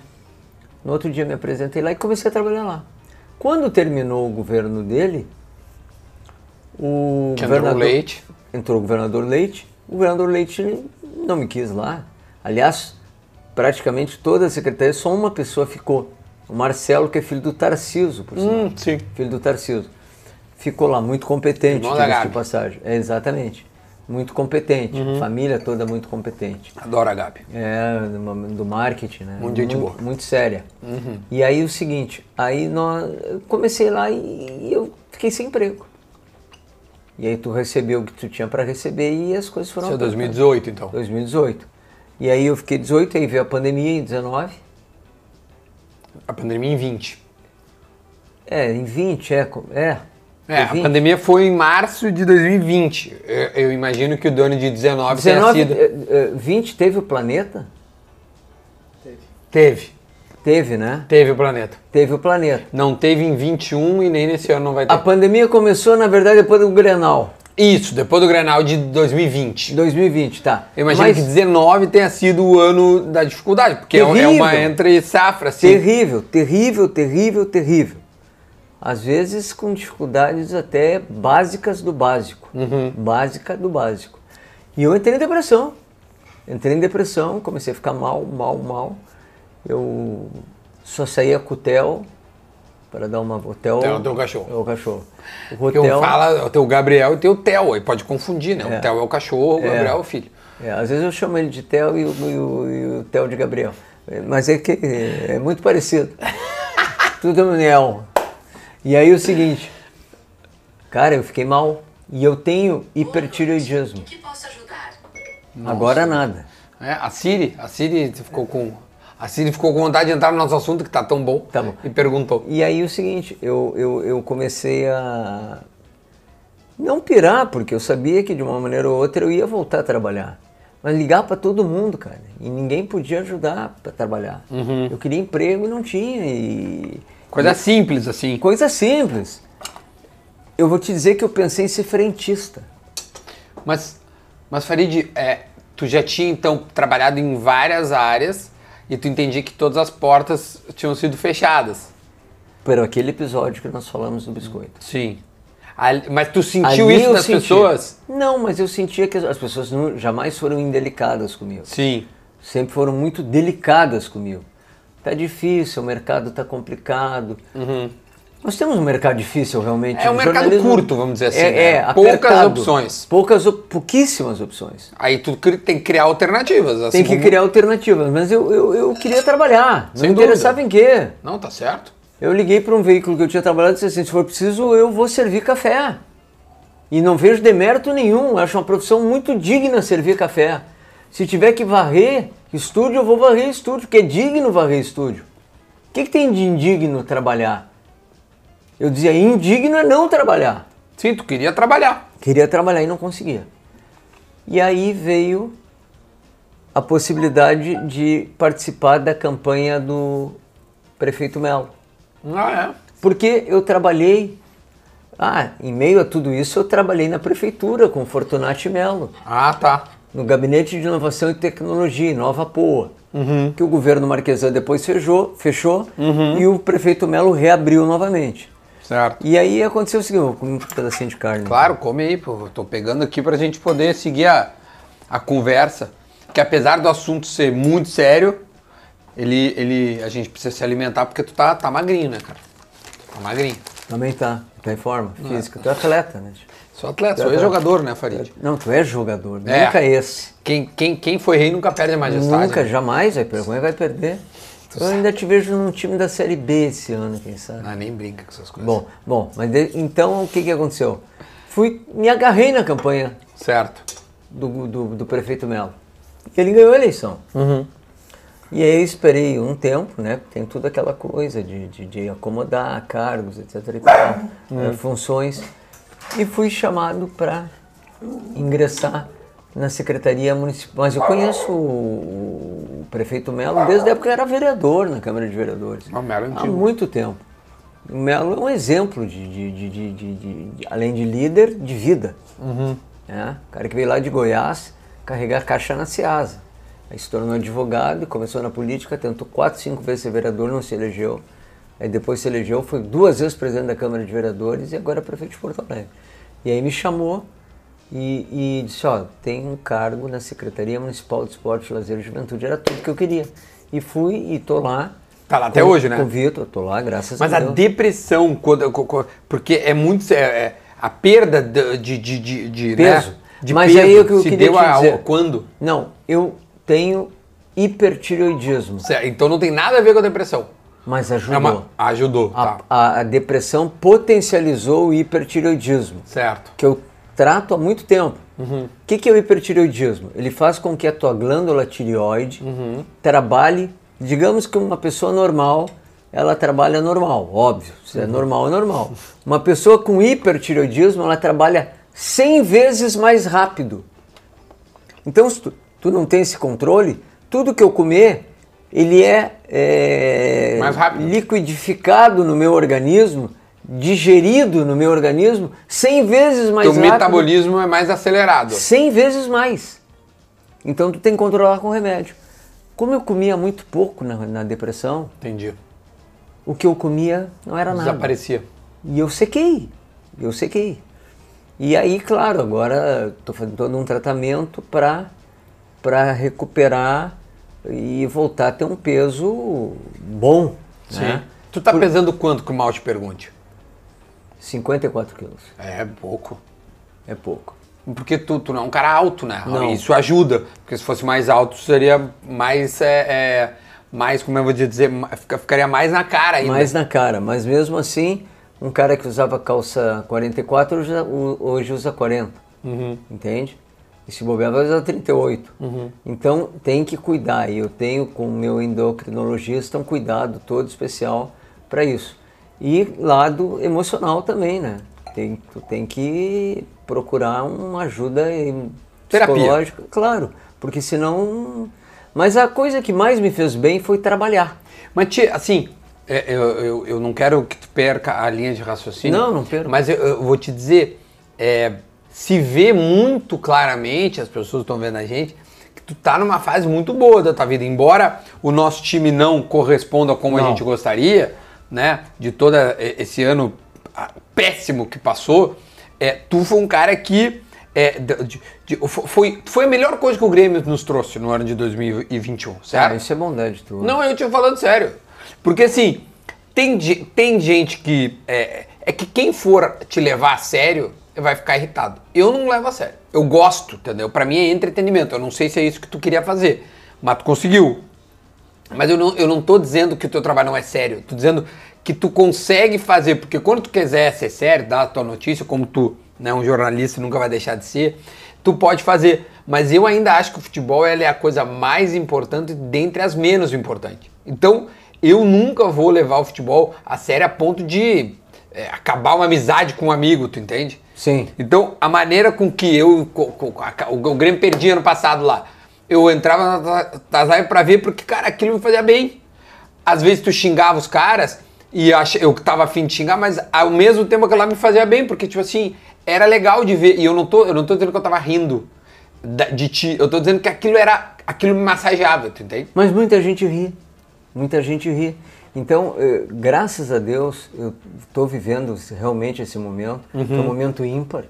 S1: No outro dia me apresentei lá e comecei a trabalhar lá. Quando terminou o governo dele, o
S2: Que entrou o Leite.
S1: entrou o governador Leite. O governador Leite não me quis lá. Aliás, praticamente toda a secretaria, só uma pessoa ficou. O Marcelo, que é filho do Tarciso, por sinal.
S2: sim.
S1: Filho do Tarciso. Ficou lá muito competente,
S2: Irmão da
S1: diga-se de
S2: Gabi.
S1: passagem. É, exatamente. Muito competente. Família toda muito competente.
S2: Adoro a Gabi.
S1: É, do do marketing, né?
S2: Muito gente boa. Uhum.
S1: Muito séria. E aí o seguinte, aí nós, eu comecei lá e, e eu fiquei sem emprego. E aí tu recebeu o que tu tinha para receber e as coisas foram...
S2: Isso é
S1: pra-
S2: 2018, então.
S1: 2018. E aí eu fiquei 18, aí veio a pandemia em 19.
S2: A pandemia em 20.
S1: É, em 20, é. co- é.
S2: É, a pandemia foi em março de 2020. Eu, eu imagino que o dono de 19, tenha
S1: 19,
S2: sido.
S1: eh, eh, 20 teve o planeta?
S2: Teve.
S1: Teve, né?
S2: Teve o planeta.
S1: Teve o planeta.
S2: Não teve em 21 e nem nesse ano não vai ter.
S1: A pandemia começou, na verdade, depois do Grenal,
S2: Isso, depois do Grenal de 2020.
S1: 2020, tá.
S2: Eu imagino que 19 tenha sido o ano da dificuldade, porque é um- é uma
S1: Terrível.
S2: entre safra, assim.
S1: Terrível, terrível, terrível, terrível. Às vezes com dificuldades até básicas do básico. Básica do básico. E eu entrei em depressão. Entrei em depressão, comecei a ficar mal, mal, mal. Eu só saía com o Theo para dar uma. O Theo
S2: Theo é o teu cachorro.
S1: É o cachorro. O
S2: Porque um
S1: Theo-
S2: fala, tem o Gabriel e tem o Theo, aí pode confundir, né?
S1: É.
S2: O Theo é o cachorro, o Gabriel é, o filho.
S1: É, às vezes eu chamo ele de Theo e o, e o- e o Theo de Gabriel. É, Mas é que é muito parecido. Tudo é Neo. E aí o seguinte, cara, eu fiquei mal e eu tenho hipertireoidismo.
S8: que posso ajudar?
S1: Agora nada.
S2: É, a Siri, a Siri ficou com. A Siri ficou com vontade de entrar no nosso assunto, que tá tão bom.
S1: Tá bom.
S2: E perguntou.
S1: E aí o seguinte, eu, eu, eu comecei a não pirar, porque eu sabia que de uma maneira ou outra eu ia voltar a trabalhar. Mas ligar para todo mundo, cara. E ninguém podia ajudar para trabalhar.
S2: Uhum.
S1: Eu queria emprego e não tinha. E
S2: Coisa simples, assim.
S1: Coisa simples. Eu vou te dizer que eu pensei em ser frentista.
S2: Mas, mas Farid, é, tu já tinha então trabalhado em várias áreas e tu entendia que todas as portas tinham sido fechadas.
S1: Por aquele episódio que nós falamos do biscoito.
S2: Sim. mas tu sentiu
S1: Ali
S2: isso
S1: eu
S2: das
S1: sentia-
S2: pessoas?
S1: Não, mas eu sentia que as- as pessoas nu- jamais foram indelicadas comigo.
S2: Sim.
S1: Sempre foram muito delicadas comigo. Tá difícil, o mercado tá complicado. Nós temos um mercado difícil realmente.
S2: Uhum. É um
S1: O
S2: mercado
S1: jornalismo
S2: curto, vamos dizer assim,
S1: É,
S2: né?
S1: é,
S2: Poucas
S1: apertado.
S2: opções.
S1: Poucas, op- pouquíssimas opções.
S2: Aí tu cri- tem que criar alternativas. Assim
S1: Tem que
S2: como-
S1: criar alternativas, mas eu, eu, eu queria trabalhar. Não
S2: Sem
S1: me interessava em quê?
S2: Não, tá certo.
S1: Eu liguei para um veículo que eu tinha trabalhado e disse assim: se for preciso, eu vou servir café. E não vejo demérito nenhum, acho uma profissão muito digna servir café. Se tiver que varrer estúdio, eu vou varrer estúdio, porque é digno varrer estúdio. O que, que tem de indigno trabalhar? Eu dizia: indigno é não trabalhar.
S2: Sim, tu queria trabalhar.
S1: Queria trabalhar e não conseguia. E aí veio a possibilidade de participar da campanha do prefeito Melo.
S2: Ah, é.
S1: Porque eu trabalhei, ah, em meio a tudo isso, eu trabalhei na prefeitura com Fortunati Melo,
S2: Ah, tá.
S1: no Gabinete de Inovação e Tecnologia, em Nova Poa,
S2: Uhum.
S1: que o governo Marquesã depois fechou, fechou e o prefeito Melo reabriu novamente.
S2: Certo.
S1: E aí aconteceu o seguinte, eu comi um pedacinho de carne.
S2: Claro, come aí, pô. Eu Tô pegando aqui pra gente poder seguir a, a conversa. Que apesar do assunto ser muito sério, ele, ele, a gente precisa se alimentar porque tu tá, tá magrinho, né, cara? Tá magrinho.
S1: Também tá, tá em forma física. Tu é atleta, né?
S2: Sou atleta, sou jogador, né, Farid?
S1: Não, tu é jogador,
S2: É.
S1: nunca é esse.
S2: Quem, quem, quem foi rei nunca perde a majestade.
S1: Nunca,
S2: né?
S1: jamais, vai vergonha, vai perder. Eu ainda te vejo num time da Série B esse ano, quem sabe.
S2: Ah, nem brinca com essas coisas.
S1: Bom, bom, mas de- então o que, que aconteceu? Fui, me agarrei na campanha
S2: Certo.
S1: do, do, do prefeito Melo. E ele ganhou a eleição.
S2: Uhum.
S1: E aí eu esperei um tempo, né? Tem toda aquela coisa de, de, de acomodar cargos, etc. e tal,
S2: Uhum.
S1: né, funções. E fui chamado para ingressar na Secretaria Municipal. Mas eu conheço o, o prefeito Melo desde a época que eu era vereador na Câmara de Vereadores.
S2: Ah, o Melo é
S1: Há
S2: antigo.
S1: muito tempo. O Melo é um exemplo de, de- de- de- de- de- de- além de líder, de vida.
S2: Uhum.
S1: É, o cara que veio lá de Goiás carregar caixa na Ceasa. Aí se tornou advogado, começou na política, tentou quatro, cinco vezes ser vereador, não se elegeu. Aí depois se elegeu, foi duas vezes presidente da Câmara de Vereadores e agora é prefeito de Porto Alegre. E aí me chamou e, e disse, ó, tem um cargo na Secretaria Municipal de Esporte, Lazer e Juventude, era tudo que eu queria. E fui e tô lá.
S2: Tá lá até
S1: Com-
S2: hoje, né?
S1: Com o Vitor, tô lá, graças
S2: Mas
S1: a
S2: a
S1: Deus.
S2: depressão, quando, co- co- porque é muito. é- é- a perda de, de, de, de- de,
S1: peso.
S2: Né? de
S1: Mas é
S2: peso
S1: aí o que eu
S2: se
S1: queria
S2: deu
S1: te
S2: a-
S1: dizer.
S2: quando?
S1: Não, eu tenho hipertireoidismo,
S2: Certo, Então não tem nada a ver com a depressão.
S1: mas ajudou. Ah.
S2: É uma- ajudou,
S1: a,
S2: tá.
S1: a- a depressão potencializou o hipertireoidismo,
S2: Certo.
S1: que eu trato há muito tempo. O
S2: Uhum.
S1: que, que é o hipertireoidismo? Ele faz com que a
S2: Uhum.
S1: tua glândula tireoide trabalhe, digamos que uma pessoa normal ela trabalha normal, óbvio. Se
S2: Uhum.
S1: é normal, é normal. Uma pessoa com hipertireoidismo, ela trabalha 100 vezes mais rápido. Então, se tu, tu não tem esse controle, tudo que eu comer, ele é, é,
S3: Mais rápido.
S1: liquidificado no meu organismo, digerido no meu organismo, 100 vezes mais
S2: Teu
S1: rápido.
S2: metabolismo é mais acelerado.
S1: 100 vezes mais. Então tu tem que controlar com remédio. Como eu comia muito pouco na, na depressão,
S2: Entendi.
S1: o que eu comia não era nada.
S2: Desaparecia.
S1: E eu sequei, eu sequei. E aí, claro, agora estou fazendo todo um tratamento para para recuperar e voltar a ter um peso bom. Né?
S2: Tu tá pesando quanto que o mal te pergunte?
S1: 54 quilos,
S2: É pouco.
S1: é pouco.
S2: Porque tu, tu não é um cara alto, né?
S1: Não.
S2: Isso ajuda. Porque se fosse mais alto, seria mais. é, é, mais, como eu vou dizer, ma- fica- ficaria mais na cara ainda.
S1: Mais na cara, mas mesmo assim, um cara que usava calça 44 hoje, u- hoje usa 40,
S2: Uhum.
S1: entende? E se bobear vai usar 38. Então tem que cuidar, e eu tenho com o meu endocrinologista um cuidado todo especial para isso. E lado emocional também, né? Tem, tu tem que procurar uma ajuda em-
S2: Terapia.
S1: psicológica, claro, porque senão... Mas a coisa que mais me fez bem foi trabalhar.
S2: Mas, Ti, assim, é, eu, eu, eu não quero que tu perca a linha de raciocínio.
S1: Não, não perco.
S2: Mas eu, eu vou te dizer, é, se vê muito claramente, as pessoas estão vendo a gente, que tu tá numa fase muito boa da tua vida. Embora o nosso time não corresponda como a
S1: Não.
S2: gente gostaria, né? De todo esse ano ah, péssimo que passou, é, tu foi um cara que... é, de- de- de- fo- foi, foi a melhor coisa que o Grêmio nos trouxe no ano de 2021, certo?
S1: Ah, isso é bondade tua.
S2: Não, eu te falando sério. Porque assim, tem, ge- tem gente que. É, é que quem for te levar a sério vai ficar irritado. Eu não levo a sério. Eu gosto, entendeu? Pra mim é entretenimento. Eu não sei se é isso que tu queria fazer, mas tu conseguiu. Mas eu não, eu não tô dizendo que o teu trabalho não é sério. Tô dizendo que tu consegue fazer, porque quando tu quiser ser sério, dar a tua notícia, como tu, né, um jornalista nunca vai deixar de ser, tu pode fazer. Mas eu ainda acho que o futebol ela é a coisa mais importante dentre as menos importantes. Então, eu nunca vou levar o futebol a sério a ponto de é, acabar uma amizade com um amigo, tu entende?
S1: Sim.
S2: Então, a maneira com que eu. co- co- a ca- o Grêmio perdia ano passado lá. Eu entrava na ta- Tazaia pra ver, porque, cara, aquilo me fazia bem. Às vezes tu xingava os caras, e eu ach- eu tava afim de xingar, mas ao mesmo tempo que lá me fazia bem, porque, tipo assim, era legal de ver. E eu não tô, eu não tô dizendo que eu tava rindo da- de ti. Eu tô dizendo que aquilo era. Aquilo me massageava, tu entende?
S1: Mas muita gente ri. Muita gente ri. Então, eh, graças a Deus, eu estou vivendo esse- realmente esse momento, que é um momento ímpar.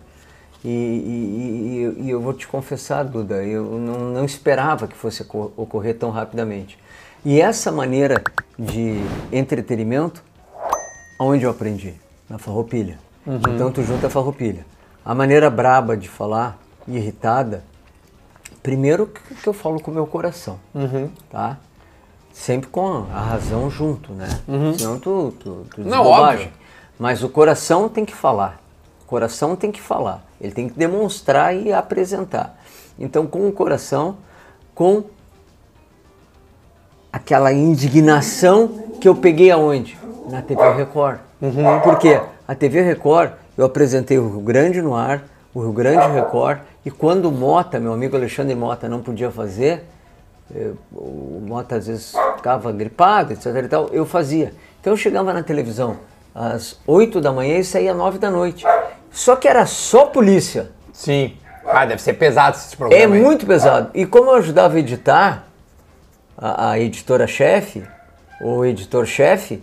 S1: E, e- e- e eu vou te confessar, Duda, eu não, não esperava que fosse ocor- ocorrer tão rapidamente. E essa maneira de entretenimento, onde eu aprendi? Na farroupilha.
S2: Uhum.
S1: Então, tu junta a farroupilha. A maneira braba de falar, irritada, Primeiro que que eu falo com o meu coração,
S2: Uhum.
S1: tá? Sempre com a razão junto, né? Senão tu, tu, tu diz
S2: Uhum. Não,
S1: bobagem.
S2: óbvio.
S1: Mas o coração tem que falar. O coração tem que falar. Ele tem que demonstrar e apresentar. Então, com o coração, com aquela indignação que eu peguei aonde? Na TV Record. Por quê? A TV Record, eu apresentei o Rio Grande no ar, o Rio Grande Record, e quando o Mota, meu amigo Alexandre Mota, não podia fazer, eh, o Mota às vezes ficava gripado, etc e tal, eu fazia. Então eu chegava na televisão às 8 da manhã e saía às 9 da noite. Só que era só polícia.
S2: Sim. Ah, deve ser pesado esse programa.
S1: É
S2: aí.
S1: muito pesado. E como eu ajudava a editar, a, a editora-chefe, ou editor-chefe,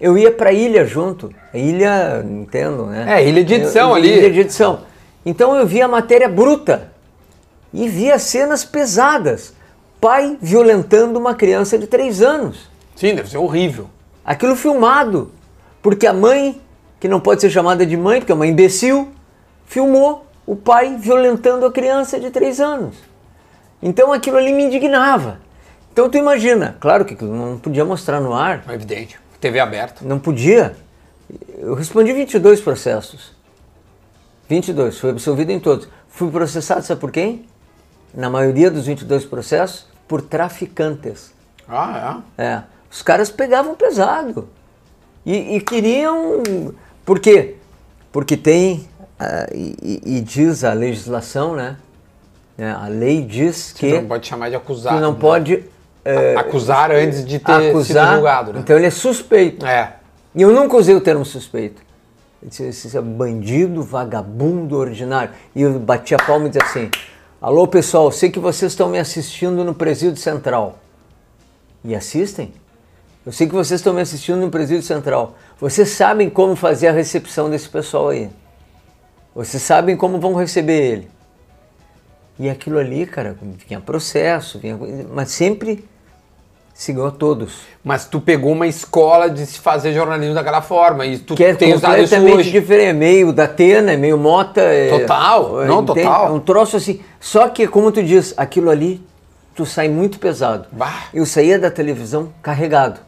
S1: eu ia pra ilha junto. A ilha, entendo, né?
S2: É, ilha de edição
S1: Eu-
S2: ali.
S1: Ilha de edição. Então eu via a matéria bruta e via cenas pesadas. Pai violentando uma criança de 3 anos.
S2: Sim, deve ser horrível.
S1: Aquilo filmado. Porque a mãe, que não pode ser chamada de mãe, porque é uma imbecil, filmou o pai violentando a criança de 3 anos. Então aquilo ali me indignava. Então tu imagina, claro que aquilo não podia mostrar no ar,
S2: é Evidente. TV aberta.
S1: não podia. Eu respondi 22 processos. 22, foi absolvido em todos. Fui processado, sabe por quem? Na maioria dos 22 processos, por traficantes.
S2: Ah, é?
S1: É. Os caras pegavam pesado. E, e queriam. Por quê? Porque tem. ah, e, e- e diz a legislação, né? Né, A lei diz que.
S3: Você não pode chamar de acusado.
S1: que não
S3: né?
S1: pode é,
S3: Acusar antes de ter sido
S1: acusar.
S3: julgado, né?
S1: Então ele é suspeito.
S3: É.
S1: E eu nunca usei o termo suspeito. Eu disse, Esse é bandido, vagabundo, ordinário. E eu bati a palma e disse assim: Alô pessoal, sei que vocês estão me assistindo no Presídio Central. E assistem? Eu sei que vocês estão me assistindo no Presídio Central. Vocês sabem como fazer a recepção desse pessoal aí. Vocês sabem como vão receber ele. E aquilo ali, cara, vinha processo, vinha, coisa, mas sempre seguiu a todos.
S3: Mas tu pegou uma escola de se fazer jornalismo daquela forma e tu
S1: Que é
S3: tem usado isso
S1: completamente
S3: hoje.
S1: diferente. É meio da Atena, é meio Mota. é-
S3: Total,
S1: é,
S3: não,
S1: entende?
S3: total.
S1: É um troço assim. Só que, como tu diz, aquilo ali, tu sai muito pesado.
S3: Bah.
S1: Eu saía da televisão carregado.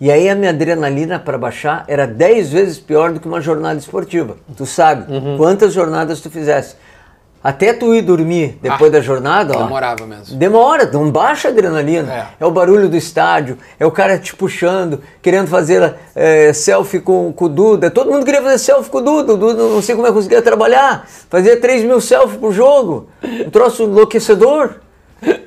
S1: E aí a minha adrenalina para baixar era 10 vezes pior do que uma jornada esportiva. Tu sabe
S3: Uhum.
S1: quantas jornadas tu fizesse. Até tu ir dormir depois
S3: Ah,
S1: da jornada, ó.
S3: demorava mesmo.
S1: Demora, não baixa a adrenalina.
S3: É.
S1: É. o barulho do estádio, é o cara te puxando, querendo fazer é, selfie com, com o Duda. Todo mundo queria fazer selfie com o Duda, o Duda não sei como é que conseguia trabalhar. Fazia 3 mil selfies pro jogo, um troço enlouquecedor.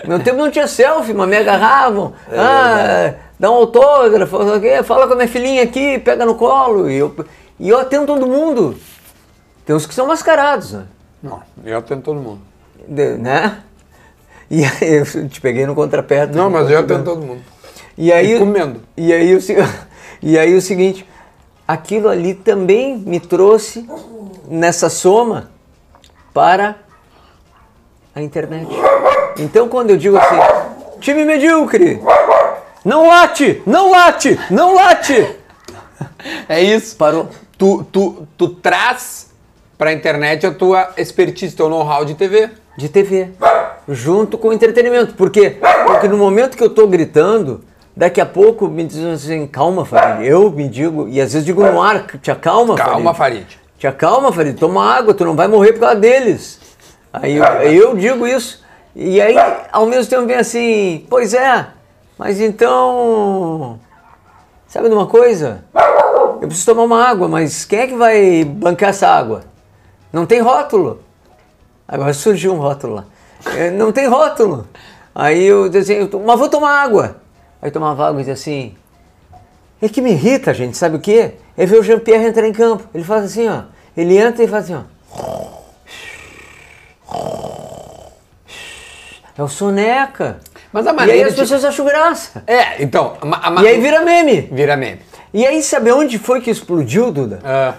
S1: Meu tempo não tinha selfie, mas me agarravam.
S3: É
S1: ah, dá um autógrafo, não sei o quê, fala com a minha filhinha aqui, pega no colo. E eu, e eu atendo todo mundo. Tem uns que são mascarados, né?
S3: Não, eu atendo todo mundo.
S1: De- né? E aí eu te peguei no contrapé.
S3: Não, mas eu atendo todo mundo.
S1: E aí,
S3: E comendo.
S1: E aí, o, se- e aí o seguinte, aquilo ali também me trouxe nessa soma para a internet. Então quando eu digo assim, time medíocre, não late, não late, não late.
S3: É isso.
S1: Parou.
S3: Tu, tu, tu traz pra internet a tua expertise, teu know-how de TV.
S1: de TV, junto com entretenimento. Por quê? Porque no momento que eu tô gritando, daqui a pouco me dizem assim, calma, Farid. Eu me digo, e às vezes digo no ar, te acalma, Farid.
S3: Calma, Farid.
S1: Te acalma, Farid, toma água, tu não vai morrer por causa deles. Aí eu, aí eu digo isso. E aí, ao mesmo tempo, vem assim, pois é, mas então. Sabe de uma coisa? Eu preciso tomar uma água, mas quem é que vai bancar essa água? Não tem rótulo. Agora surgiu um rótulo lá. É, não tem rótulo. Aí eu dizia assim, eu to- mas vou tomar água. Aí eu tomava água e dizia assim, é que me irrita, gente, sabe o quê? É ver o Jean-Pierre entrar em campo. Ele faz assim, ó. Ele entra e faz assim, ó. É o soneca.
S3: Mas a
S1: E aí
S3: maneira
S1: as
S3: de-
S1: pessoas acham graça.
S3: É, então. a ma- a ma-
S1: E aí vira meme.
S3: Vira meme.
S1: E aí sabe onde foi que explodiu, Duda?
S3: Ah,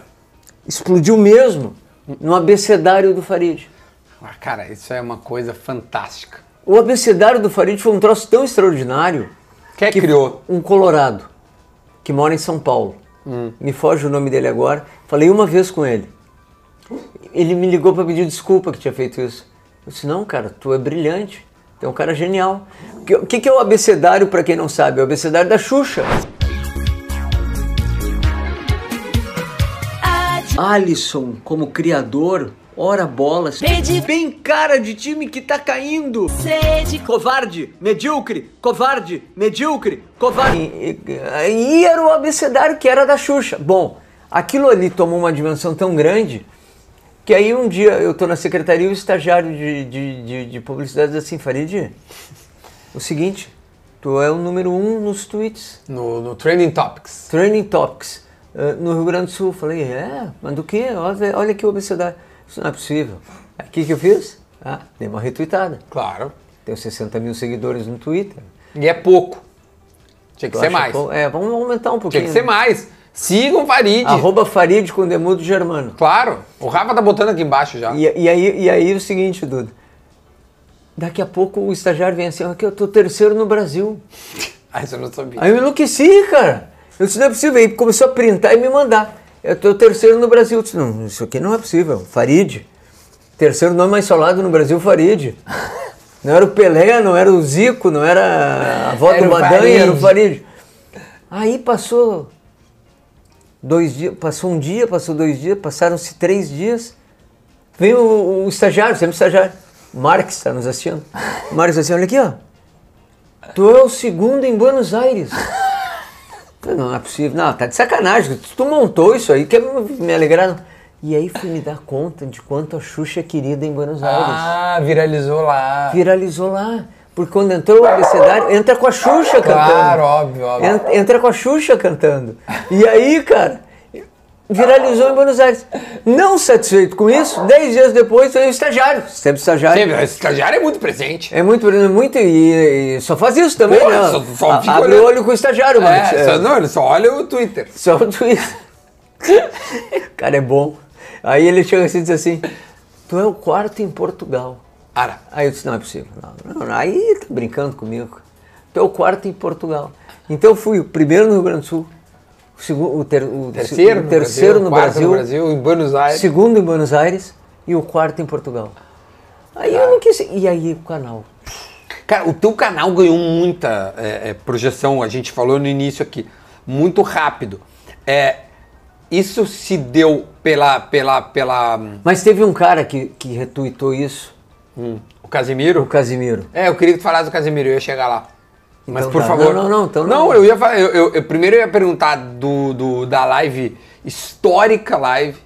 S1: Explodiu mesmo no abecedário do Farid.
S3: ah, cara, isso é uma coisa fantástica.
S1: O abecedário do Farid foi um troço tão extraordinário.
S3: Quem é criou?
S1: Um colorado, que mora em São Paulo. Me foge o nome dele agora. Falei uma vez com ele. Ele me ligou para pedir desculpa que tinha feito isso. Eu disse, não, cara, tu é brilhante. Tu é um cara genial. O que- O que, que é o abecedário, para quem não sabe? É o abecedário da Xuxa. Alisson, como criador, ora bolas.
S8: Pede-
S1: Bem cara de time que tá caindo.
S8: sede,
S1: Covarde, medíocre, covarde, medíocre, covarde. E, e- e era o abecedário que era da Xuxa. Bom, aquilo ali tomou uma dimensão tão grande que aí um dia eu tô na secretaria e o estagiário de, de, de, de publicidade diz assim, Farid, o seguinte, tu é o número um nos tweets.
S3: No, no Trending Topics.
S1: Training Topics eh, no Rio Grande do Sul. Falei, é? Mas do quê? Olha, olha que obesidade. Isso não é possível. Aí o que, que eu fiz? Ah, dei uma retweetada.
S3: Claro.
S1: Tenho 60 mil seguidores no Twitter.
S3: E é pouco. Tinha que
S1: Eu
S3: ser
S1: acho
S3: mais.
S1: bom. É, vamos aumentar um
S3: Tinha
S1: pouquinho.
S3: que ser mais. Sigam Farid.
S1: Arroba Farid com Demudo Germano.
S3: Claro. O Rafa tá botando aqui embaixo já.
S1: E, e aí, e aí o seguinte, Duda. Daqui a pouco o estagiário vem assim, aqui eu tô terceiro no Brasil.
S3: Ah, isso eu não sabia.
S1: Aí eu enlouqueci, cara. Eu disse, não é possível. Aí começou a printar e me mandar. Eu tô terceiro no Brasil. Eu disse, não, isso aqui não é possível. Farid. Terceiro nome mais solado no Brasil, Farid. Não era o Pelé, não era o Zico, não era a avó
S3: Era
S1: do
S3: o
S1: Badanha, era o Farid. Aí passou dois dias, passou um dia, passou dois dias, passaram-se três dias. Vem o, o estagiário, sempre estagiário. Marques está nos assistindo. Marques assim, olha aqui, ó. Tu é o segundo em Buenos Aires. falei, não, não é possível. Não, tá de sacanagem. Tu tu montou isso aí, quer me me alegrar? Não. E aí fui me dar conta de quanto a Xuxa é querida em Buenos Aires.
S3: Ah, viralizou lá.
S1: Viralizou lá. Porque quando entrou o abecedário, entra com a Xuxa cantando.
S3: Claro, óbvio, óbvio.
S1: En- Entra com a Xuxa cantando. E aí, cara, viralizou em Buenos Aires. Não satisfeito com isso, dez dias depois veio o estagiário. Sempre estagiário.
S2: Sempre, o estagiário é muito presente.
S1: É muito, muito e, e só faz isso também,
S2: Porra,
S1: né?
S2: só- só
S1: A-
S2: fica
S1: Abre
S2: olhando.
S1: o olho com o estagiário, mano.
S2: É, só, não, ele só olha o Twitter.
S1: Só o Twitter. Cara, é bom. Aí ele chega assim e diz assim: Tu é o quarto em Portugal.
S2: Ara.
S1: Aí eu disse: Não é possível. Não, não, não. Aí tá brincando comigo. Tu é o quarto em Portugal. Então eu fui o primeiro no Rio Grande do Sul, o, segundo, o, ter- o
S3: Terceiro
S1: o
S3: no
S1: terceiro
S3: Brasil,
S1: no
S3: quarto
S1: Brasil,
S3: no Brasil, em Buenos Aires.
S1: segundo em Buenos Aires e o quarto em Portugal. Aí
S3: Tá.
S1: eu não quis. E aí o canal.
S2: Cara, o teu canal ganhou muita é, é, projeção, a gente falou no início aqui, muito rápido. É, isso se deu pela, pela, pela hum,
S1: Mas teve um cara que, que retuitou isso,
S2: o Casimiro?
S1: o Casimiro.
S2: É, eu queria que tu falasse do Casimiro, eu ia chegar lá. Mas
S1: Então
S2: por
S1: tá.
S2: favor.
S1: Não, não, não, então
S2: não.
S1: não.
S2: eu ia falar. Eu, eu- eu- primeiro eu ia perguntar do, do- da live, histórica live,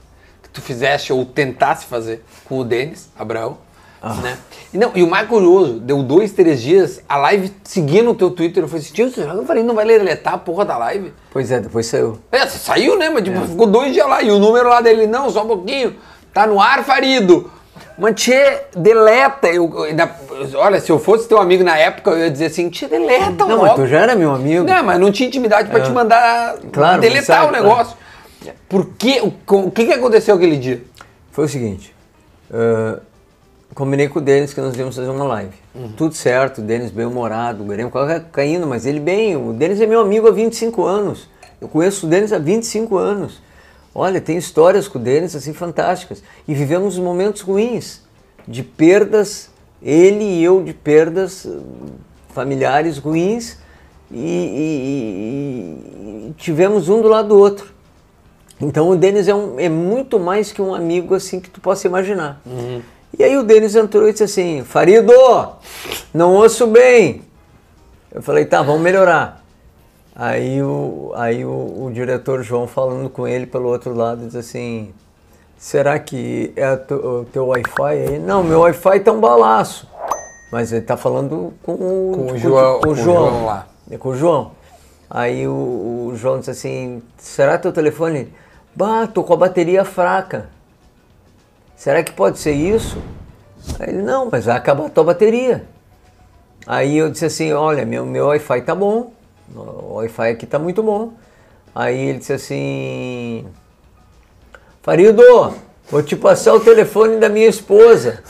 S2: que tu fizeste ou tentasse fazer com o Denis Abraão.
S1: Ah.
S2: Né? E, não, e o mais curioso, deu dois, três dias, a live seguia no teu Twitter. Eu falei assim, tio, será que eu falei, não vai leletar a porra da live?
S1: Pois é, depois saiu.
S2: É, você saiu, né? Mas tipo, ficou dois dias lá. E o número lá dele, não, só um pouquinho. Tá no ar, Farido. Manchê, deleta. Eu, eu ainda- olha, se eu fosse teu amigo na época, eu ia dizer assim, te deleta
S1: Não,
S2: logo.
S1: mas tu já era meu amigo. É.
S2: Não, mas não tinha intimidade pra te mandar
S1: Claro,
S2: deletar
S1: sabe, né?
S2: o negócio. Por quê? O, co- o que, que aconteceu aquele dia?
S1: Foi o seguinte, ah, combinei com o Denis que nós íamos fazer uma live. Tudo certo, o Denis bem humorado, o Grêmio quase caindo, mas ele bem, o Denis é meu amigo há 25 anos. Eu conheço o Denis há 25 anos. Olha, tem histórias com o Denis assim fantásticas. E vivemos momentos ruins, de perdas, ele e eu de perdas ah, familiares ruins e- e- e- e tivemos um do lado do outro. Então o Denis é, um- é muito mais que um amigo assim que tu possa imaginar. E aí o Denis entrou e disse assim, Farido, não ouço bem. Eu falei, tá, vamos melhorar. Aí o, aí o, o diretor João falando com ele pelo outro lado, diz assim, será que é a tu- o teu Wi-Fi aí? Não, meu Wi-Fi tá um balaço. Mas ele tá falando com o,
S2: Com o João-
S1: com o
S2: com o
S1: João.
S2: João lá.
S1: É com o João. Aí o, o João disse assim, será teu telefone? Bah, tô com a bateria fraca. Será que pode ser isso? Aí ele, não, mas vai acabar a tua bateria. Aí eu disse assim, olha, meu, meu Wi-Fi tá bom, o Wi-Fi aqui tá muito bom. Aí ele disse assim, Farido, vou te passar o telefone da minha esposa.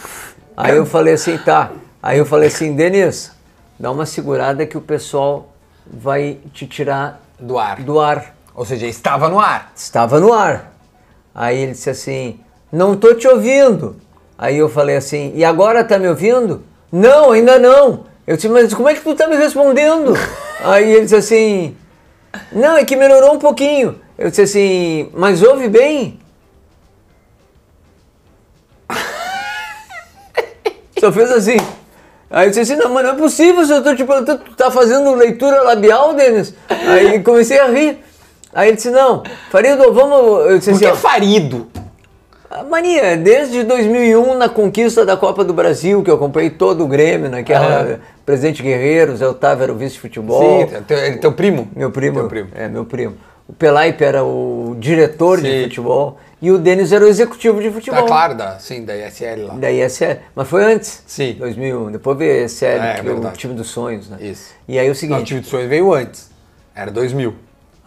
S1: Aí eu falei assim, tá. Aí eu falei assim, Denis, dá uma segurada que o pessoal vai te tirar
S2: Do ar.
S1: do ar.
S2: Ou seja, estava no ar.
S1: Estava no ar. Aí ele disse assim, não tô te ouvindo. Aí eu falei assim, e agora tá me ouvindo? Não, ainda não. Eu disse, mas como é que tu tá me respondendo? Aí ele disse assim, não, é que melhorou um pouquinho. Eu disse assim, mas ouve bem? Só fez assim. Aí eu disse assim, não, mas não é possível, se eu tô te perguntando, tu tá fazendo leitura labial, Denis? Aí comecei a rir. Aí ele disse, não, Farido, vamos... Eu disse
S2: Por
S1: assim,
S2: que
S1: ó,
S2: Farido?
S1: a mania, desde 2001, na conquista da Copa do Brasil, que eu acompanhei todo o Grêmio, naquela... Presidente Guerreiro, Zé Otávio era o vice-futebol.
S2: Sim, tá teu, ele- é teu primo?
S1: Meu primo,
S2: Teu primo.
S1: É, meu primo. O Pelaipe era o diretor
S2: Sim.
S1: de futebol e o Denis era o executivo de futebol.
S2: Tá claro, da, sim, da ISL lá.
S1: Da ISL. Mas foi antes.
S2: Sim.
S1: 2001. Depois veio a ISL,
S2: É,
S1: que
S2: é
S1: é o
S2: verdade.
S1: time dos sonhos, né?
S2: Isso.
S1: E aí o
S2: Não, o
S1: seguinte.
S2: time de sonhos veio antes. Era 2000.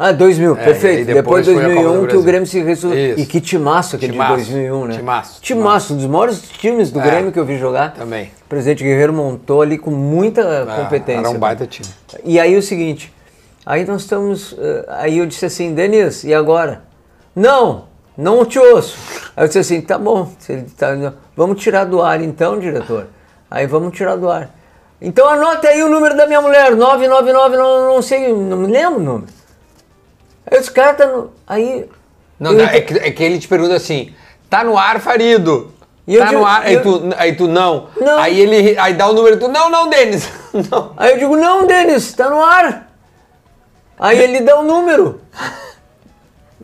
S1: Ah, 2000,
S2: É, e
S1: perfeito. Depois,
S2: depois foi a Copa do
S1: 2001 que
S2: Brasil.
S1: o Grêmio se ressuscitou.
S2: Isso.
S1: E que timaço aquele de
S2: Timaço,
S1: 2001, né?
S2: timaço,
S1: Timaço, um dos maiores times do
S2: É,
S1: Grêmio que eu vi jogar.
S2: também.
S1: O presidente Guerreiro montou ali com muita competência. né?
S2: Era um baita time.
S1: E aí o seguinte, aí nós estamos, eh, aí eu disse assim, Denis, e agora? Não, não te ouço. Aí eu disse assim, tá bom, se ele tá- vamos tirar do ar então, diretor. Aí vamos tirar do ar. Então anota aí o número da minha mulher, 999, não, não sei, não me lembro o número. Aí os caras tá no, aí...
S2: Não,
S1: eu
S2: não,
S1: ent-
S2: é, que, é que ele te pergunta assim: tá no ar, Farido?
S1: E eu
S2: tá
S1: digo-
S2: no ar,
S1: e
S2: aí
S1: eu-
S2: tu, aí tu não.
S1: Não.
S2: Aí ele aí dá o número e tu, não, não, Denis. não.
S1: Aí eu digo, não, Denis, tá no ar. Aí ele dá o número.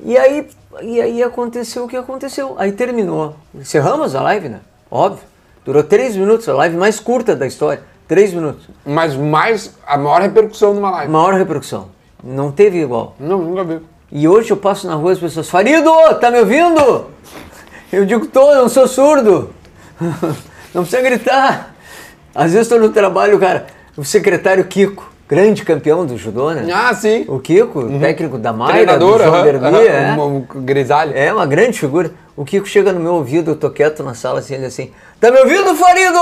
S1: E aí, e aí aconteceu o que aconteceu. Aí terminou. Encerramos a live, né? Óbvio. Durou três minutos, a live mais curta da história. Três minutos.
S2: Mas mais, a maior repercussão numa live.
S1: Maior repercussão. Não teve igual.
S2: Não, nunca vi.
S1: E hoje eu passo na rua as pessoas, Farido, tá me ouvindo? Eu digo, tô, eu não sou surdo. Não precisa gritar. Às vezes estou no trabalho, cara, o secretário Kiko, grande campeão do judô, né?
S2: Ah, sim.
S1: O Kiko, técnico da Maia, do
S2: Uhum. Treinador,
S1: João
S2: aham,
S1: Derby,
S2: aham,
S1: é.
S2: uma- uma grisalha.
S1: É uma grande figura. O Kiko chega no meu ouvido, eu tô quieto na sala assim, ele assim, tá me ouvindo, Farido?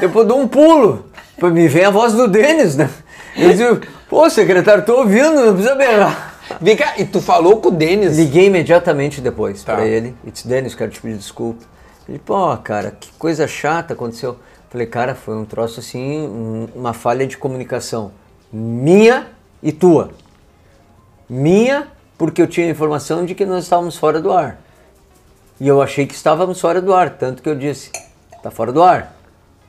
S1: Depois eu dou um pulo. Pô, Me vem a voz do Denis, né? Eu digo, pô, secretário, tô ouvindo, não precisa berrar.
S2: Vem cá, e tu falou com o Denis.
S1: Liguei imediatamente depois
S2: Tá.
S1: pra ele. E disse, Denis, quero te pedir desculpa. Ele, pô, cara, que coisa chata aconteceu. Falei, cara, foi um troço assim, um- uma falha de comunicação. Minha e tua. Minha, porque eu tinha informação de que nós estávamos fora do ar. E eu achei que estávamos fora do ar, tanto que eu disse, tá fora do ar.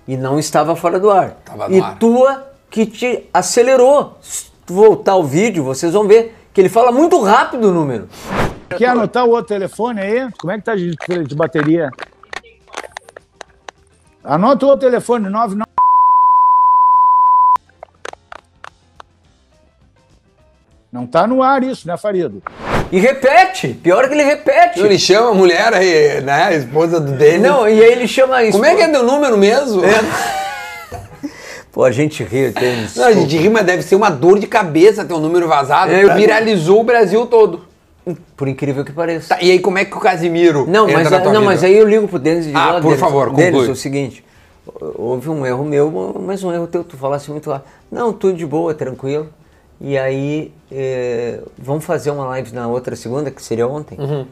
S1: E não estava fora do ar.
S2: Tava no
S1: e
S2: ar.
S1: tua que te acelerou. Se tu voltar o vídeo, vocês vão ver que ele fala muito rápido o número.
S8: Quer anotar o outro telefone aí? Como é que tá de, de bateria? Anota o outro telefone, 99. Não tá no ar isso, né, Farido?
S1: E repete, pior que ele repete.
S2: Ele chama a mulher, aí, né? A esposa do Denis.
S1: Não, e aí ele chama isso.
S2: Como é que é teu número mesmo?
S1: Pô, a gente ri, tem
S2: Não, a gente ri, mas deve ser uma dor de cabeça ter um número vazado.
S1: É, eu-
S2: Viralizou o Brasil todo.
S1: Por incrível que pareça.
S2: Tá, e aí, como é que o Casimiro.
S1: Não,
S2: entra
S1: mas, é-
S2: na tua
S1: não
S2: vida?
S1: mas aí eu ligo pro Denis e digo,
S2: Ah,
S1: "Ó,
S2: por
S1: Denis,
S2: favor, conclui.
S1: Denis, é o seguinte, houve um erro meu, mas um erro teu, tu falasse muito lá. Não, tudo de boa, tranquilo. E aí, eh, vamos fazer uma live na outra segunda, que seria ontem?
S2: Uhum.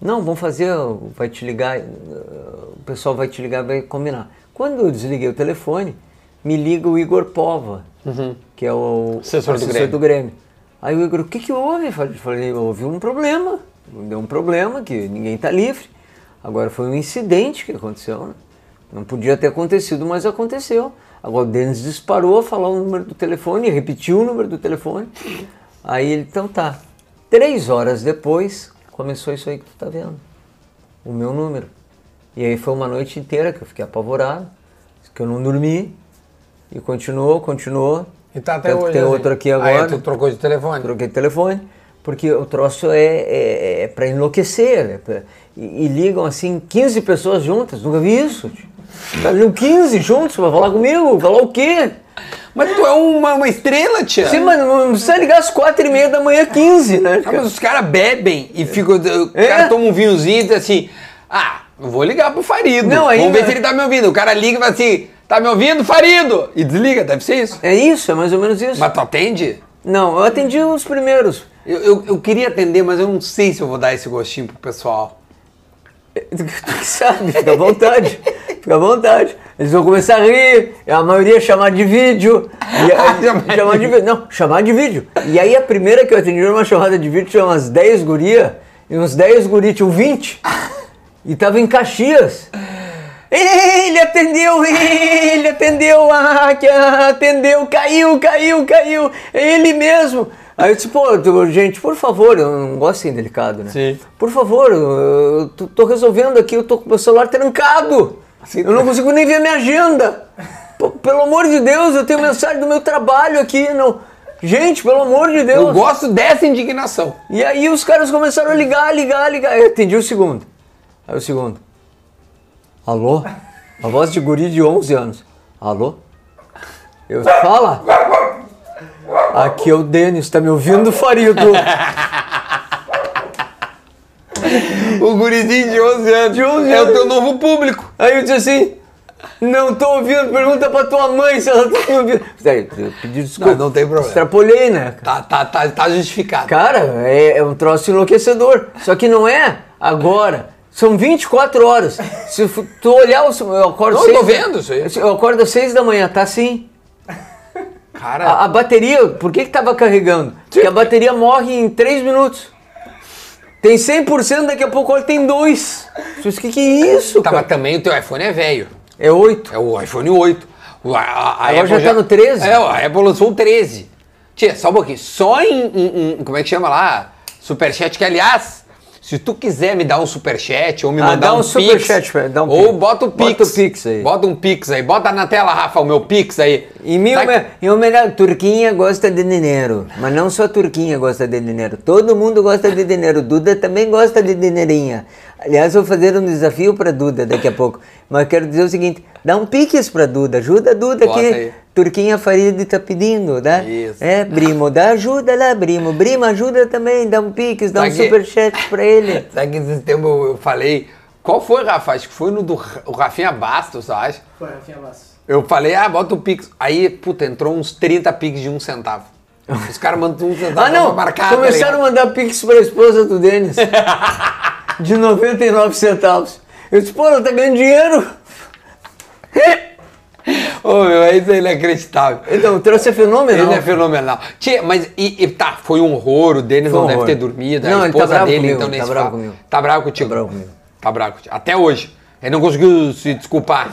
S1: Não, vamos fazer, vai te ligar, eh, o pessoal vai te ligar, vai combinar. Quando eu desliguei o telefone, me liga o Igor Pova, que é o
S2: Uhum. Assessor do Grêmio.
S1: do Grêmio. Aí o Igor, o que que houve? Eu Falei, houve um problema, deu um problema que ninguém está livre. Agora foi um incidente que aconteceu, né? Não podia ter acontecido, mas aconteceu. Agora o Denis disparou, falou o número do telefone, repetiu o número do telefone. Aí ele, então tá. Três horas depois, começou isso aí que tu tá vendo. O meu número. E aí foi uma noite inteira que eu fiquei apavorado, que eu não dormi. E continuou, continuou.
S3: E tá até
S1: Tanto que
S3: hoje.
S1: Tem
S3: assim.
S1: outro aqui
S3: Aí
S1: agora.
S3: tu trocou de telefone.
S1: Troquei de telefone, porque o troço é, é, é para enlouquecer. é pra- e, e ligam assim 15 pessoas juntas, nunca vi isso. tio. Tá ligam 15 juntos pra falar comigo, falar o quê?
S2: Mas tu é uma, uma estrela, tia.
S1: Sim, mas não precisa ligar às 4 e meia da manhã, 15, né?
S2: Ah, mas os caras bebem e ficam. O
S1: É?
S2: cara toma um vinhozinho e diz assim: Ah, eu vou ligar pro Farido.
S1: Não,
S2: Vamos
S1: ainda-
S2: ver se ele tá me ouvindo. O cara liga e fala assim: Tá me ouvindo, Farido? E desliga, deve ser isso.
S1: É isso, é mais ou menos isso.
S2: Mas tu atende?
S1: Não, eu atendi os primeiros.
S2: Eu, eu, eu queria atender, mas eu não sei se eu vou dar esse gostinho pro pessoal.
S1: Tu que sabe, fica à vontade. Fica à vontade. Eles vão começar a rir, a maioria é chamar de vídeo. E aí-
S2: Chamar de
S1: chamar de vídeo. Não, chamar de vídeo. E aí a primeira que eu atendi era uma chamada de vídeo, tinha umas 10 guria, e uns 10 guri tinham 20. E tava em Caxias. Ele atendeu, ele atendeu, ah, que atendeu, caiu, caiu, caiu, é ele mesmo. Aí eu disse, pô, tu- gente, por favor, eu não gosto de ser delicado, né?
S2: Sim.
S1: Por favor, eu tô, tô resolvendo aqui, eu tô com meu celular trancado. eu não consigo nem ver minha agenda. Pô, pelo amor de Deus, eu tenho mensagem do meu trabalho aqui, não. Gente, pelo amor de Deus.
S2: Eu gosto dessa indignação.
S1: E aí os caras começaram a ligar, ligar, ligar. Eu atendi o segundo. Aí o segundo. Alô? A voz de guri de 11 anos. Alô? Eu fala. Aqui é o Denis, tá me ouvindo, Farido?
S2: O gurizinho de 11 anos.
S1: De 11
S2: É o
S1: anos.
S2: teu novo público.
S1: Aí eu disse assim, não tô ouvindo, pergunta pra tua mãe se ela tá me ouvindo. Daí, eu pedi desculpa.
S2: Não, não tem problema.
S1: Extrapolei, né? cara?
S2: Tá, tá, tá, tá justificado.
S1: Cara, é, é um troço enlouquecedor. Só que não é agora. São 24 horas. Se eu fu- tu olhar, eu sou- eu acordo
S2: Não, eu
S1: seis
S2: tô
S1: da-
S2: vendo isso aí.
S1: Eu acordo às 6 da manhã, tá sim.
S2: Cara,
S1: A, a bateria, por que que tava carregando? Porque a bateria morre em 3 minutos. Tem 100%, daqui a pouco olha, tem 2. O que que é isso,
S2: tá, mas
S1: cara?
S2: também o teu iPhone é velho.
S1: É 8.
S2: É o iPhone 8. O- A, a- a
S1: Agora já tá no 13?
S2: É, a Apple lançou o 13. Tia, só um pouquinho. Só em, em- em- Como é que chama lá? Superchat, que aliás. Se tu quiser me dar um superchat ou me
S1: Ah,
S2: mandar
S1: dá um
S2: pix,
S1: superchat, velho, dá um
S2: ou
S1: pix.
S2: bota o pix.
S1: Bota o pix aí.
S2: Bota um pix aí. Bota na tela, Rafa, o meu pix aí.
S1: Em mil,
S2: Sabe-
S1: em homenagem, Turquinha gosta de dinheiro. Mas não só Turquinha gosta de dinheiro. Todo mundo gosta de dinheiro. Duda também gosta de dinheirinha. Aliás, vou fazer um desafio pra Duda daqui a pouco. Mas quero dizer o seguinte: dá um piques pra Duda. Ajuda a Duda
S2: Bota
S1: que
S2: aí.
S1: Turquinha Farid tá pedindo, né?
S2: Isso.
S1: É, primo, dá ajuda lá, primo. Brima, ajuda também. Dá um piques, dá um
S2: Aqui.
S1: superchat pra ele.
S2: Sabe que esse tempo eu eu falei. Qual foi, Rafa? Acho que foi no do Ra- o Rafinha Bastos, eu acho.
S9: Foi, Rafinha Bastos.
S2: Eu falei, ah, bota o Pix. Aí, puta, entrou uns 30 Pix de um centavo. Os caras mandam um centavo
S1: Ah, não!
S2: pra marcar. tá
S1: Começaram
S2: ligado?
S1: a mandar pix pra esposa do Denis. de 99 centavos. Eu disse, pô, ela tá ganhando dinheiro.
S2: Ô, meu, é isso é inacreditável.
S1: Então, trouxe é fenômeno.
S2: Ele é fenomenal. Tchê, mas e, e tá, foi um horror, o Denis
S1: Foi um
S2: não deve
S1: horror.
S2: ter dormido,
S1: Não,
S2: a
S1: ele tá
S2: esposa
S1: bravo
S2: dele,
S1: comigo,
S2: então,
S1: tá
S2: nesse
S1: bravo
S2: fato.
S1: comigo.
S2: Tá bravo contigo?
S1: Tá bravo comigo.
S2: Tá bravo contigo. Até hoje. Ele não conseguiu se desculpar.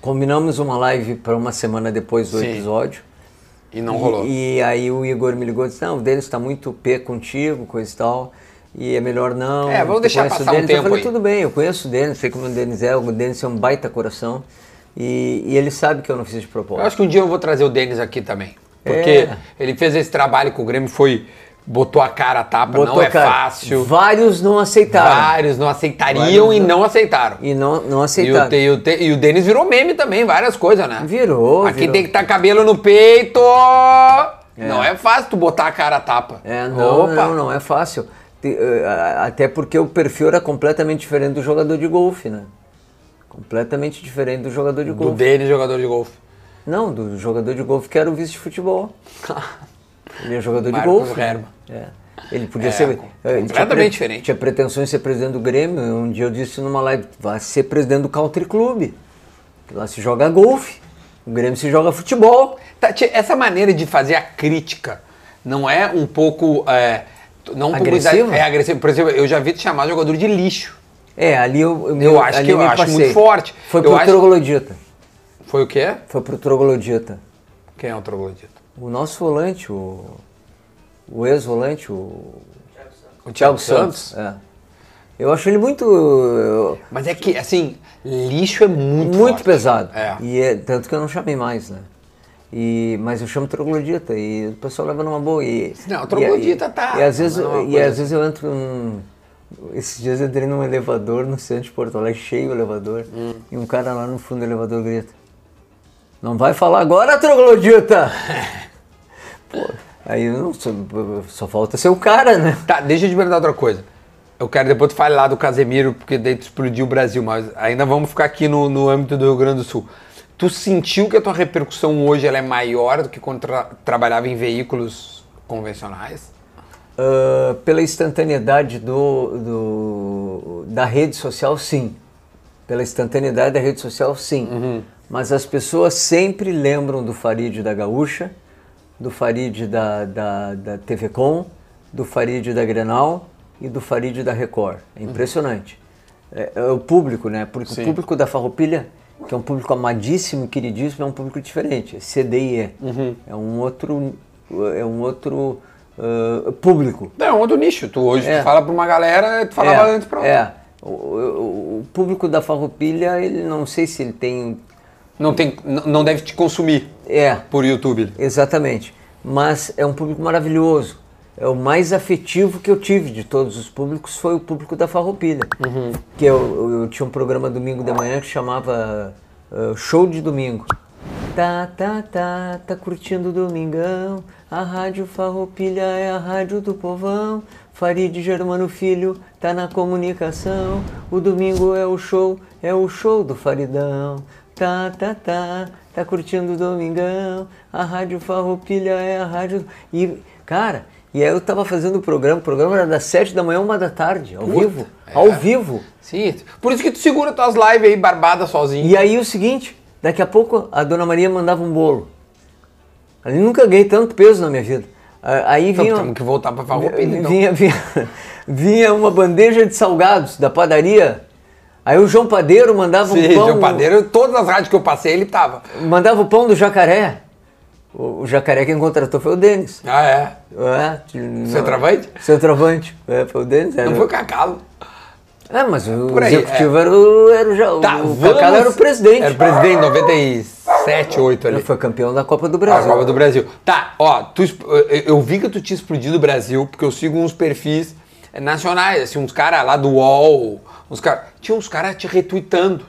S1: Combinamos uma live pra uma semana depois do
S2: Sim.
S1: episódio.
S2: E não rolou.
S1: E, e aí o Igor me ligou e disse, não, o Denis tá muito pé contigo, coisa e tal. E é melhor não.
S2: É, vamos
S1: tu
S2: deixar
S1: conhece o
S2: passar um
S1: Denis.
S2: tempo
S1: Eu falei,
S2: aí.
S1: tudo bem, eu conheço o Denis, sei como o Denis é. O Denis é um baita coração. E, e ele sabe que eu não fiz de
S2: Eu
S1: propósito.
S2: acho que um dia eu vou trazer o Denis aqui também. Porque
S1: É.
S2: ele fez esse trabalho com o Grêmio, foi. Botou a cara a tapa,
S1: Botou,
S2: não é
S1: cara,
S2: fácil.
S1: Vários não aceitaram.
S2: Vários não aceitariam
S1: Vários
S2: e
S1: não-
S2: não, aceitaram.
S1: E não, não
S2: E o,
S1: aceitaram.
S2: te- e o te- e o Denis virou meme também, várias coisas, né?
S1: Virou,
S2: Aqui
S1: virou.
S2: tem que estar cabelo no peito. Não é fácil tu botar a cara a tapa.
S1: É, não,
S2: Opa.
S1: não, não é fácil. Te- eh, a- Até porque o perfil era completamente diferente do jogador de golfe, né? Completamente diferente do jogador de
S2: Do
S1: golfe.
S2: Denis, jogador de golfe.
S1: Não, do jogador de golfe que era o vice de futebol. Ele é jogador de
S2: Marcos
S1: golfe.
S2: Herman.
S1: É. Ele podia ser.
S2: com-
S1: eh, ele tinha
S2: completamente
S1: pre-
S2: diferente.
S1: Tinha pretensões de ser presidente do Grêmio. Um dia eu disse numa live: vai ser presidente do Country Club. Que lá se joga golfe. O Grêmio se joga futebol.
S2: Tá, tia, essa maneira de fazer a crítica não é um pouco. É, não um pouco
S1: Agressiva?
S2: da- é agressivo. Por exemplo, eu já vi te chamar jogador de lixo.
S1: É, ali eu, eu, me-
S2: Eu acho
S1: ali
S2: que eu
S1: me
S2: acho
S1: passei.
S2: muito forte.
S1: Foi
S2: Eu
S1: pro
S2: acho-
S1: troglodita.
S2: Foi o quê?
S1: Foi pro troglodita.
S2: Quem é o troglodita?
S1: O nosso volante, o, o ex-volante, o
S2: O
S1: Thiago Santos. É. Eu acho ele muito
S2: Mas é que, assim, lixo é
S1: muito
S2: muito forte.
S1: pesado.
S2: É.
S1: E é- tanto que eu não chamei mais, né? E, mas eu chamo troglodita e o pessoal leva numa boa. E,
S2: Não, troglodita
S1: e-
S2: tá-
S1: E às vezes,
S2: não é uma
S1: e
S2: coisa-
S1: às vezes eu entro num. Esses dias eu entrei num elevador no centro de Porto Alegre, cheio o elevador,
S2: Hum.
S1: e um cara lá no fundo do elevador grita: Não vai falar agora, troglodita! Pô, aí eu não sou- só falta ser o cara, né?
S2: Tá, deixa eu te perguntar outra coisa. Eu quero depois tu falar lá do Casemiro, porque daí tu explodiu o Brasil, mas ainda vamos ficar aqui no, no âmbito do Rio Grande do Sul. Tu sentiu que a tua repercussão hoje ela é maior do que quando tra- trabalhava em veículos convencionais?
S1: Ah, pela instantaneidade do, do- da rede social, sim. Pela instantaneidade da rede social, sim. Mas as pessoas sempre lembram do Farid da Gaúcha, do Farid da, da, da TV Com, do Farid da Grenal e do Farid da Record. É impressionante. É, é o público, né? Porque o público da Farroupilha, que é um público amadíssimo, queridíssimo, é um público diferente. É CDIE. É um outro, é um outro ah, público.
S2: Não, é um outro nicho. Tu hoje
S1: É.
S2: tu fala pra uma galera, tu falava antes pra outra.
S1: É. O, o- o público da Farroupilha, ele não sei se ele tem.
S2: Não, tem, n- não deve te consumir
S1: É,
S2: por YouTube.
S1: exatamente. Mas é um público maravilhoso. É o mais afetivo que eu tive de todos os públicos foi o público da Farroupilha. Que eu, eu- eu tinha um programa domingo de manhã que chamava ah, Show de Domingo. Tá, tá, tá, tá curtindo o Domingão. A Rádio Farroupilha é a rádio do povão. Farid Germano Filho tá na comunicação. O domingo é o show, é o show do Faridão. Tá, tá, tá, tá curtindo o Domingão. A Rádio Farroupilha é a rádio. E, cara, e aí eu tava fazendo o programa. O programa era das sete da manhã, uma da tarde, ao vivo. Ao vivo.
S2: Sim. Por isso que tu segura tuas lives aí barbadas sozinho.
S1: E aí o seguinte, daqui a pouco a dona Maria mandava um bolo. Ali nunca ganhei tanto peso na minha vida. Ah, Aí
S2: Então
S1: vinha,
S2: temos que voltar pra Farroupilha, então.
S1: vinha, vinha, vinha uma bandeja de salgados da padaria. Aí o João Padeiro mandava
S2: Sim,
S1: um pão,
S2: João Padeiro, todas as rádios que eu passei, ele tava.
S1: mandava o pão do jacaré. O, o jacaré quem contratou foi o Denis.
S2: Ah, é?
S1: É, que não-
S2: Centroavante?
S1: Centroavante. É, foi o Denis. Era...
S2: Não foi o Cacalo.
S1: É, mas o
S2: Por aí, é.
S1: executivo era o. Era o, ja-
S2: Tá,
S1: o
S2: vamos-
S1: Cacalo era o presidente. Ah,
S2: Era o presidente, 97, 8 ali.
S1: Ele foi campeão da Copa do
S2: A
S1: Brasil.
S2: Copa do Brasil. Tá, ó, tu, exp- eu- eu vi que tu tinha explodido o Brasil, porque eu sigo uns perfis nacionais, assim, uns caras lá do UOL, uns caras. Tinha uns caras te retweetando.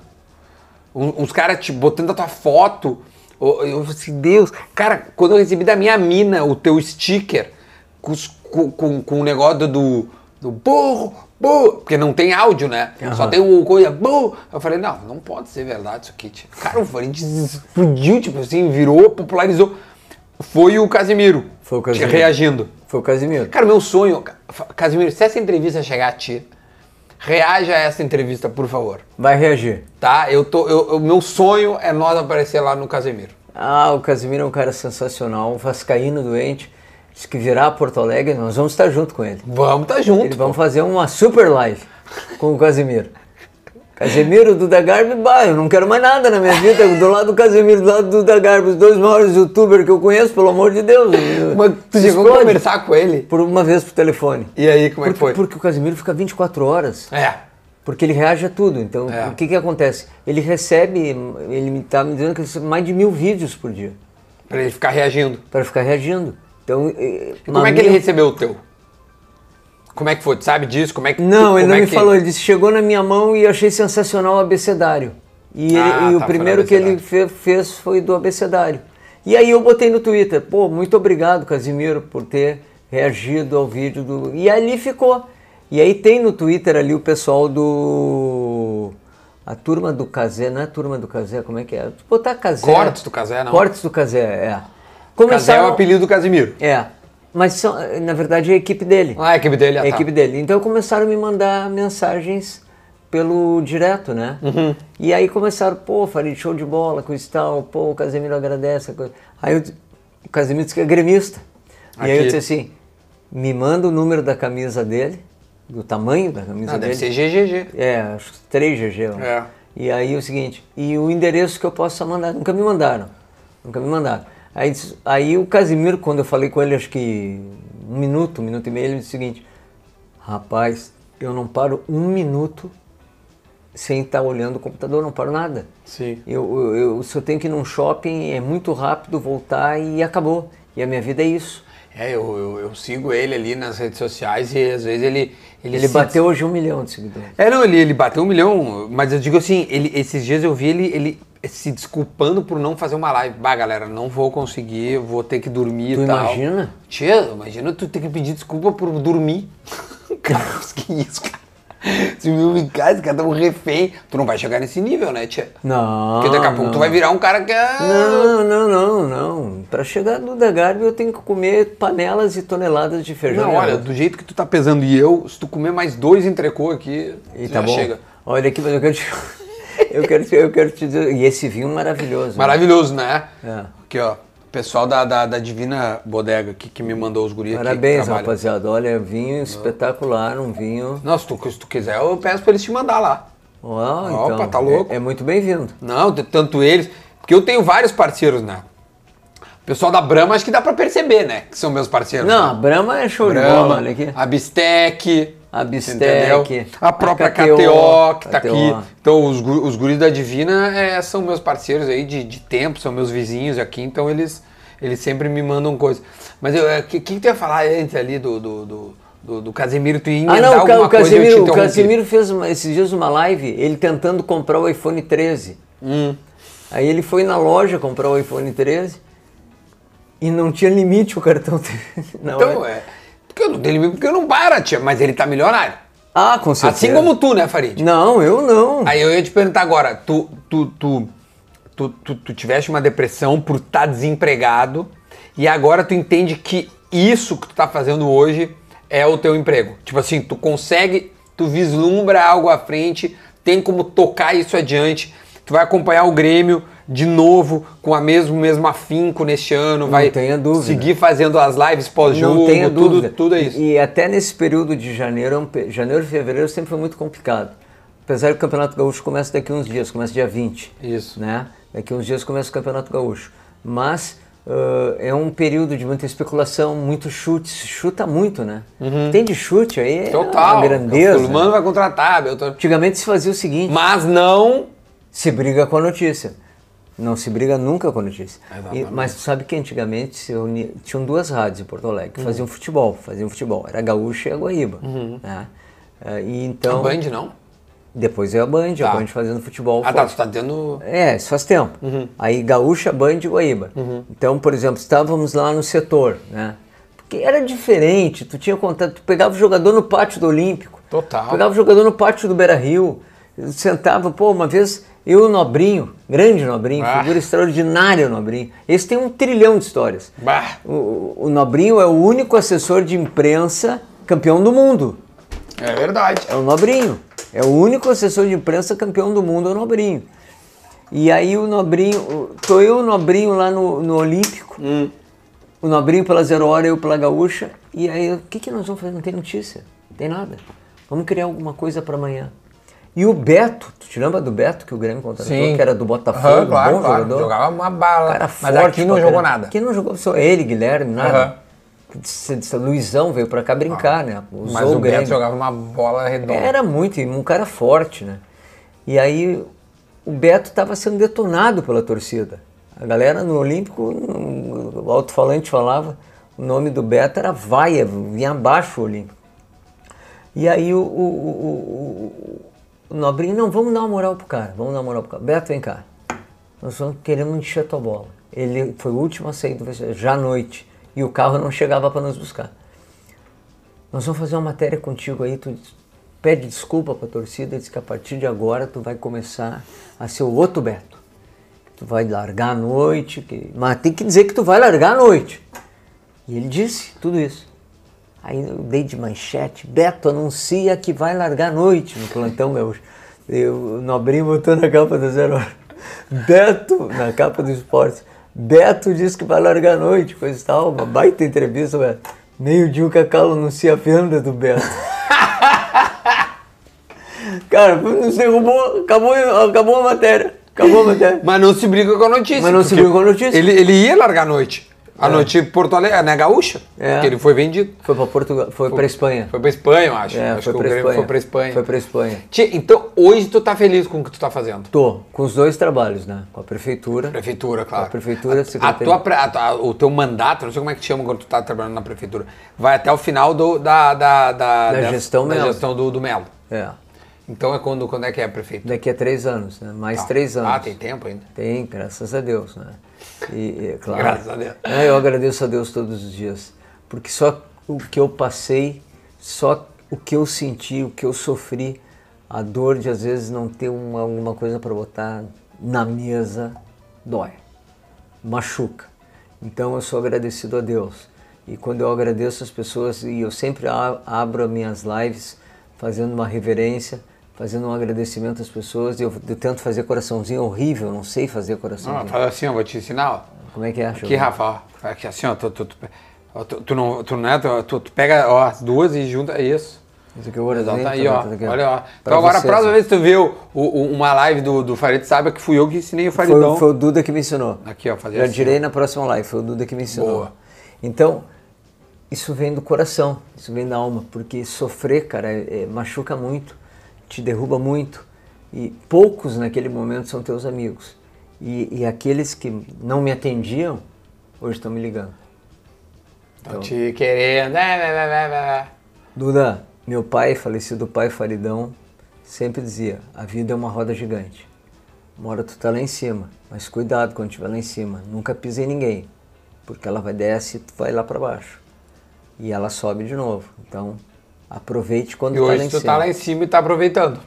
S2: Um- Uns caras te botando a tua foto. Eu eu falei assim, Deus. Cara, quando eu recebi da minha mina o teu sticker com, os- com, com- com o negócio do- do, do burro, burro. Porque não tem áudio, né? Só tem o coisa burro. Eu falei, não, não pode ser verdade isso aqui. tio. Cara, o Corinthians explodiu, tipo assim, virou, popularizou. Foi o Casimiro.
S1: Foi o
S2: te
S1: Casimiro.
S2: Reagindo.
S1: Foi o Casimiro.
S2: Cara, meu sonho, Ca- Casimiro, se essa entrevista chegar a ti, reaja a essa entrevista, por favor.
S1: Vai reagir.
S2: Tá? Eu tô, eu, o meu sonho é nós aparecer lá no Casemiro.
S1: Ah, o Casimiro é um cara sensacional, um vascaíno doente. Diz que virá a Porto Alegre, nós vamos estar junto com ele.
S2: Vamos, tá
S1: Ele,
S2: junto.
S1: vamos fazer uma super live com o Casimiro. Casemiro, Duda Garbi, bah, eu não quero mais nada na minha vida. Do lado do Casemiro, do lado do Duda Garbi, os dois maiores youtubers que eu conheço, pelo amor de Deus.
S2: Mas tu
S1: Se
S2: chegou a
S1: explode.
S2: conversar com ele?
S1: Por uma vez por telefone.
S2: E aí, como é
S1: Porque,
S2: que foi?
S1: porque o Casemiro fica 24 horas.
S2: É.
S1: Porque ele reage a tudo. Então,
S2: É.
S1: o que que acontece? Ele recebe, ele me tá me dizendo que ele recebe mais de mil vídeos por dia
S2: Pra ele ficar reagindo.
S1: para ficar reagindo. Então, eh,
S2: E como é que ele recebeu o teu? Como é que foi? Tu sabe disso? Como é que
S1: Não,
S2: tu,
S1: ele
S2: como
S1: não
S2: é
S1: me
S2: que-
S1: falou. Ele disse, chegou na minha mão e eu achei sensacional o abecedário. E, ele-
S2: Ah,
S1: e
S2: tá,
S1: o
S2: foi
S1: primeiro
S2: no
S1: que ele fe- fez foi do abecedário. E aí eu botei no Twitter, pô, muito obrigado, Casimiro, por ter reagido ao vídeo do... E ali ficou. E aí tem no Twitter ali o pessoal do... A turma do Casé, não é a turma do Casé, como é que é? Tu Botar Casé.
S2: Cortes do Cazé, não.
S1: Cortes do Casé, é.
S2: Cazé é o
S1: Começaram-
S2: apelido do Casimiro.
S1: É. Mas são, na verdade é a equipe dele
S2: Ah, a equipe dele, ah,
S1: a
S2: tá.
S1: equipe dele. Então começaram a me mandar mensagens pelo direto, né?
S2: Uhum.
S1: E aí começaram, pô, Farid, show de bola, coisa e tal, pô, o Casemiro agradece. a Coisa. Aí eu di- o Casemiro disse que é gremista. E aí eu
S2: Aqui.
S1: disse assim, me manda o número da camisa dele, do tamanho da camisa
S2: Ah,
S1: dele.
S2: deve ser GGG.
S1: É, acho que 3 GG. né?
S2: É.
S1: E aí o seguinte, e o endereço que eu possa mandar, nunca me mandaram. Nunca me mandaram. Aí, disse- aí o Casimiro, quando eu falei com ele, acho que um minuto, um minuto e meio, ele disse o seguinte, rapaz, eu não paro um minuto sem estar olhando o computador, não paro nada.
S2: Sim.
S1: Eu, eu, eu- se eu tenho que ir num shopping, é muito rápido voltar e acabou. E a minha vida é isso.
S2: É, eu, eu, eu sigo ele ali nas redes sociais e às vezes ele... Ele,
S1: Ele
S2: se-
S1: bateu hoje um milhão de seguidores.
S2: É, não, ele, ele bateu um milhão, mas eu digo assim, ele, esses dias eu vi ele, ele se desculpando por não fazer uma live. Bah, galera, não vou conseguir, eu vou ter que dormir
S1: Tu
S2: e tal.
S1: imagina?
S2: Tia, imagina tu ter que pedir desculpa por dormir. cara, que isso, cara. Se me cara, esse cara tá um refém. Tu não vai chegar nesse nível, né, tia?
S1: Não,
S2: Porque daqui a pouco
S1: Ah, não.
S2: tu vai virar um cara que é...
S1: Não, não, não, não. Pra chegar no da Garbi eu tenho que comer panelas e toneladas de feijão.
S2: Não,
S1: e
S2: olha,
S1: arroz.
S2: do jeito que tu tá pesando e eu, se tu comer mais dois entrecô aqui,
S1: e
S2: tu
S1: tá
S2: já
S1: bom.
S2: chega.
S1: Olha aqui, mas eu quero te. Eu quero, te- eu quero te dizer. E esse vinho maravilhoso. né?
S2: Maravilhoso, né?
S1: É.
S2: Aqui, ó. O pessoal da, da, da Divina Bodega aqui, que me mandou os guris
S1: Parabéns,
S2: aqui. que trabalham.
S1: rapaziada. Olha, vinho espetacular, um vinho.
S2: Não, se tu, se tu quiser, eu peço pra eles te mandar lá.
S1: Ó,
S2: Opa,
S1: então,
S2: tá louco.
S1: É, é muito bem-vindo.
S2: Não, t- tanto eles. Porque eu tenho vários parceiros, né? O pessoal da Brahma, acho que dá pra perceber, né? Que são meus parceiros.
S1: Não, a
S2: né?
S1: Brahma é show de bola,
S2: Brahma,
S1: olha aqui.
S2: a Bistec.
S1: A
S2: entendeu?
S1: Bistec.
S2: A própria KTO, que tá aqui. Então, os, gu- os guris da Divina é, são meus parceiros aí de, de tempo, são meus vizinhos aqui, então eles, eles sempre me mandam coisas. Mas o que, que tu ia falar antes ali do, do, do, do- do Casemiro? Tu ia
S1: Ah,
S2: emendar
S1: não, o, Ca-
S2: alguma
S1: o
S2: coisa e eu te
S1: Casimiro, o
S2: interrompi.
S1: Casimiro fez uma- esses dias uma live, ele tentando comprar o iPhone 13.
S2: Hum.
S1: Aí ele foi na loja comprar o iPhone 13 e não tinha limite o cartão dele. na
S2: Então,
S1: hora.
S2: é... Porque eu, não- ele, porque eu não para, tia, mas ele tá milionário.
S1: Ah, com certeza.
S2: Assim como tu, né, Farid?
S1: Não, eu não.
S2: Aí eu ia te perguntar agora, tu, tu, tu, tu, tu, tu tiveste uma depressão por estar desempregado e agora tu entende que isso que tu tá fazendo hoje é o teu emprego. Tipo assim, tu consegue, tu vislumbra algo à frente, tem como tocar isso adiante, tu vai acompanhar o Grêmio de novo com a mesmo mesmo afinco neste ano, vai
S1: tenha dúvida.
S2: seguir fazendo as lives
S1: não
S2: pós-jogo,
S1: tenha
S2: tudo,
S1: dúvida.
S2: tudo é isso.
S1: E até nesse período de janeiro, é um pe- janeiro e fevereiro sempre foi muito complicado. Apesar que o Campeonato Gaúcho começa daqui uns dias, começa dia 20.
S2: Isso.
S1: Né? Daqui uns dias começa o Campeonato Gaúcho. Mas ah, é um período de muita especulação, muito chute, se chuta muito, né? Tem de chute aí, é
S2: Uhum. Total. um
S1: uma grandeza.
S2: O Fulmano vai contratar, Beltrano.
S1: Antigamente se fazia o seguinte,
S2: Mas não.
S1: se briga com a notícia. Não se briga nunca com a notícia. E- mas tu sabe que antigamente se reunia- tinham duas rádios em Porto Alegre que
S2: Uhum.
S1: faziam futebol, faziam futebol. Era a Gaúcha e a Guaíba. né? Ah, e então,
S2: A Band não.
S1: depois é a Band,
S2: Tá.
S1: a Band fazendo futebol.
S2: Ah, tá.
S1: forte.
S2: Tu tá tendo.
S1: É, isso faz tempo.
S2: Uhum.
S1: Aí Gaúcha, Band e Guaíba. Então, por exemplo, estávamos lá no setor, né? Porque era diferente, tu tinha contato, tu pegava o jogador no pátio do Olímpico.
S2: Total.
S1: Pegava o jogador no pátio do Beira Rio, sentava, pô, uma vez eu e o Nobrinho, grande Nobrinho,
S2: Ah.
S1: figura extraordinária o Nobrinho. Esse tem um trilhão de histórias.
S2: Bah.
S1: O, o Nobrinho é o único assessor de imprensa campeão do mundo.
S2: É verdade.
S1: É o Nobrinho. É o único assessor de imprensa campeão do mundo, é o Nobrinho. E aí o Nobrinho, o- tô eu e o Nobrinho lá no, no Olímpico,
S3: Hum.
S1: o Nobrinho pela Zero Hora, eu pela Gaúcha, e aí o que, que nós vamos fazer? Não tem notícia, não tem nada. Vamos criar alguma coisa para amanhã. E o Beto, tu te lembra do Beto que o Grêmio contratou,
S3: Sim.
S1: que era do Botafogo, um
S3: Aham, claro,
S1: Tá bom
S3: claro.
S1: jogador?
S3: Jogava uma bala.
S1: Cara
S3: mas
S1: forte
S3: aqui não
S1: pra
S3: jogou
S1: caramba.
S3: nada.
S1: Aqui não jogou, só ele, Guilherme,
S3: Aham.
S1: nada. Luizão veio para cá brincar, né? Usou
S3: Mas o Beto
S1: Grêmio.
S3: jogava uma bola redonda.
S1: Era muito, e um cara forte, né? E aí o Beto estava sendo detonado pela torcida. A galera no Olímpico, hum, o alto-falante falava, o nome do Beto era Vaia, vinha abaixo o Olímpico. E aí o, o, o- o- o Nobrinho, não, vamos dar uma moral pro cara, vamos dar uma moral pro cara. Beto, vem cá. Nós só queremos encher tua bola. Ele foi o último a sair do vestiário, já à noite. E o carro não chegava para nos buscar. Nós vamos fazer uma matéria contigo aí, tu pede desculpa pra torcida, diz que a partir de agora tu vai começar a ser o outro Beto. Tu vai largar à noite, que... mas tem que dizer que tu vai largar à noite. E ele disse tudo isso. Aí eu dei de manchete, Beto anuncia que vai largar à noite no plantão gaúcho. Eu, o Nobrinho botou na capa do Zero Hora. Beto, na capa do esporte. Beto disse que vai largar à noite, coisa e tal, uma baita entrevista, Beto. Meio dia o Cacalo anuncia a venda do Beto. Cara, nos derrubou, acabou, acabou a matéria. Acabou a matéria.
S2: Mas não se briga com a notícia.
S1: Mas não se
S2: porque
S1: briga com a notícia.
S2: Ele, ele ia largar a noite. A noite em Porto Alegre, na Gaúcha.
S1: É.
S2: Que ele foi vendido.
S1: Foi pra Portugal, foi, pra Espanha.
S2: Foi pra Espanha, eu acho.
S1: É,
S2: acho
S1: foi
S2: que o
S1: pra
S2: Grêmio
S1: Espanha.
S2: foi pra Espanha.
S1: Foi pra Espanha.
S2: Tia, então hoje tu tá feliz com o que tu tá fazendo?
S1: Tô, com os dois trabalhos, né? Com a prefeitura.
S2: Prefeitura, claro.
S1: Com a prefeitura,
S2: a,
S1: secretaria.
S2: tua, pre- a tua- O teu mandato, não sei como é que chama quando tu tá trabalhando na prefeitura, vai até o final do, da, da,
S1: Da
S2: da, dessa-
S1: gestão
S2: da
S1: Melo.
S2: gestão do, do Melo.
S1: É.
S2: Então é quando, quando é que é a prefeitura?
S1: Daqui a três anos, né? Mais três anos.
S2: Ah, tem tempo ainda.
S1: Tem, graças a Deus, né? E, e, claro.
S2: Graças a Deus.
S1: É, eu agradeço a Deus todos os dias. Porque só o que eu passei, só o que eu senti, o que eu sofri, a dor de às vezes não ter uma, alguma coisa para botar na mesa, dói. Machuca. Então eu sou agradecido a Deus. E quando eu agradeço as pessoas, e eu sempre a- abro as minhas lives fazendo uma reverência, fazendo um agradecimento às pessoas, e eu, eu tento fazer coraçãozinho é horrível, eu não sei fazer
S2: Ah,
S1: coraçãozinho.
S2: fala assim, ó, vou te ensinar. ó.
S1: Como é que é?
S2: Aqui, Rafa, ó. Aqui, assim, ó. Tu, tu, tu, ó, tu- tu não, tu, não é, tu, tu- tu pega ó, as duas e junta. Isso.
S1: Isso aqui é o horizonte,
S2: Exato, tá aí, ó.
S1: tá aqui,
S2: Olha, ó.
S1: Pra
S2: Então agora,
S1: você,
S2: a próxima
S1: assim.
S2: vez que tu vê o- o- o- uma live do, do Farid, saiba que fui eu que ensinei o
S1: Foi,
S2: Faridão.
S1: foi o Duda que me ensinou.
S2: então. Aqui, ó, fazer
S1: Já
S2: assim,
S1: direi na próxima live, foi o Duda que me ensinou.
S2: Boa.
S1: Então, isso vem do coração, isso vem da alma, porque sofrer, cara, é- é- machuca muito, te derruba muito. E poucos naquele momento são teus amigos. E, e aqueles que não me atendiam, hoje estão me ligando.
S2: Tô te querendo. é, é, é, é, é.
S1: Duda, meu pai, falecido pai Faridão, sempre dizia: a vida é uma roda gigante. Uma hora tu tá lá em cima, mas cuidado quando estiver lá em cima, nunca pisa em ninguém, porque ela vai desce e tu vai lá para baixo. E ela sobe de novo. Então, aproveite quando
S2: E
S1: tá lá
S2: hoje
S1: em
S2: tu
S1: cima.
S2: tá lá em cima e tá aproveitando.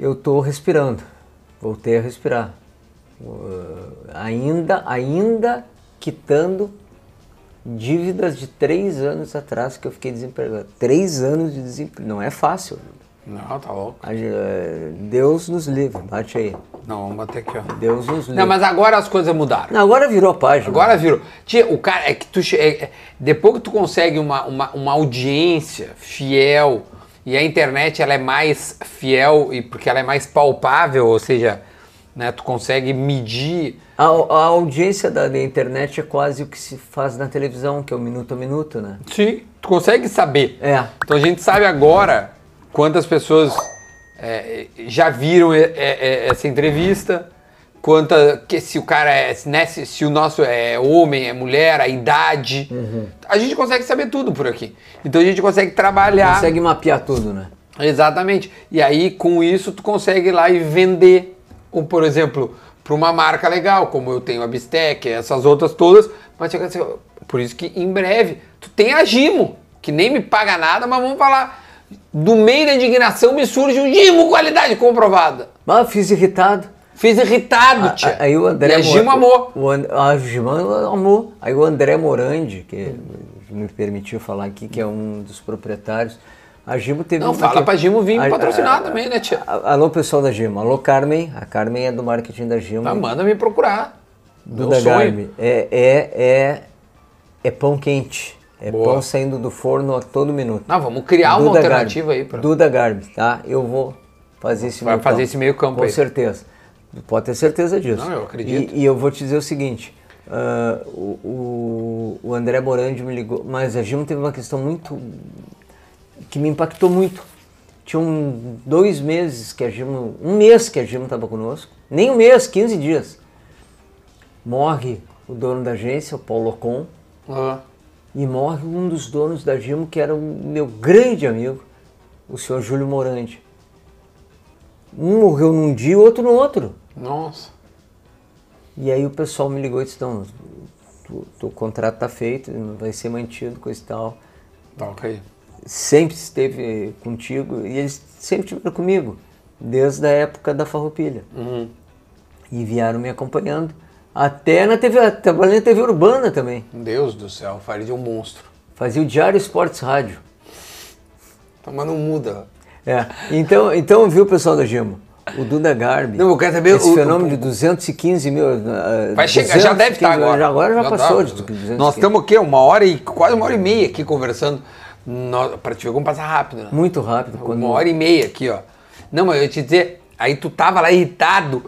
S1: Eu tô respirando. Voltei a respirar. Uh, ainda, ainda quitando dívidas de três anos atrás que eu fiquei desempregado. Três anos de desemprego. Não é fácil.
S2: Não, tá louco.
S1: A ge- eh, Deus nos livre. Bate aí.
S2: Não, vamos bater aqui, ó.
S1: Deus nos livre.
S2: Não, mas agora as coisas mudaram.
S1: Não, agora virou a página.
S2: Agora virou. Tia, o cara é que tu. che- é- é- depois que tu consegue uma, uma, uma audiência fiel e a internet ela é mais fiel e porque ela é mais palpável, ou seja, né? Tu consegue medir
S1: A, a audiência da, da internet é quase o que se faz na televisão, que é o minuto a minuto, né?
S2: Sim, tu consegue saber.
S1: É.
S2: Então a gente sabe agora quantas pessoas é, já viram é, é, é, essa entrevista, quanta que se o cara é, né, se, se o nosso é homem, é mulher, a idade.
S1: Uhum.
S2: A gente consegue saber tudo por aqui. Então a gente consegue trabalhar.
S1: Consegue mapear tudo, né?
S2: Exatamente. E aí, com isso, tu consegue ir lá e vender, ou, por exemplo, para uma marca legal, como eu tenho a Bistec, essas outras todas. Mas chega assim, por isso que em breve tu tem a Gimo, que nem me paga nada, mas vamos falar. Do meio da indignação me surge um Gimo qualidade comprovada.
S1: Mas eu fiz irritado.
S2: Fiz irritado, tia.
S1: A- Ah, Aí o André é um
S2: e a Gimo
S1: Mor-
S2: amou.
S1: O And- a Gimo amou. Aí o André Morandi, que me permitiu falar aqui, que é um dos proprietários. A Gimo teve
S2: Não,
S1: uma
S2: fala
S1: que-
S2: pra Gimo vir
S1: A-
S2: patrocinar
S1: a-
S2: também, né, tia?
S1: a- Alô, pessoal da Gimo. Alô, Carmen. A Carmen é do marketing da Gimo.
S2: Tá, manda me procurar. Meu
S1: Duda
S2: sonho.
S1: Garbi. É, é, é, é pão quente. É
S2: Boa.
S1: pão saindo do forno a todo minuto.
S2: Não, vamos criar uma
S1: Duda
S2: alternativa
S1: Garbi.
S2: aí pra.
S1: Duda Garbi, tá? Eu vou fazer esse
S2: Vai
S1: meio
S2: fazer
S1: campo.
S2: esse meio campo
S1: Com
S2: aí.
S1: certeza. Pode ter certeza disso.
S2: Não, eu acredito.
S1: E, e eu vou te dizer o seguinte. ah, o, o- o André Morandi me ligou, mas a Gimo teve uma questão muito... que me impactou muito. Tinha um, dois meses que a Gimo... um mês que a Gimo estava conosco. Nem um mês, 15 dias. Morre o dono da agência, o Paulo Ocon,
S2: Ah.
S1: e morre um dos donos da Gimo, que era o meu grande amigo, o senhor Júlio Morandi. Um morreu num dia e outro no outro.
S2: Nossa.
S1: E aí o pessoal me ligou e disse, não, tu- tu- o contrato tá feito, não vai ser mantido, coisa e tal.
S2: Tá ok.
S1: Sempre esteve contigo, e eles sempre estiveram comigo, desde a época da farroupilha.
S2: Uhum.
S1: E vieram me acompanhando, até na TV, trabalhei na TV Urbana também.
S2: Deus do céu, o Farid é um monstro.
S1: Fazia o Diário Esportes Rádio.
S2: Tá, Mas não muda.
S1: É. Então, então viu, pessoal da Gimo? O Duda Garbi.
S2: Não, eu quero saber
S1: Esse
S2: o-
S1: fenômeno de 215 mil. ah,
S2: Vai chegar,
S1: 215
S2: já deve estar
S1: mil,
S2: agora.
S1: já Agora já, passou
S2: tá.
S1: de 215.
S2: Nós estamos o quê? Uma hora e quase uma hora e meia aqui conversando. Nós, pra te ver como passa rápido, né?
S1: Muito rápido. Quando...
S2: Uma hora e meia aqui, ó. Não, mas eu ia te dizer, aí tu tava lá irritado.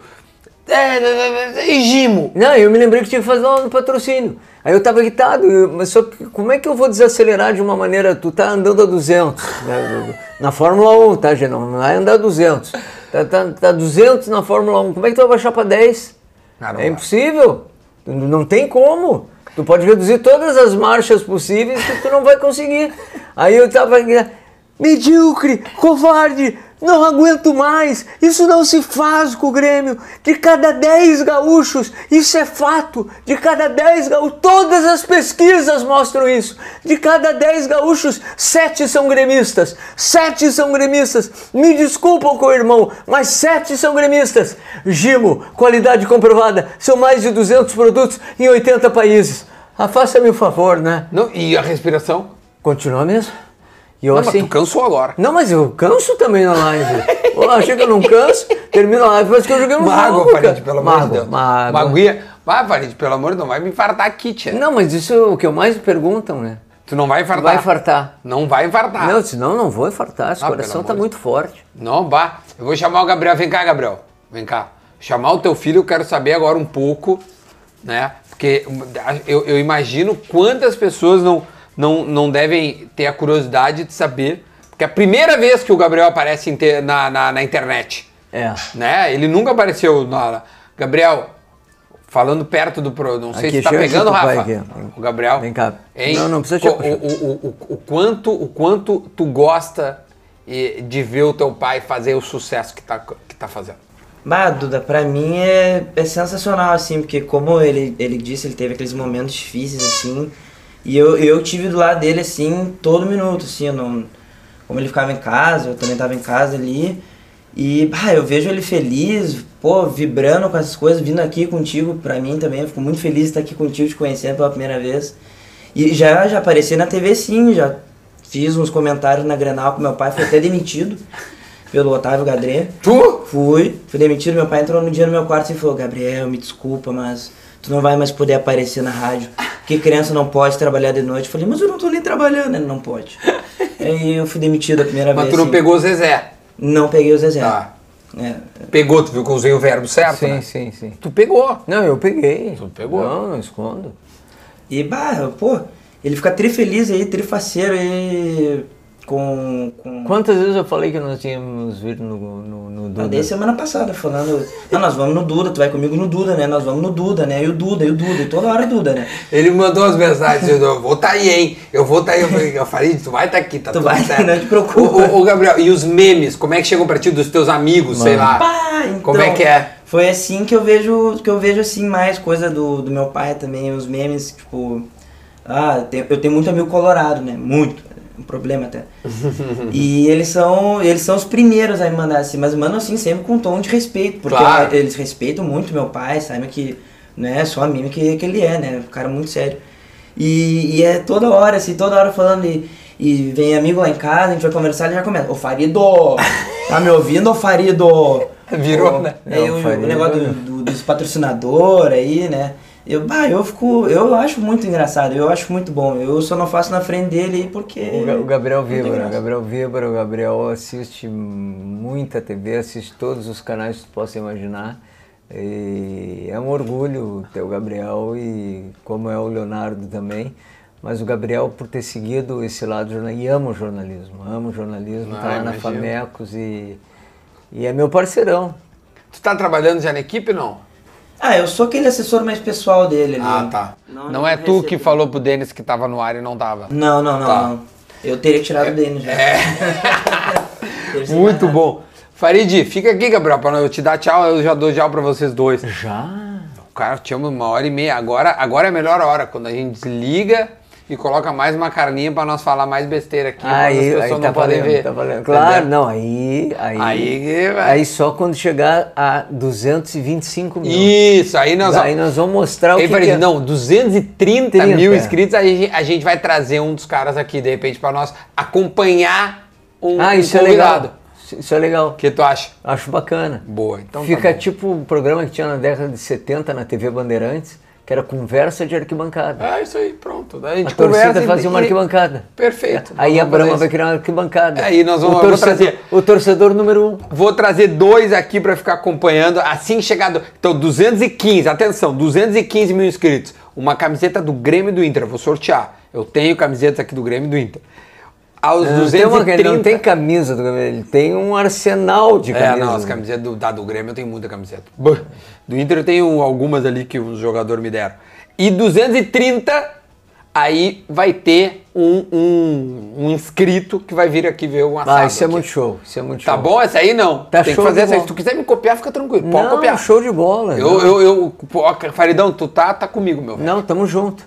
S2: É, é, é, é, E Gimo?
S1: Não, eu me lembrei que tinha que fazer um patrocínio. Aí eu tava irritado, eu- mas só que como é que eu vou desacelerar de uma maneira? Tu tá andando a 200, né? na Fórmula 1, tá, gente? Não vai andar a 200. Tá, tá, tá 200 na Fórmula 1, como é que tu vai baixar pra 10?
S2: Ah, não
S1: é
S2: vai.
S1: impossível, Tu n- não tem como. Tu pode reduzir todas as marchas possíveis que tu não vai conseguir. Aí eu tava irritado. medíocre, covarde, não aguento mais, isso não se faz com o Grêmio. De cada 10 gaúchos, isso é fato. De cada 10 gaúchos, todas as pesquisas mostram isso. De cada 10 gaúchos, 7 são gremistas. 7 são gremistas. Me desculpam, co-irmão, mas 7 são gremistas. Gimo, qualidade comprovada. São mais de 200 produtos em 80 países. Ah, faça-me o favor, né?
S2: Não, e a respiração?
S1: Continua mesmo? E eu
S2: Não, mas
S1: assim.
S2: tu cansou agora.
S1: Não, mas eu canso também na live. Eu achei que eu não canso, termino a live, parece que eu joguei um
S2: Uma água,
S1: jogo, cara.
S2: Farid, pelo amor de
S1: Mágoa,
S2: Deus.
S1: mágoa.
S2: Uma aguinha. Vai, Farid, pelo amor de Deus, não vai me infartar aqui, tia.
S1: Não, mas isso é o que eu mais perguntam, né?
S2: Tu não vai infartar.
S1: Vai infartar.
S2: Não vai infartar.
S1: Não, senão não vou infartar, esse
S2: Ah,
S1: coração
S2: pelo
S1: tá
S2: amor
S1: muito forte.
S2: Não, bah. Eu vou chamar o Gabriel. Vem cá, Gabriel. Vem cá. Chamar o teu filho, eu quero saber agora um pouco, né? Porque eu, eu imagino quantas pessoas não, não, não devem ter a curiosidade de saber. Porque é a primeira vez que o Gabriel aparece inte- na, na, na internet.
S1: É.
S2: Né? Ele nunca apareceu na. Gabriel, falando perto do. Pro, não sei
S1: Aqui,
S2: se tá
S1: chega
S2: pegando,
S1: junto, pai,
S2: Rafa.
S1: aqui.
S2: O Gabriel.
S1: Vem cá.
S2: Hein?
S1: Não, não precisa te
S2: Co-
S1: puxar.
S2: o, o, o, o- o quanto o quanto tu gosta eh, de ver o teu pai fazer o sucesso que tá, que tá fazendo.
S7: Bah, Duda, pra mim é, é sensacional, assim, porque como ele, ele disse, ele teve aqueles momentos difíceis, assim, e eu, eu tive do lado dele, assim, todo minuto, assim, eu não, como ele ficava em casa, eu também tava em casa ali, e, bah, eu vejo ele feliz, pô, vibrando com essas coisas, vindo aqui contigo, pra mim também, eu fico muito feliz de estar aqui contigo, te conhecendo pela primeira vez, e já, já apareci na TV, sim, já fiz uns comentários na Grenal com meu pai, foi até demitido pelo Otávio Gadré.
S2: Tu?
S7: Fui, fui demitido. Meu pai entrou no dia no meu quarto e falou: Gabriel, me desculpa, mas tu não vai mais poder aparecer na rádio. Que criança não pode trabalhar de noite. Eu falei: Mas eu não tô nem trabalhando. Ele não pode. Aí eu fui demitido a primeira
S2: Mas
S7: vez.
S2: tu não
S7: assim.
S2: pegou o Zezé.
S7: Não peguei o Zezé. É.
S2: Tá. Pegou, tu viu que eu usei o verbo certo?
S1: Sim,
S2: né?
S1: sim, sim.
S2: Tu pegou.
S1: Não, eu peguei.
S2: Tu pegou?
S1: Não, não escondo.
S7: E, bah, pô, ele fica trifeliz aí, trifaceiro aí com. com...
S1: Quantas vezes eu falei que nós tínhamos vir no, no, no
S7: Ah,
S1: Duda?
S7: Desde semana passada, falando. Não, nós vamos no Duda, tu vai comigo no Duda, né? Nós vamos no Duda, né? E o Duda, e o Duda, e toda hora o Duda, né?
S2: Ele mandou as mensagens, dizendo, eu vou tá aí, hein? Eu vou tá aí. Eu falei, eu falei, tu vai tá aqui, tá
S7: Tu
S2: tudo
S7: vai,
S2: certo.
S7: não te preocupa.
S2: Ô, ô, ô, Gabriel, e os memes, como é que chegou pra ti dos teus amigos, sei lá?
S7: Pá, então,
S2: Como é que é?
S7: Foi assim que eu vejo, que eu vejo assim mais coisa do, do meu pai também, os memes, tipo, ah, eu tenho, eu tenho muito amigo colorado, né? Muito, um problema até. e eles são, eles são os primeiros a me mandar assim, mas mandam assim sempre com um tom de respeito, porque
S2: Claro.
S7: eles respeitam muito meu pai, sabem que não é só amigo que, que ele é, né? Um cara muito sério. E, e é toda hora, assim, toda hora falando e e vem amigo lá em casa, a gente vai conversar, ele já começa. Ô Farido! Tá me ouvindo, ô Farido?
S2: Virou,
S7: Ô,
S2: né?
S7: Aí
S1: É, o
S7: o, o
S1: Farido,
S7: negócio do, do- dos patrocinadores aí, né? Eu, bah, eu fico. Eu acho muito engraçado, eu acho muito bom. Eu só não faço na frente dele aí porque.
S1: O Ga- O Gabriel
S7: não tem
S1: Vibra, o
S7: graça.
S1: Gabriel Vibra, o Gabriel assiste muita TV, assiste todos os canais que tu possa imaginar. E é um orgulho ter o Gabriel e como é o Leonardo também. Mas o Gabriel por ter seguido esse lado do jornalismo, e amo o jornalismo, amo o
S2: Ah,
S1: jornalismo, tá lá na Famecos e, e é meu parceirão.
S2: Tu tá trabalhando já na equipe, não?
S7: Ah, eu sou aquele assessor mais pessoal dele ali.
S2: Ah, tá. Não,
S7: Não, não
S2: é tu
S7: recebo.
S2: que falou pro Denis que tava no ar e não tava.
S7: Não, não, não,
S2: Tá.
S7: não. Eu teria tirado dele já. É.
S2: Muito bom. Farid, fica aqui, Gabriel, pra eu te dar tchau, eu já dou tchau pra vocês dois.
S1: Já?
S2: Cara, te amo uma hora e meia. Agora, agora é a melhor hora, quando a gente desliga e coloca mais uma carninha pra nós falar mais besteira aqui. mas as
S1: Aí,
S2: pessoas
S1: aí
S2: não
S1: tá
S2: podem
S1: valendo,
S2: ver.
S1: tá valendo. Claro,
S2: Entendeu?
S1: não, aí... Aí,
S2: Aí, vai.
S1: aí só quando chegar a 225 mil.
S2: Isso, aí nós
S1: Aí nós vamos mostrar o
S2: Aí,
S1: que,
S2: Farid,
S1: que é.
S2: não, 230 mil
S1: 30.
S2: inscritos, aí a gente- a gente vai trazer um dos caras aqui, de repente, pra nós acompanhar um,
S1: ah,
S2: um
S1: isso é
S2: convidado.
S1: legal. Isso- Isso é legal.
S2: O que tu acha?
S1: Acho bacana.
S2: Boa, então tá
S1: Fica
S2: bom.
S1: tipo um programa que tinha na década de 70 na TV Bandeirantes, que era conversa de arquibancada.
S2: É isso aí, pronto. Daí A
S1: a
S2: gente
S1: torcida
S2: conversa e-
S1: fazia uma
S2: e-
S1: arquibancada.
S2: Perfeito.
S1: Aí
S2: Nós
S1: a
S2: vamos
S1: Brahma
S2: fazer
S1: vai
S2: isso.
S1: criar uma arquibancada.
S2: Aí nós vamos-
S1: o
S2: eu vou
S1: torcedor,
S2: trazer.
S1: o torcedor número um.
S2: Vou trazer dois aqui pra ficar acompanhando. Assim que chegar. do- Então, 215, atenção, 215 mil inscritos. Uma camiseta do Grêmio e do Inter. Eu vou sortear. Eu tenho camisetas aqui do Grêmio e do Inter. Aos
S1: Não tem, uma-
S2: 230.
S1: ele não tem camisa do Gabriel, ele tem um arsenal de
S2: É,
S1: camisas.
S2: não, as camisetas do, da, do Grêmio eu tenho muita camiseta. Bah. Do Inter eu tenho algumas ali que os jogadores me deram. E 230, aí vai ter um, um, um inscrito que vai vir aqui ver um assado.
S1: Ah, isso é
S2: aqui.
S1: muito show. Isso é muito
S2: Tá
S1: show.
S2: bom? Essa aí não.
S1: Tá
S2: Tem que
S1: show
S2: fazer
S1: de
S2: essa aí.
S1: bola.
S2: Se tu quiser me copiar, fica tranquilo. Pode
S1: Não,
S2: copiar.
S1: show de bola.
S2: Eu, eu, eu, ó, Faridão, tu tá, tá comigo, meu velho.
S1: Não, tamo junto.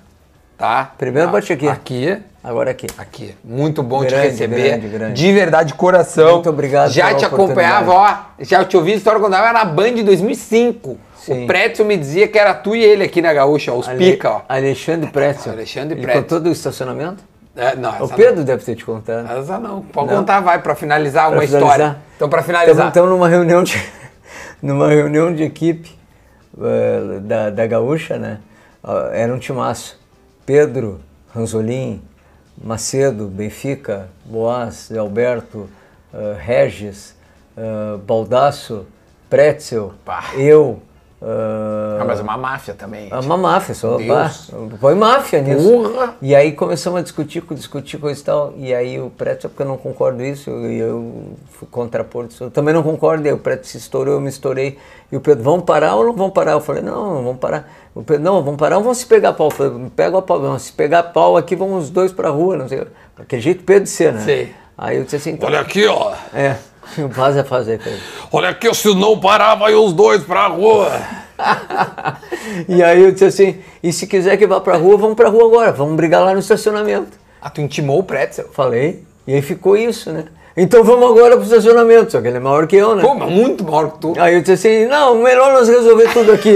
S2: Tá?
S1: Primeiro
S2: Tá.
S1: bate aqui.
S2: Aqui.
S1: Agora aqui.
S2: Aqui. Muito bom te
S1: Grande,
S2: receber.
S1: grande, grande.
S2: De verdade, de coração.
S1: Muito obrigado
S2: Já
S1: pela
S2: te acompanhava, ó. Já te ouvi a história quando eu era na Band em 2005. O
S1: Sim.
S2: Pretzel me dizia que era tu e ele aqui na Gaúcha, ó, os
S1: Ale-
S2: pica, ó.
S1: Alexandre Pretzel.
S2: Alexandre
S1: Ele
S2: Pretzel.
S1: contou do estacionamento?
S2: É, não, essa
S1: o Pedro deve ter te contado.
S2: Não. Essa não. Pode
S1: Não.
S2: contar, vai, pra finalizar
S1: Pra
S2: uma história.
S1: finalizar.
S2: Então, pra
S1: Então,
S2: finalizar.
S1: então numa reunião de numa reunião de equipe eh, da, da Gaúcha, né? ah, Era um timaço. Pedro, Ranzolin, Macedo, Benfica, Boas, Alberto, eh, Regis, eh, Baldasso, Pretzel,
S2: Pá.
S1: eu. ah,
S2: Ah, mas é uma máfia também.
S1: É uma máfia, só
S2: Deus.
S1: pá, foi máfia nisso.
S2: Porra!
S1: E aí começamos a discutir, discutir coisa e tal. E aí o Preto, é porque eu não concordo isso, e eu fui contrapor isso. Eu também não concordo, e aí o Preto se estourou, eu me estourei. E o Pedro, vamos parar ou não vamos parar? Eu falei, não, não vamos parar. O Pedro, não, vamos parar ou vamos se pegar pau? Eu falei, pega o pau, vamos se pegar pau aqui, vamos os dois pra rua, não sei. Aquele jeito Pedro de ser, né?
S2: Sei.
S1: Aí eu disse assim,
S10: Olha aqui, ó.
S1: é, faz a fazer, Pedro.
S10: Olha aqui, se não parar, vai os dois pra rua.
S1: E aí eu disse assim, e se quiser que vá pra rua, vamos pra rua agora, vamos brigar lá no estacionamento.
S2: Ah, tu intimou o Pretzel.
S1: Falei, e aí ficou isso, né? Então vamos agora pro estacionamento, só que ele é maior que eu, né?
S2: Pô, mas muito maior que tu.
S1: Aí eu disse assim, não, melhor nós resolver tudo aqui.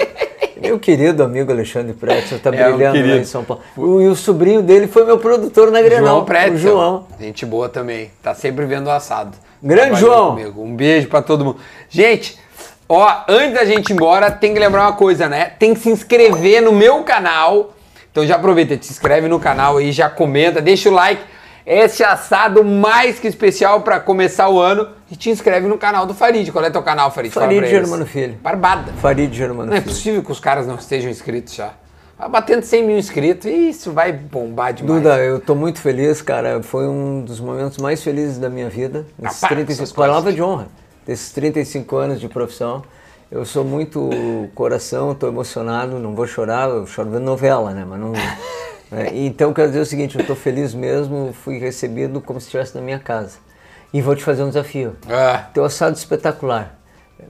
S1: meu querido amigo Alexandre Pretzel tá
S2: É, um
S1: brilhando lá
S2: querido.
S1: em São Paulo. O- E o sobrinho dele foi meu produtor na Grenal,
S2: João
S1: o
S2: Pretzel.
S1: João.
S2: Gente boa também. Tá sempre vendo o assado.
S1: Grande
S2: Trabalhou
S1: João.
S2: comigo. Um beijo pra todo mundo. Gente, ó, antes da gente ir embora, tem que lembrar uma coisa, né? Tem que se inscrever no meu canal. Então já aproveita, te inscreve no canal aí, já comenta, deixa o like. É, esse assado mais que especial pra começar o ano e te inscreve no canal do Farid. Qual é teu canal, Farid? Fala
S1: Farid
S2: pra
S1: Germano
S2: eles.
S1: Filho.
S2: Barbada.
S1: Farid Germano
S2: Não é
S1: Filho.
S2: possível que os caras não estejam inscritos já. Tá Batendo 100 mil inscritos, isso vai bombar demais.
S1: Duda, eu tô muito feliz, cara. Foi um dos momentos mais felizes da minha vida. Esses
S2: para com
S1: 35,
S2: essas coisas.
S1: palavra de honra. Desses 35 anos de profissão. Eu sou muito coração, tô emocionado, não vou chorar, eu choro vendo novela, né? Mas não. né? Então quero dizer o seguinte, eu tô feliz mesmo, fui recebido como se estivesse na minha casa. E vou te fazer um desafio.
S2: Ah.
S1: Teu assado espetacular.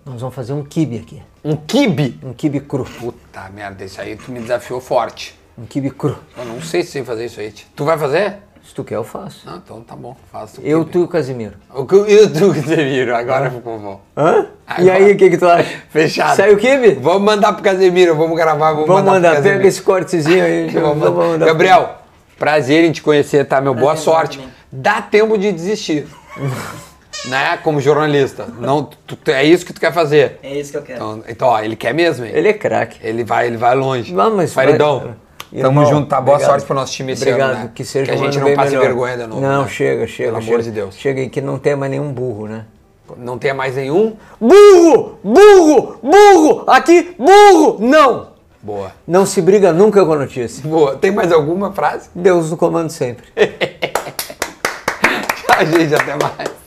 S1: Nós vamos fazer um kibe aqui.
S2: Um kibe.
S1: Um kibe cru.
S2: Puta merda, isso aí tu me desafiou forte.
S1: Um kibe cru.
S2: Eu não sei se sei fazer isso aí. tio. Tu vai fazer?
S1: Se tu quer, eu faço.
S2: Não, então tá bom, faço. o
S1: Eu,
S2: kibe.
S1: tu e o Casimiro.
S2: O que eu tu que te viro, agora ficou bom.
S1: Hã?
S2: Agora.
S1: E aí, o que, que tu acha?
S2: Fechado.
S1: Saiu o Kibe?
S2: Vamos mandar pro Casemiro, vamos gravar, vamos,
S1: Vamos
S2: mandar,
S1: mandar,
S2: pro
S1: pega
S2: Casemiro.
S1: esse cortezinho aí.
S2: Vamos
S1: vamos
S2: mandar.
S1: mandar.
S2: Gabriel, prazer em te conhecer, tá, meu? Boa
S7: Prazer,
S2: sorte.
S7: também.
S2: Dá tempo de desistir. né? Como jornalista. Não, tu- tu- é isso que tu quer fazer.
S7: É isso que eu quero.
S2: Então, então, ó, ele quer mesmo, hein?
S1: Ele é craque.
S2: Ele vai, ele vai longe.
S1: Vamos, mas vai-
S2: Paredão, tamo
S1: Irmão,
S2: junto, tá? Boa
S1: obrigado.
S2: sorte pro nosso time esse
S1: Obrigado,
S2: ano, né?
S1: que seja
S2: a
S1: um
S2: gente
S1: ano
S2: não
S1: bem
S2: passe
S1: melhor.
S2: vergonha de novo.
S1: Não,
S2: né?
S1: chega, chega.
S2: Pelo
S1: chega.
S2: amor de Deus.
S1: Chega aí que não tem mais nenhum burro, né?
S2: Não tenha mais nenhum?
S1: Burro! Burro! Burro! Aqui, burro! Não!
S2: Boa.
S1: Não se briga nunca com a notícia.
S2: Boa. Tem mais alguma frase?
S1: Deus no comando sempre.
S2: Tchau, gente. Até mais.